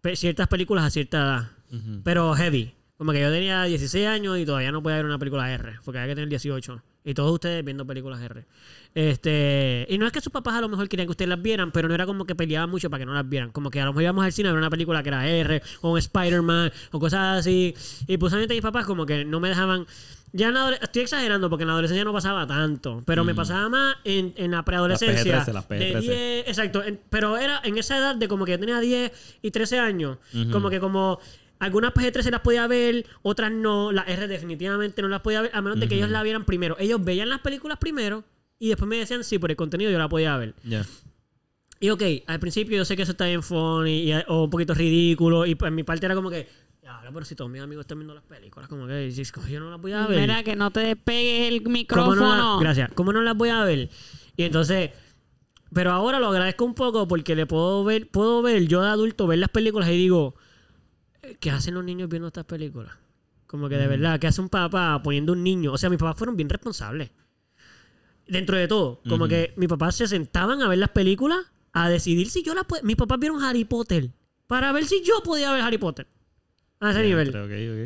Speaker 2: pe- ciertas películas a cierta edad,
Speaker 1: Ujú.
Speaker 2: pero heavy. Como que yo tenía 16 años y todavía no podía ver una película R, porque había que tener 18. Y todos ustedes viendo películas R. Este, y no es que sus papás a lo mejor querían que ustedes las vieran, pero no era como que peleaban mucho para que no las vieran. Como que a lo mejor íbamos al cine a ver una película que era R, o un Spider-Man, o cosas así. Y pues solamente mis papás como que no me dejaban... Ya en la adole- estoy exagerando porque en la adolescencia no pasaba tanto, pero me pasaba más en, en la preadolescencia.
Speaker 1: Las PG-13, las
Speaker 2: de
Speaker 1: PG-13.
Speaker 2: 10 eh, exacto, en- pero era en esa edad de como que yo tenía 10 y 13 años, como que como algunas PG-13 las podía ver, otras no, las R definitivamente no las podía ver, a menos de que ellos la vieran primero. Ellos veían las películas primero y después me decían, sí, por el contenido yo la podía ver.
Speaker 1: Ya.
Speaker 2: Y ok, al principio yo sé que eso está bien funny y- eh, o un poquito ridículo y pues, en mi parte era como que, ya, pero si todos mis amigos están viendo las películas, como que si- como yo no las podía ver.
Speaker 4: Mira, que no te despegues el
Speaker 2: ¿Cómo no la-
Speaker 4: micrófono.
Speaker 2: gracias. ¿Cómo no las voy a ver? Y entonces, pero ahora lo agradezco un poco porque le puedo ver, puedo ver yo de adulto, ver las películas y digo, ¿qué hacen los niños viendo estas películas? Como que de verdad, ¿qué hace un papá poniendo un niño? O sea, mis papás fueron bien responsables. Dentro de todo, como
Speaker 1: Ujú.
Speaker 2: que mis papás se sentaban a ver las películas, a decidir si yo las podía. Mis papás vieron Harry Potter para ver si yo podía ver Harry Potter. A ese nivel.
Speaker 1: Ok,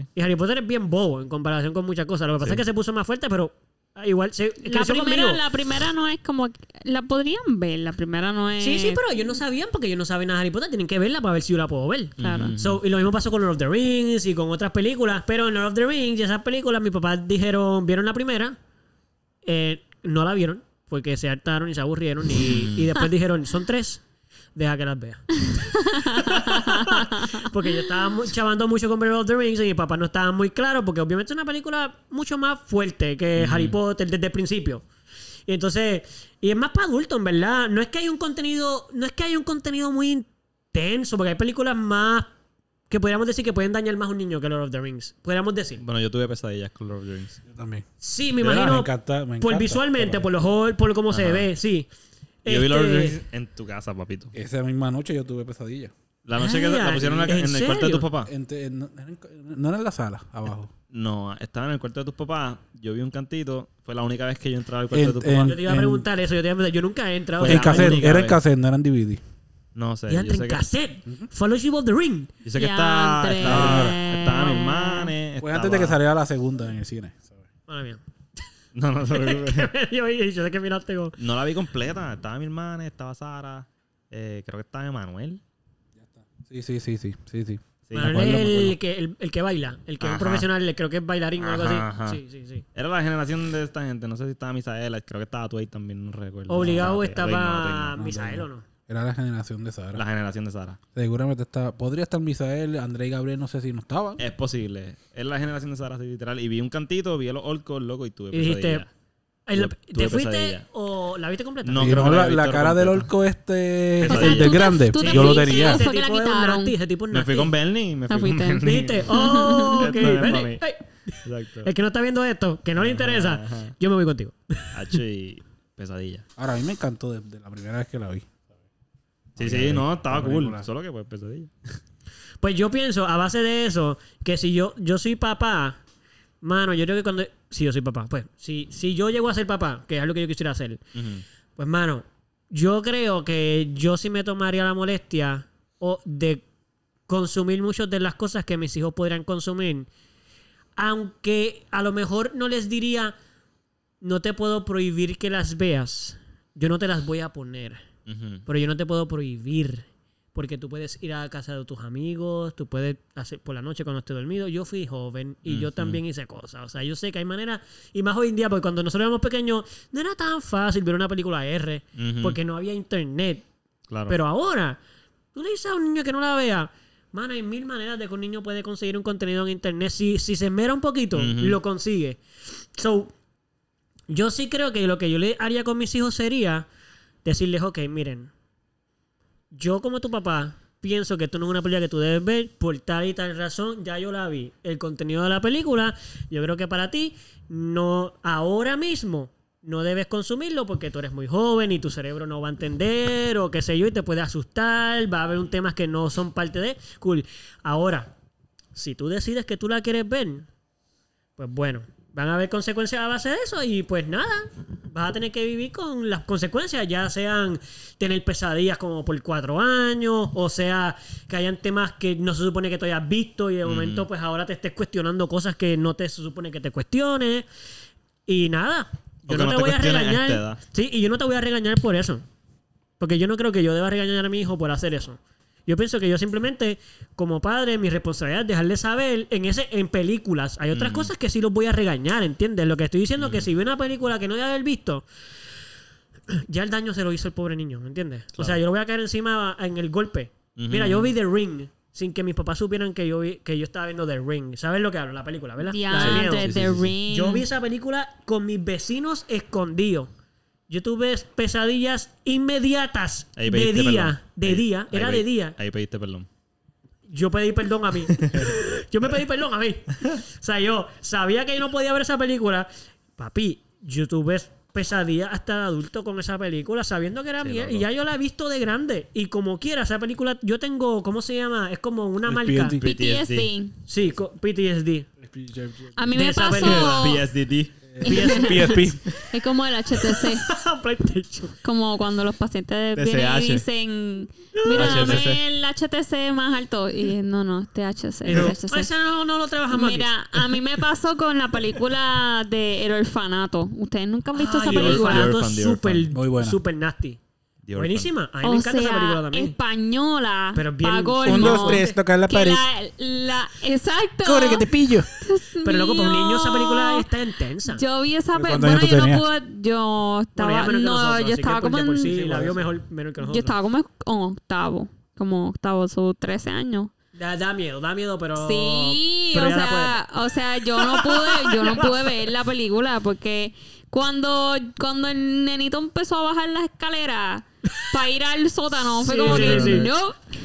Speaker 1: ok.
Speaker 2: Y Harry Potter es bien bobo en comparación con muchas cosas. Lo que pasa
Speaker 1: Sí.
Speaker 2: es que se puso más fuerte, pero Ah, igual, se, creció
Speaker 4: La primera,
Speaker 2: conmigo.
Speaker 4: la primera no es como. La podrían ver, la primera no es.
Speaker 2: Sí, sí, pero ellos no sabían porque ellos no saben nada de Harry Potter. Tienen que verla para ver si yo la puedo ver.
Speaker 4: Claro.
Speaker 2: Mm. So, y lo mismo pasó con Lord of the Rings y con otras películas. Pero en Lord of the Rings y esas películas, mis papás dijeron, vieron la primera, eh, no la vieron porque se hartaron y se aburrieron. Y, y
Speaker 4: (laughs)
Speaker 2: después dijeron, son tres, deja que las vea. porque yo estaba mu- chavando mucho con Lord of the Rings y mi papá no estaba muy claro porque obviamente es una película mucho más fuerte que Harry Potter desde el principio. Y entonces, y es más para adultos, en verdad. No es que hay un contenido, no es que hay un contenido muy intenso, porque hay películas más que podríamos decir que pueden dañar más a un niño que Lord of the Rings. Podríamos decir.
Speaker 1: Bueno, yo tuve pesadillas con Lord of the Rings.
Speaker 3: Yo también.
Speaker 2: Sí, me
Speaker 3: De verdad,
Speaker 2: imagino.
Speaker 3: me encanta, me
Speaker 2: por
Speaker 3: encanta,
Speaker 2: visualmente,
Speaker 3: pero-
Speaker 2: por los ojos, por cómo se
Speaker 1: Ajá.
Speaker 2: ve, sí.
Speaker 1: Yo vi Lord of the
Speaker 2: Este,
Speaker 1: Rings en tu casa, papito.
Speaker 3: Esa misma noche yo tuve pesadilla.
Speaker 1: La noche que la
Speaker 2: Ay,
Speaker 1: pusieron en, la-
Speaker 2: ¿en
Speaker 1: en el cuarto de tus
Speaker 2: serio?
Speaker 1: papás.
Speaker 3: Ente- no, era en- no era en la sala, abajo.
Speaker 1: No, estaba en el cuarto de tus papás. Yo vi un cantito. Fue la única vez que yo entraba al cuarto
Speaker 3: En-
Speaker 1: de tus
Speaker 3: en-
Speaker 1: papás.
Speaker 2: Yo te iba a
Speaker 3: en-
Speaker 2: preguntar eso, yo, te iba a preguntar- yo nunca he entrado.
Speaker 1: Pues
Speaker 3: en
Speaker 1: la
Speaker 3: cassette,
Speaker 1: única
Speaker 3: era en
Speaker 1: vez.
Speaker 3: cassette, no era en DVD.
Speaker 1: No sé.
Speaker 2: Y
Speaker 1: Yo
Speaker 2: antes
Speaker 1: sé
Speaker 2: en
Speaker 1: que,
Speaker 2: cassette. Fellowship of the Ring.
Speaker 1: yo sé que está,
Speaker 4: Diantre.
Speaker 1: estaba, estaba mi hermana.
Speaker 3: Fue antes de que
Speaker 1: estaba-
Speaker 3: saliera la segunda en el cine.
Speaker 2: Madre mía.
Speaker 1: (laughs) No, no se
Speaker 2: (laughs)
Speaker 1: preocupe.
Speaker 2: yo, yo sé que miraste como...
Speaker 1: No la vi completa. Estaba mi hermana, estaba Sara. eh, creo que estaba Emanuel.
Speaker 3: Sí, sí, sí, sí, sí, sí.
Speaker 1: Sí,
Speaker 2: Manuel
Speaker 1: me acuerdo, me
Speaker 2: es
Speaker 1: acuerdo.
Speaker 2: el que, el, el que baila, el que es un
Speaker 1: Ajá.
Speaker 2: profesional, el- creo que es bailarín o algo así.
Speaker 1: Ajá, ajá.
Speaker 2: Sí, sí, sí.
Speaker 1: Era la generación de esta gente. No sé si estaba Misaela. Creo que estaba tú ahí también. No recuerdo.
Speaker 2: Obligado
Speaker 1: No,
Speaker 2: estaba
Speaker 1: no, Twig no, Twig
Speaker 2: Misael o no.
Speaker 3: Era la generación de
Speaker 1: no.
Speaker 3: Sara.
Speaker 1: La generación de Sara.
Speaker 3: Seguramente estaba. Podría estar Misael, André y Gabriel, no sé si no estaban.
Speaker 1: Es posible. Es la generación de Sara, sí, literal. Y vi un cantito, vi a los orcos, loco, y tuve
Speaker 2: Y dijiste,
Speaker 1: pesadilla.
Speaker 2: el-
Speaker 1: Tuve-
Speaker 2: ¿te
Speaker 1: tuve
Speaker 2: fuiste
Speaker 1: pesadilla.
Speaker 2: o la viste completa?
Speaker 1: No,
Speaker 3: Y
Speaker 1: creo que la
Speaker 3: la,
Speaker 1: he
Speaker 3: la
Speaker 1: visto
Speaker 3: cara del
Speaker 1: completa.
Speaker 3: orco este,
Speaker 1: Esa
Speaker 3: el
Speaker 1: es.
Speaker 3: de
Speaker 4: Tú te-
Speaker 3: grande,
Speaker 4: tú te
Speaker 3: yo lo
Speaker 4: fuiste,
Speaker 3: tenía.
Speaker 4: Fue
Speaker 2: Ese
Speaker 4: que la
Speaker 2: tipo es un
Speaker 4: quitaron.
Speaker 2: nasty, ese tipo es
Speaker 1: Me fui con
Speaker 2: nasty.
Speaker 1: Bernie. Me
Speaker 3: Ah,
Speaker 4: No
Speaker 1: fui con
Speaker 4: fuiste.
Speaker 1: Bernie.
Speaker 2: ¿Viste? Oh,
Speaker 1: (laughs)
Speaker 2: ok.
Speaker 1: Esto no es
Speaker 2: ven,
Speaker 1: para mí.
Speaker 2: ey.
Speaker 1: Exacto.
Speaker 2: El que no está viendo esto, que no le interesa,
Speaker 1: ajá.
Speaker 2: yo me voy contigo.
Speaker 1: (laughs) Hacho y pesadilla.
Speaker 3: Ahora, a mí me encantó desde la primera vez que la vi.
Speaker 1: Sí, sí, no, estaba
Speaker 3: la
Speaker 1: cool.
Speaker 3: película.
Speaker 1: Solo que pues pesadilla.
Speaker 2: Pues yo pienso, a base de eso, que si yo, yo soy papá, mano, yo creo que cuando... Si yo soy papá, pues, si, si yo llego a ser papá, que es algo que yo quisiera hacer,
Speaker 1: Ujú.
Speaker 2: Pues, mano, yo creo que yo sí me tomaría la molestia o de consumir muchas de las cosas que mis hijos podrían consumir. Aunque a lo mejor no les diría, no te puedo prohibir que las veas. Yo no te las voy a poner.
Speaker 1: Ujú.
Speaker 2: Pero yo no te puedo prohibir. Porque tú puedes ir a casa de tus amigos, tú puedes hacer por la noche cuando esté dormido. Yo fui joven y yo también hice cosas. O sea, yo sé que hay maneras. Y más hoy en día, porque cuando nosotros éramos pequeños, no era tan fácil ver una película R.
Speaker 1: Ujú.
Speaker 2: Porque no había internet.
Speaker 1: Claro.
Speaker 2: Pero ahora, tú le dices a un niño que no la vea. Mano, hay mil maneras de que un niño puede conseguir un contenido en internet. Si, si se mera un poquito,
Speaker 1: Ujú.
Speaker 2: lo consigue. So, yo sí creo que lo que yo le haría con mis hijos sería decirles, ok, miren, yo como tu papá pienso que esto no es una película que tú debes ver por tal y tal razón, ya yo la vi. El contenido de la película, yo creo que para ti, no, ahora mismo, no debes consumirlo porque tú eres muy joven y tu cerebro no va a entender o qué sé yo y te puede asustar, va a haber un temas que no son parte de... Cool. Ahora, si tú decides que tú la quieres ver, pues bueno, van a haber consecuencias a base de eso y pues nada, vas a tener que vivir con las consecuencias, ya sean tener pesadillas como por cuatro años, o sea, que hayan temas que no se supone que tú hayas visto y de momento pues ahora te estés cuestionando cosas que no te se supone que te cuestiones y nada.
Speaker 1: O
Speaker 2: Yo
Speaker 1: que no
Speaker 2: no te
Speaker 1: te
Speaker 2: voy a
Speaker 1: cuestiones a esta
Speaker 2: regañar.
Speaker 1: edad.
Speaker 2: Sí, y yo no te voy a regañar por eso. Porque yo no creo que yo deba regañar a mi hijo por hacer eso. Yo pienso que yo simplemente, como padre, mi responsabilidad es dejarle saber en ese, en películas. Hay
Speaker 1: Mm.
Speaker 2: otras cosas que sí los voy a regañar, ¿entiendes? Lo que estoy diciendo es que si ve una película que no debe haber visto, (clears throat) ya el daño se lo hizo el pobre niño, ¿entiendes? O sea, yo lo voy a caer encima en el golpe. Mira, yo vi The Ring sin que mis papás supieran que yo vi- que yo estaba viendo The Ring. ¿Sabes lo que hablo? La película, ¿verdad? La de miedo.
Speaker 4: Diantre,
Speaker 1: Sí, sí,
Speaker 4: The
Speaker 1: sí, sí.
Speaker 4: Ring.
Speaker 2: Yo vi esa película con mis vecinos escondidos. Yo tuve pesadillas inmediatas
Speaker 1: Ahí
Speaker 2: de
Speaker 1: pediste
Speaker 2: día,
Speaker 1: perdón.
Speaker 2: de
Speaker 1: Ahí-
Speaker 2: día,
Speaker 1: ahí
Speaker 2: era de
Speaker 1: pedí-
Speaker 2: día.
Speaker 1: Ahí pediste perdón.
Speaker 2: Yo pedí
Speaker 1: (laughs)
Speaker 2: perdón a mí. yo me pedí perdón a mí. O sea, yo sabía que yo no podía ver esa película. Papi, yo tuve pesadillas hasta de adulto con esa película, sabiendo que era
Speaker 1: Sí,
Speaker 2: mía.
Speaker 1: loco.
Speaker 2: Y ya yo la he visto de grande. Y como quiera, esa película, yo tengo, ¿cómo se llama? Es como una
Speaker 3: El
Speaker 2: marca.
Speaker 3: PTSD.
Speaker 4: PTSD.
Speaker 2: Sí, co- PTSD. (laughs)
Speaker 4: A mí
Speaker 2: De
Speaker 4: me
Speaker 2: esa película.
Speaker 4: pasó.
Speaker 1: PSDD.
Speaker 3: PSP.
Speaker 4: Es como el HTC.
Speaker 2: PlayStation.
Speaker 4: Como cuando los pacientes
Speaker 1: TCH.
Speaker 4: vienen y dicen, mira, dame
Speaker 1: HTC.
Speaker 4: el HTC más alto. Y no, no, este THC.
Speaker 2: Pero,
Speaker 4: THC.
Speaker 2: "Ah, Eso no, no lo trabajamos aquí.
Speaker 4: Mira, a mí me pasó con la película de El Orfanato. Ustedes nunca han visto
Speaker 2: Ay,
Speaker 4: esa
Speaker 2: The
Speaker 1: Dios.
Speaker 4: película.
Speaker 1: Ah,
Speaker 2: Orphan,
Speaker 1: The
Speaker 2: The
Speaker 1: Orphan, The
Speaker 2: Super,
Speaker 1: Orphan.
Speaker 3: Muy buena.
Speaker 2: super nasty.
Speaker 1: The Orphan.
Speaker 2: Buenísima. A mí me
Speaker 4: O
Speaker 2: encanta esa película
Speaker 4: sea,
Speaker 2: también.
Speaker 4: española.
Speaker 2: Pero bien-
Speaker 4: pa' colmo,
Speaker 2: Un, dos,
Speaker 3: tres, tocar la
Speaker 4: que
Speaker 3: pared.
Speaker 4: la- exacto.
Speaker 3: Corre,
Speaker 4: (laughs)
Speaker 3: que te pillo.
Speaker 2: Ah, Pero loco, para un niño esa película
Speaker 4: está
Speaker 2: está intensa.
Speaker 4: Yo vi esa
Speaker 3: ¿Cuántos
Speaker 4: película.
Speaker 3: años tú
Speaker 4: yo no
Speaker 3: tenías?
Speaker 4: pude. Yo
Speaker 2: Bueno,
Speaker 4: estaba.
Speaker 2: ella menos que
Speaker 4: no,
Speaker 2: nosotros,
Speaker 4: yo
Speaker 2: así que
Speaker 4: estaba
Speaker 2: por-
Speaker 4: como
Speaker 2: de
Speaker 4: en.
Speaker 2: por sí, la
Speaker 3: por
Speaker 2: vio
Speaker 3: eso.
Speaker 2: mejor menos que
Speaker 4: yo
Speaker 2: nosotros.
Speaker 4: estaba como en octavo. Como octavo, son 13 años.
Speaker 2: Da, da miedo, da miedo, pero.
Speaker 4: Sí,
Speaker 2: pero
Speaker 4: o
Speaker 2: ya la puede ver.
Speaker 4: sea, o sea, yo no pude, yo no pude ver la película porque cuando, cuando el nenito empezó a bajar las escaleras para ir al sótano, fue
Speaker 2: Sí,
Speaker 4: como
Speaker 2: sí,
Speaker 4: que
Speaker 2: sí.
Speaker 4: no,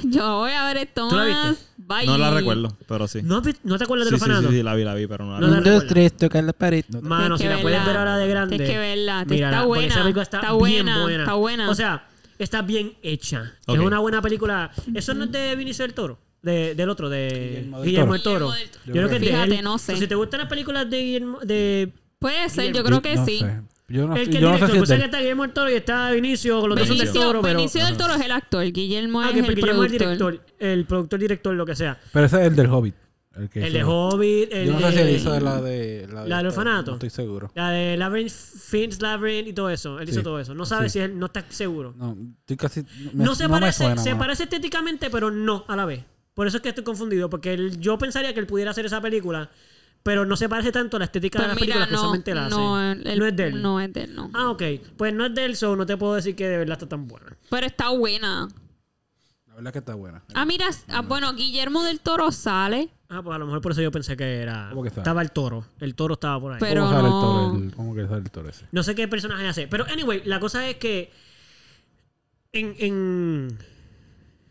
Speaker 4: yo voy a ver esto
Speaker 2: ¿Tú la
Speaker 4: más.
Speaker 2: viste?
Speaker 4: Bye.
Speaker 1: No la recuerdo, pero sí.
Speaker 2: ¿No, has vi- no te acuerdas
Speaker 1: Sí,
Speaker 2: del
Speaker 1: sí, sí,
Speaker 2: orfanato?
Speaker 1: sí, la vi, la vi, pero no la
Speaker 2: No la-
Speaker 1: recuerdo.
Speaker 3: Un, dos, tres, tocar la pared.
Speaker 2: Mano,
Speaker 4: Tienes
Speaker 2: si
Speaker 4: que
Speaker 2: la puedes
Speaker 4: verla.
Speaker 2: ver ahora de grande.
Speaker 4: Tienes que verla. Está
Speaker 2: mírala, porque
Speaker 4: buena,
Speaker 2: Esa película está,
Speaker 4: está
Speaker 2: bien
Speaker 4: buena,
Speaker 2: buena.
Speaker 4: está buena.
Speaker 2: O sea, está bien hecha.
Speaker 1: Ok.
Speaker 2: Es una buena película. Eso no es de Vinicio del Toro. De, del otro, de
Speaker 3: Guillermo del
Speaker 2: Guillermo del
Speaker 4: Toro.
Speaker 2: Toro.
Speaker 4: Guillermo del
Speaker 2: Yo creo que es de
Speaker 4: Fíjate,
Speaker 2: él.
Speaker 4: no sé.
Speaker 2: So, Si te gustan las películas de Guillermo. De,
Speaker 4: Puede ser, yo creo que
Speaker 3: no
Speaker 4: sí.
Speaker 3: sé. Yo no,
Speaker 2: el que
Speaker 3: yo no
Speaker 2: el
Speaker 3: sé
Speaker 2: director,
Speaker 3: si
Speaker 2: pues
Speaker 3: es
Speaker 2: sé que
Speaker 3: de...
Speaker 2: está Guillermo del Toro y está Vinicio. Los dos son del
Speaker 4: Benicio,
Speaker 2: Toro, pero.
Speaker 4: Benicio del Toro es el actor, Guillermo
Speaker 2: Ah,
Speaker 4: es
Speaker 2: que
Speaker 4: el
Speaker 2: Guillermo es el
Speaker 4: productor.
Speaker 2: director. El productor, director, lo que sea.
Speaker 3: Pero ese es el del Hobbit. El, que
Speaker 2: El
Speaker 3: hizo-
Speaker 2: de Hobbit. El
Speaker 3: Yo no sé si él
Speaker 2: de-
Speaker 3: hizo de la de... La, de
Speaker 2: del
Speaker 3: esto,
Speaker 2: orfanato.
Speaker 3: No estoy seguro.
Speaker 2: La de Labyrinth, Fiends Labyrinth y todo eso. Él hizo
Speaker 3: Sí.
Speaker 2: todo eso. No sabe
Speaker 3: Sí.
Speaker 2: si él no está seguro. No,
Speaker 3: No, estoy casi... me-
Speaker 2: se
Speaker 3: no me
Speaker 2: parece,
Speaker 3: suena,
Speaker 2: se
Speaker 3: mano.
Speaker 2: parece estéticamente, pero no a la vez. Por eso es que estoy confundido, porque él- yo pensaría que él pudiera hacer esa película, pero no se parece tanto a la estética de
Speaker 4: Pues
Speaker 2: las
Speaker 4: mira,
Speaker 2: películas que
Speaker 4: no,
Speaker 2: usualmente la hace.
Speaker 4: no, el-
Speaker 2: no es de él.
Speaker 4: No es de él, no.
Speaker 2: Ah, ok. Pues no es de él, so no te puedo decir que de verdad está tan buena.
Speaker 4: Pero está buena.
Speaker 3: La verdad que está buena.
Speaker 4: Ah, mira, ah, bueno, Guillermo del Toro sale,
Speaker 2: Ah, pues a lo mejor por eso yo pensé que era.
Speaker 3: ¿Cómo que está?
Speaker 2: Estaba el toro. El toro estaba por ahí.
Speaker 4: Pero
Speaker 3: ¿Cómo sale
Speaker 4: no-
Speaker 3: el toro? El- ¿Cómo que sale el toro ese?
Speaker 2: No sé qué personaje hace. Pero, anyway, la cosa es que. En. en...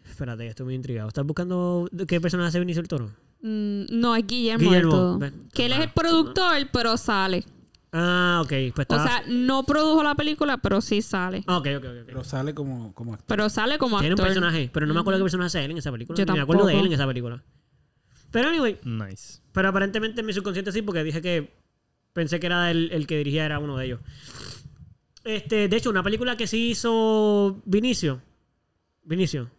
Speaker 2: Espérate, estoy muy intrigado. ¿Estás buscando qué personaje hace Vinicio el Toro?
Speaker 4: Mm, No, es Guillermo,
Speaker 2: Guillermo,
Speaker 4: del Toro.
Speaker 2: ven.
Speaker 4: Que él es el productor, pero sale.
Speaker 2: Ah, ok. Pues
Speaker 4: O
Speaker 2: está.
Speaker 4: sea, no produjo la película, pero sí sale.
Speaker 2: Ah, ok, ok, ok.
Speaker 3: Pero sale como, como actor.
Speaker 4: Pero sale como
Speaker 2: Tiene
Speaker 4: actor.
Speaker 2: un personaje, pero no me acuerdo qué personaje hace él en esa película.
Speaker 4: Yo
Speaker 2: Ni me acuerdo de
Speaker 4: tampoco.
Speaker 2: él en esa película. Pero, anyway,
Speaker 1: Nice.
Speaker 2: pero aparentemente en mi subconsciente sí, porque dije que pensé que era el, el que dirigía, era uno de ellos. Este, de hecho, una película que sí hizo Vinicio. Vinicio.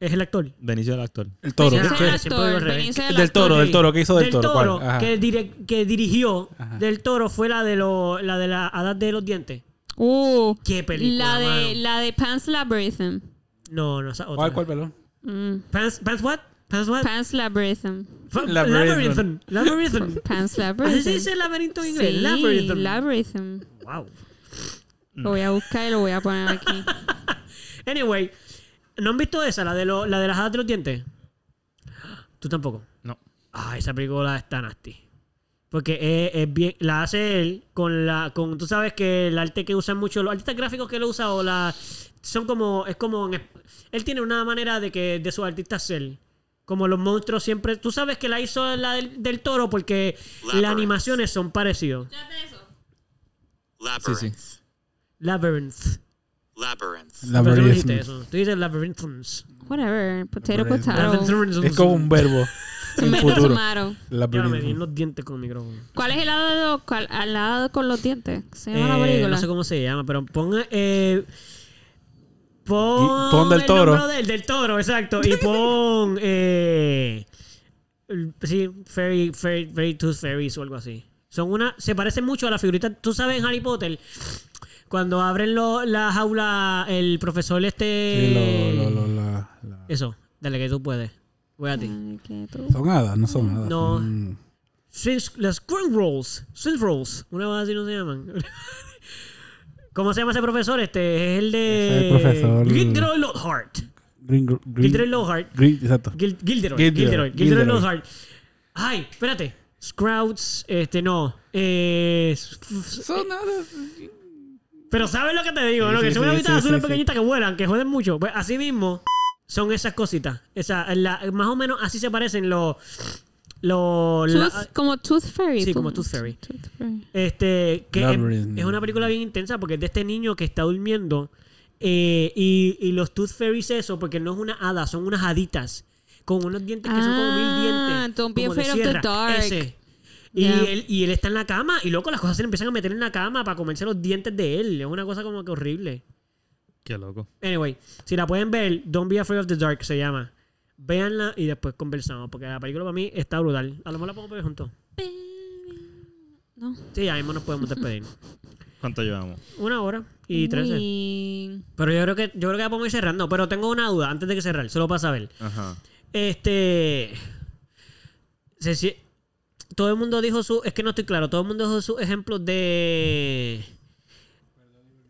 Speaker 2: Es el actor.
Speaker 1: Benicio el actor.
Speaker 3: El toro.
Speaker 4: Ese
Speaker 2: es
Speaker 3: ¿qué-
Speaker 4: es
Speaker 2: que-
Speaker 4: el
Speaker 2: siempre digo al
Speaker 4: actor,
Speaker 2: revés.
Speaker 4: Benicio
Speaker 3: qué-
Speaker 4: del
Speaker 3: Del
Speaker 4: actor.
Speaker 3: toro, del toro. ¿Qué hizo del, toro? ¿Cuál?
Speaker 2: toro
Speaker 3: Ajá.
Speaker 2: que, dire- que dirigió
Speaker 3: Ajá.
Speaker 2: del toro fue la de lo, la de la edad de los dientes.
Speaker 4: Uh,
Speaker 2: Qué película,
Speaker 4: La de,
Speaker 2: mano.
Speaker 4: la de Pan's Labyrinth.
Speaker 2: No, no, esa otra.
Speaker 3: ¿Cuál, cuál, perdón?
Speaker 4: Mm,
Speaker 2: Pants, pants what? Pants what?
Speaker 4: Pan's Labyrinth.
Speaker 2: Fa-
Speaker 3: Labyrinth.
Speaker 2: Labyrinth. Labyrinth.
Speaker 4: (laughs) Pan's Labyrinth.
Speaker 2: (laughs) Así se dice laberinto en inglés.
Speaker 4: Sí,
Speaker 2: Labyrinth.
Speaker 4: Labyrinth.
Speaker 2: Wow.
Speaker 4: Lo voy a buscar y lo voy a
Speaker 2: (laughs)
Speaker 4: poner aquí.
Speaker 2: Anyway, ¿no han visto esa, la de, lo, la de las hadas de los dientes? Tú tampoco.
Speaker 1: No.
Speaker 2: Ah, esa película está nasty. Porque es, es bien, la hace él con la, con, tú sabes que el arte que usan mucho, los artistas gráficos que él usa o la, son como, es como, en- él tiene una manera de que, de sus artistas ser, como los monstruos siempre, tú sabes que la hizo la del, del toro porque las animaciones son parecidas.
Speaker 1: Sí, sí.
Speaker 2: Labyrinth.
Speaker 5: Labyrinth.
Speaker 3: La
Speaker 2: Pero tú no
Speaker 3: Maria
Speaker 2: dijiste
Speaker 3: Smith.
Speaker 2: eso. Tú dices labyrinths.
Speaker 4: Whatever. Potato,
Speaker 3: Labyrinth.
Speaker 4: potato.
Speaker 3: Es como
Speaker 2: (laughs)
Speaker 3: un verbo. en
Speaker 4: Tomato,
Speaker 3: futuro.
Speaker 4: tomato.
Speaker 2: Ya
Speaker 3: La
Speaker 2: me di en
Speaker 3: Maria-
Speaker 2: los dientes con el micrófono.
Speaker 4: ¿Cuál es el lado, de- cuál- al lado con los dientes? ¿Se llama la
Speaker 2: Eh,
Speaker 4: película?
Speaker 2: no sé cómo se llama, pero pon. Eh, pon.
Speaker 3: Y pon del
Speaker 2: el
Speaker 3: toro.
Speaker 2: número Del, del toro, exacto. Y
Speaker 4: (laughs)
Speaker 2: pon. Eh, el- sí, Fairy, Fairy, Fairy Tooth Fairies o algo así. Son una. Se parecen mucho a la figurita. Tú sabes en Harry Potter. Cuando abren lo- la jaula, el profesor
Speaker 3: Sí,
Speaker 2: este.
Speaker 3: lo- lo- lo- la- la-
Speaker 2: Eso, dale que tú puedes. Voy a ti.
Speaker 4: Ay, qué tú.
Speaker 3: Son hadas, no son hadas.
Speaker 2: No.
Speaker 3: son-
Speaker 2: Swiss- las Green Rolls. Swiss Rolls. Una vez así no se llaman. (laughs) ¿Cómo se llama ese profesor? Este es el de.
Speaker 3: Es el profesor-
Speaker 2: Gilderoy Lockhart.
Speaker 3: Green- Green-
Speaker 2: Gilderoy Lockhart.
Speaker 3: Green- exacto.
Speaker 2: Gil- Gilderoy.
Speaker 3: Gilderoy.
Speaker 2: Gilderoy. Gilderoy
Speaker 3: Gilderoy.
Speaker 2: Lockhart. Ay, espérate. Scrouts. Este no. Eh, s- f-
Speaker 3: Son hadas.
Speaker 2: pero ¿sabes lo que te digo?
Speaker 3: Sí,
Speaker 2: ¿no? que
Speaker 3: sí,
Speaker 2: son
Speaker 3: sí,
Speaker 2: unas habitas
Speaker 3: sí,
Speaker 2: azules
Speaker 3: sí, sí.
Speaker 2: pequeñitas que vuelan, que joden mucho. Pues así mismo son esas cositas. Esa, la- más o menos así se parecen los. los la-
Speaker 4: Tooth- como Tooth Fairy.
Speaker 2: Sí,
Speaker 4: tú-
Speaker 2: como Tooth Fairy.
Speaker 4: Tooth Fairy.
Speaker 2: Este, que es,
Speaker 3: Labyrinth.
Speaker 2: es una película bien intensa porque es de este niño que está durmiendo eh, y, y los Tooth Fairies eso, porque no es una hada, son unas haditas con unos dientes que son como mil
Speaker 4: Ah,
Speaker 2: dientes.
Speaker 4: Don't be
Speaker 2: como de
Speaker 4: afraid of the
Speaker 2: sierra,
Speaker 4: dark.
Speaker 2: ese. Y,
Speaker 4: Ya.
Speaker 2: él, y él está en la cama y loco, las cosas se le empiezan a meter en la cama para comerse los dientes de él. Es una cosa como que horrible.
Speaker 1: Qué loco.
Speaker 2: Anyway, si la pueden ver, Don't Be Afraid of the Dark se llama. Véanla y después conversamos, porque la película para mí está brutal. A lo mejor la podemos ver juntos.
Speaker 4: No.
Speaker 2: Sí, ahí mismo nos podemos despedir.
Speaker 1: ¿Cuánto llevamos?
Speaker 2: Una hora y trece.
Speaker 4: Muy-
Speaker 2: Pero yo creo que yo creo que ya podemos ir cerrando. Pero tengo una duda antes de que cerrar, solo para saber.
Speaker 1: Ajá.
Speaker 2: Este. se sie- todo el mundo dijo su. Es que no estoy claro. Todo el mundo dijo sus ejemplos de.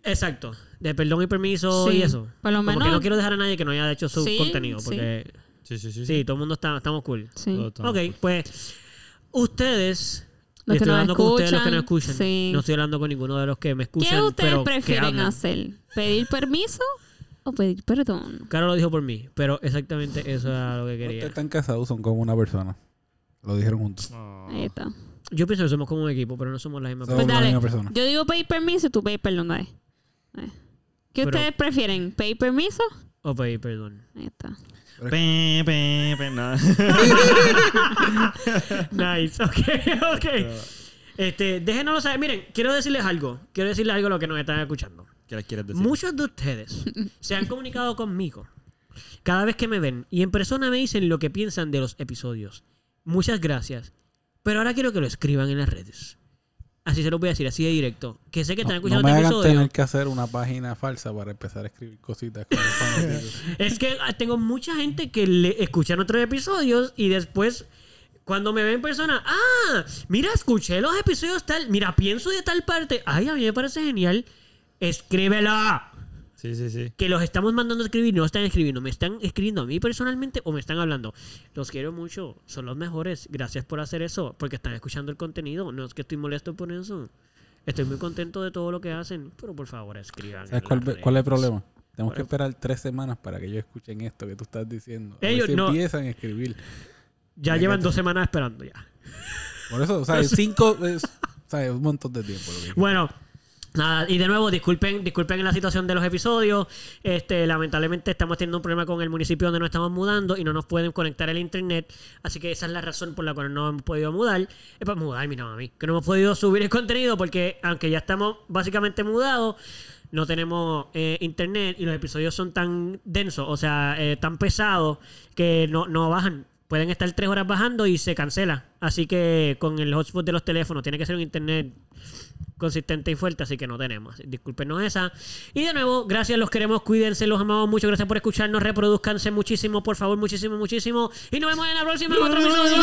Speaker 2: Exacto. De perdón y permiso
Speaker 4: Sí,
Speaker 2: y eso.
Speaker 4: por lo
Speaker 2: Como
Speaker 4: menos-
Speaker 2: que no quiero dejar a nadie que no haya hecho su
Speaker 4: Sí,
Speaker 2: contenido.
Speaker 4: sí.
Speaker 2: Porque.
Speaker 1: Sí, sí,
Speaker 2: Sí. todo el mundo está, estamos cool.
Speaker 4: Sí.
Speaker 1: Todo está
Speaker 2: ok,
Speaker 1: bien.
Speaker 2: pues. Ustedes.
Speaker 4: Los
Speaker 2: y
Speaker 4: que
Speaker 2: estoy
Speaker 4: nos
Speaker 2: hablando con ustedes, los que no
Speaker 4: escuchan,
Speaker 2: escuchan.
Speaker 4: sí.
Speaker 2: No estoy hablando con ninguno de los que me escuchan.
Speaker 4: ¿Qué ustedes
Speaker 2: pero que
Speaker 4: prefieren
Speaker 2: hablan.
Speaker 4: hacer? ¿Pedir permiso o pedir perdón?
Speaker 2: Caro lo dijo por mí, pero exactamente eso era lo que
Speaker 3: Ustedes
Speaker 2: quería.
Speaker 3: están casados, son como una persona. Lo dijeron juntos.
Speaker 2: Oh,
Speaker 4: Ahí está.
Speaker 2: Yo pienso que somos como un equipo, pero no somos la misma
Speaker 3: Son
Speaker 4: Pues
Speaker 3: una
Speaker 4: dale.
Speaker 3: misma persona.
Speaker 4: Yo digo pedir permiso y tú pedir perdón. dale. Eh. ¿Qué
Speaker 2: Pero-
Speaker 4: ustedes prefieren? ¿Pedir permiso?
Speaker 2: O pedir perdón.
Speaker 4: Ahí está.
Speaker 1: Pe, pe, pe, nada.
Speaker 2: Nice, (laughs) ok, ok. Este, déjenoslo saber. Miren, quiero decirles algo. Quiero decirles algo a los que nos están escuchando.
Speaker 1: ¿Qué les quieres decir?
Speaker 2: Muchos de ustedes se han comunicado conmigo cada vez que me ven y en persona me dicen lo que piensan de los episodios. Muchas gracias. Pero ahora quiero que lo escriban en las redes. Así se lo voy a decir, así de directo. Que sé que están
Speaker 3: No,
Speaker 2: escuchando
Speaker 3: no me
Speaker 2: este
Speaker 3: hagan
Speaker 2: episodio.
Speaker 3: tener que hacer una página falsa para empezar a escribir cositas.
Speaker 2: (laughs)
Speaker 3: Con los fanáticos.
Speaker 2: Es que ah, tengo mucha gente que le escuchan otros episodios y después, cuando me ven en persona, ah, mira, escuché los episodios tal, mira, pienso de tal parte, ay, a mí me parece genial, escríbela.
Speaker 1: Sí, sí, sí.
Speaker 2: Que los estamos mandando a escribir, no están escribiendo, me están escribiendo a mí personalmente o me están hablando. Los quiero mucho, son los mejores, gracias por hacer eso, porque están escuchando el contenido, no es que estoy molesto por eso. Estoy muy contento de todo lo que hacen, pero por favor escriban.
Speaker 3: ¿Sabes
Speaker 2: en
Speaker 3: cuál,
Speaker 2: las
Speaker 3: ve- cuál es
Speaker 2: redes.
Speaker 3: el problema? Tenemos que esperar tres semanas para que ellos escuchen esto que tú estás diciendo. A ver
Speaker 2: Ellos
Speaker 3: si
Speaker 2: no.
Speaker 3: empiezan a escribir.
Speaker 2: Ya
Speaker 3: Me
Speaker 2: llevan
Speaker 3: encanta.
Speaker 2: dos semanas esperando ya.
Speaker 3: Por eso, o sea, es cinco, es, o sea, es un montón de tiempo. lo que-
Speaker 2: Bueno, nada, y de nuevo, disculpen, disculpen la situación de los episodios. Este, lamentablemente estamos teniendo un problema con el municipio donde nos estamos mudando y no nos pueden conectar al internet. Así que esa es la razón por la cual no hemos podido mudar. Es para mudar, mira, mami. Que no hemos podido subir el contenido porque, aunque ya estamos básicamente mudados, no tenemos eh, internet y los episodios son tan densos, o sea, eh, tan pesados que no, no bajan. Pueden estar tres horas bajando y se cancela. Así que con el hotspot de los teléfonos tiene que ser un internet consistente y fuerte, así que no tenemos. Discúlpenos esa. Y de nuevo, gracias, los queremos, cuídense, los amamos mucho, gracias por escucharnos, reproduzcanse muchísimo, por favor, muchísimo, muchísimo. Y nos vemos en la próxima en otro episodio.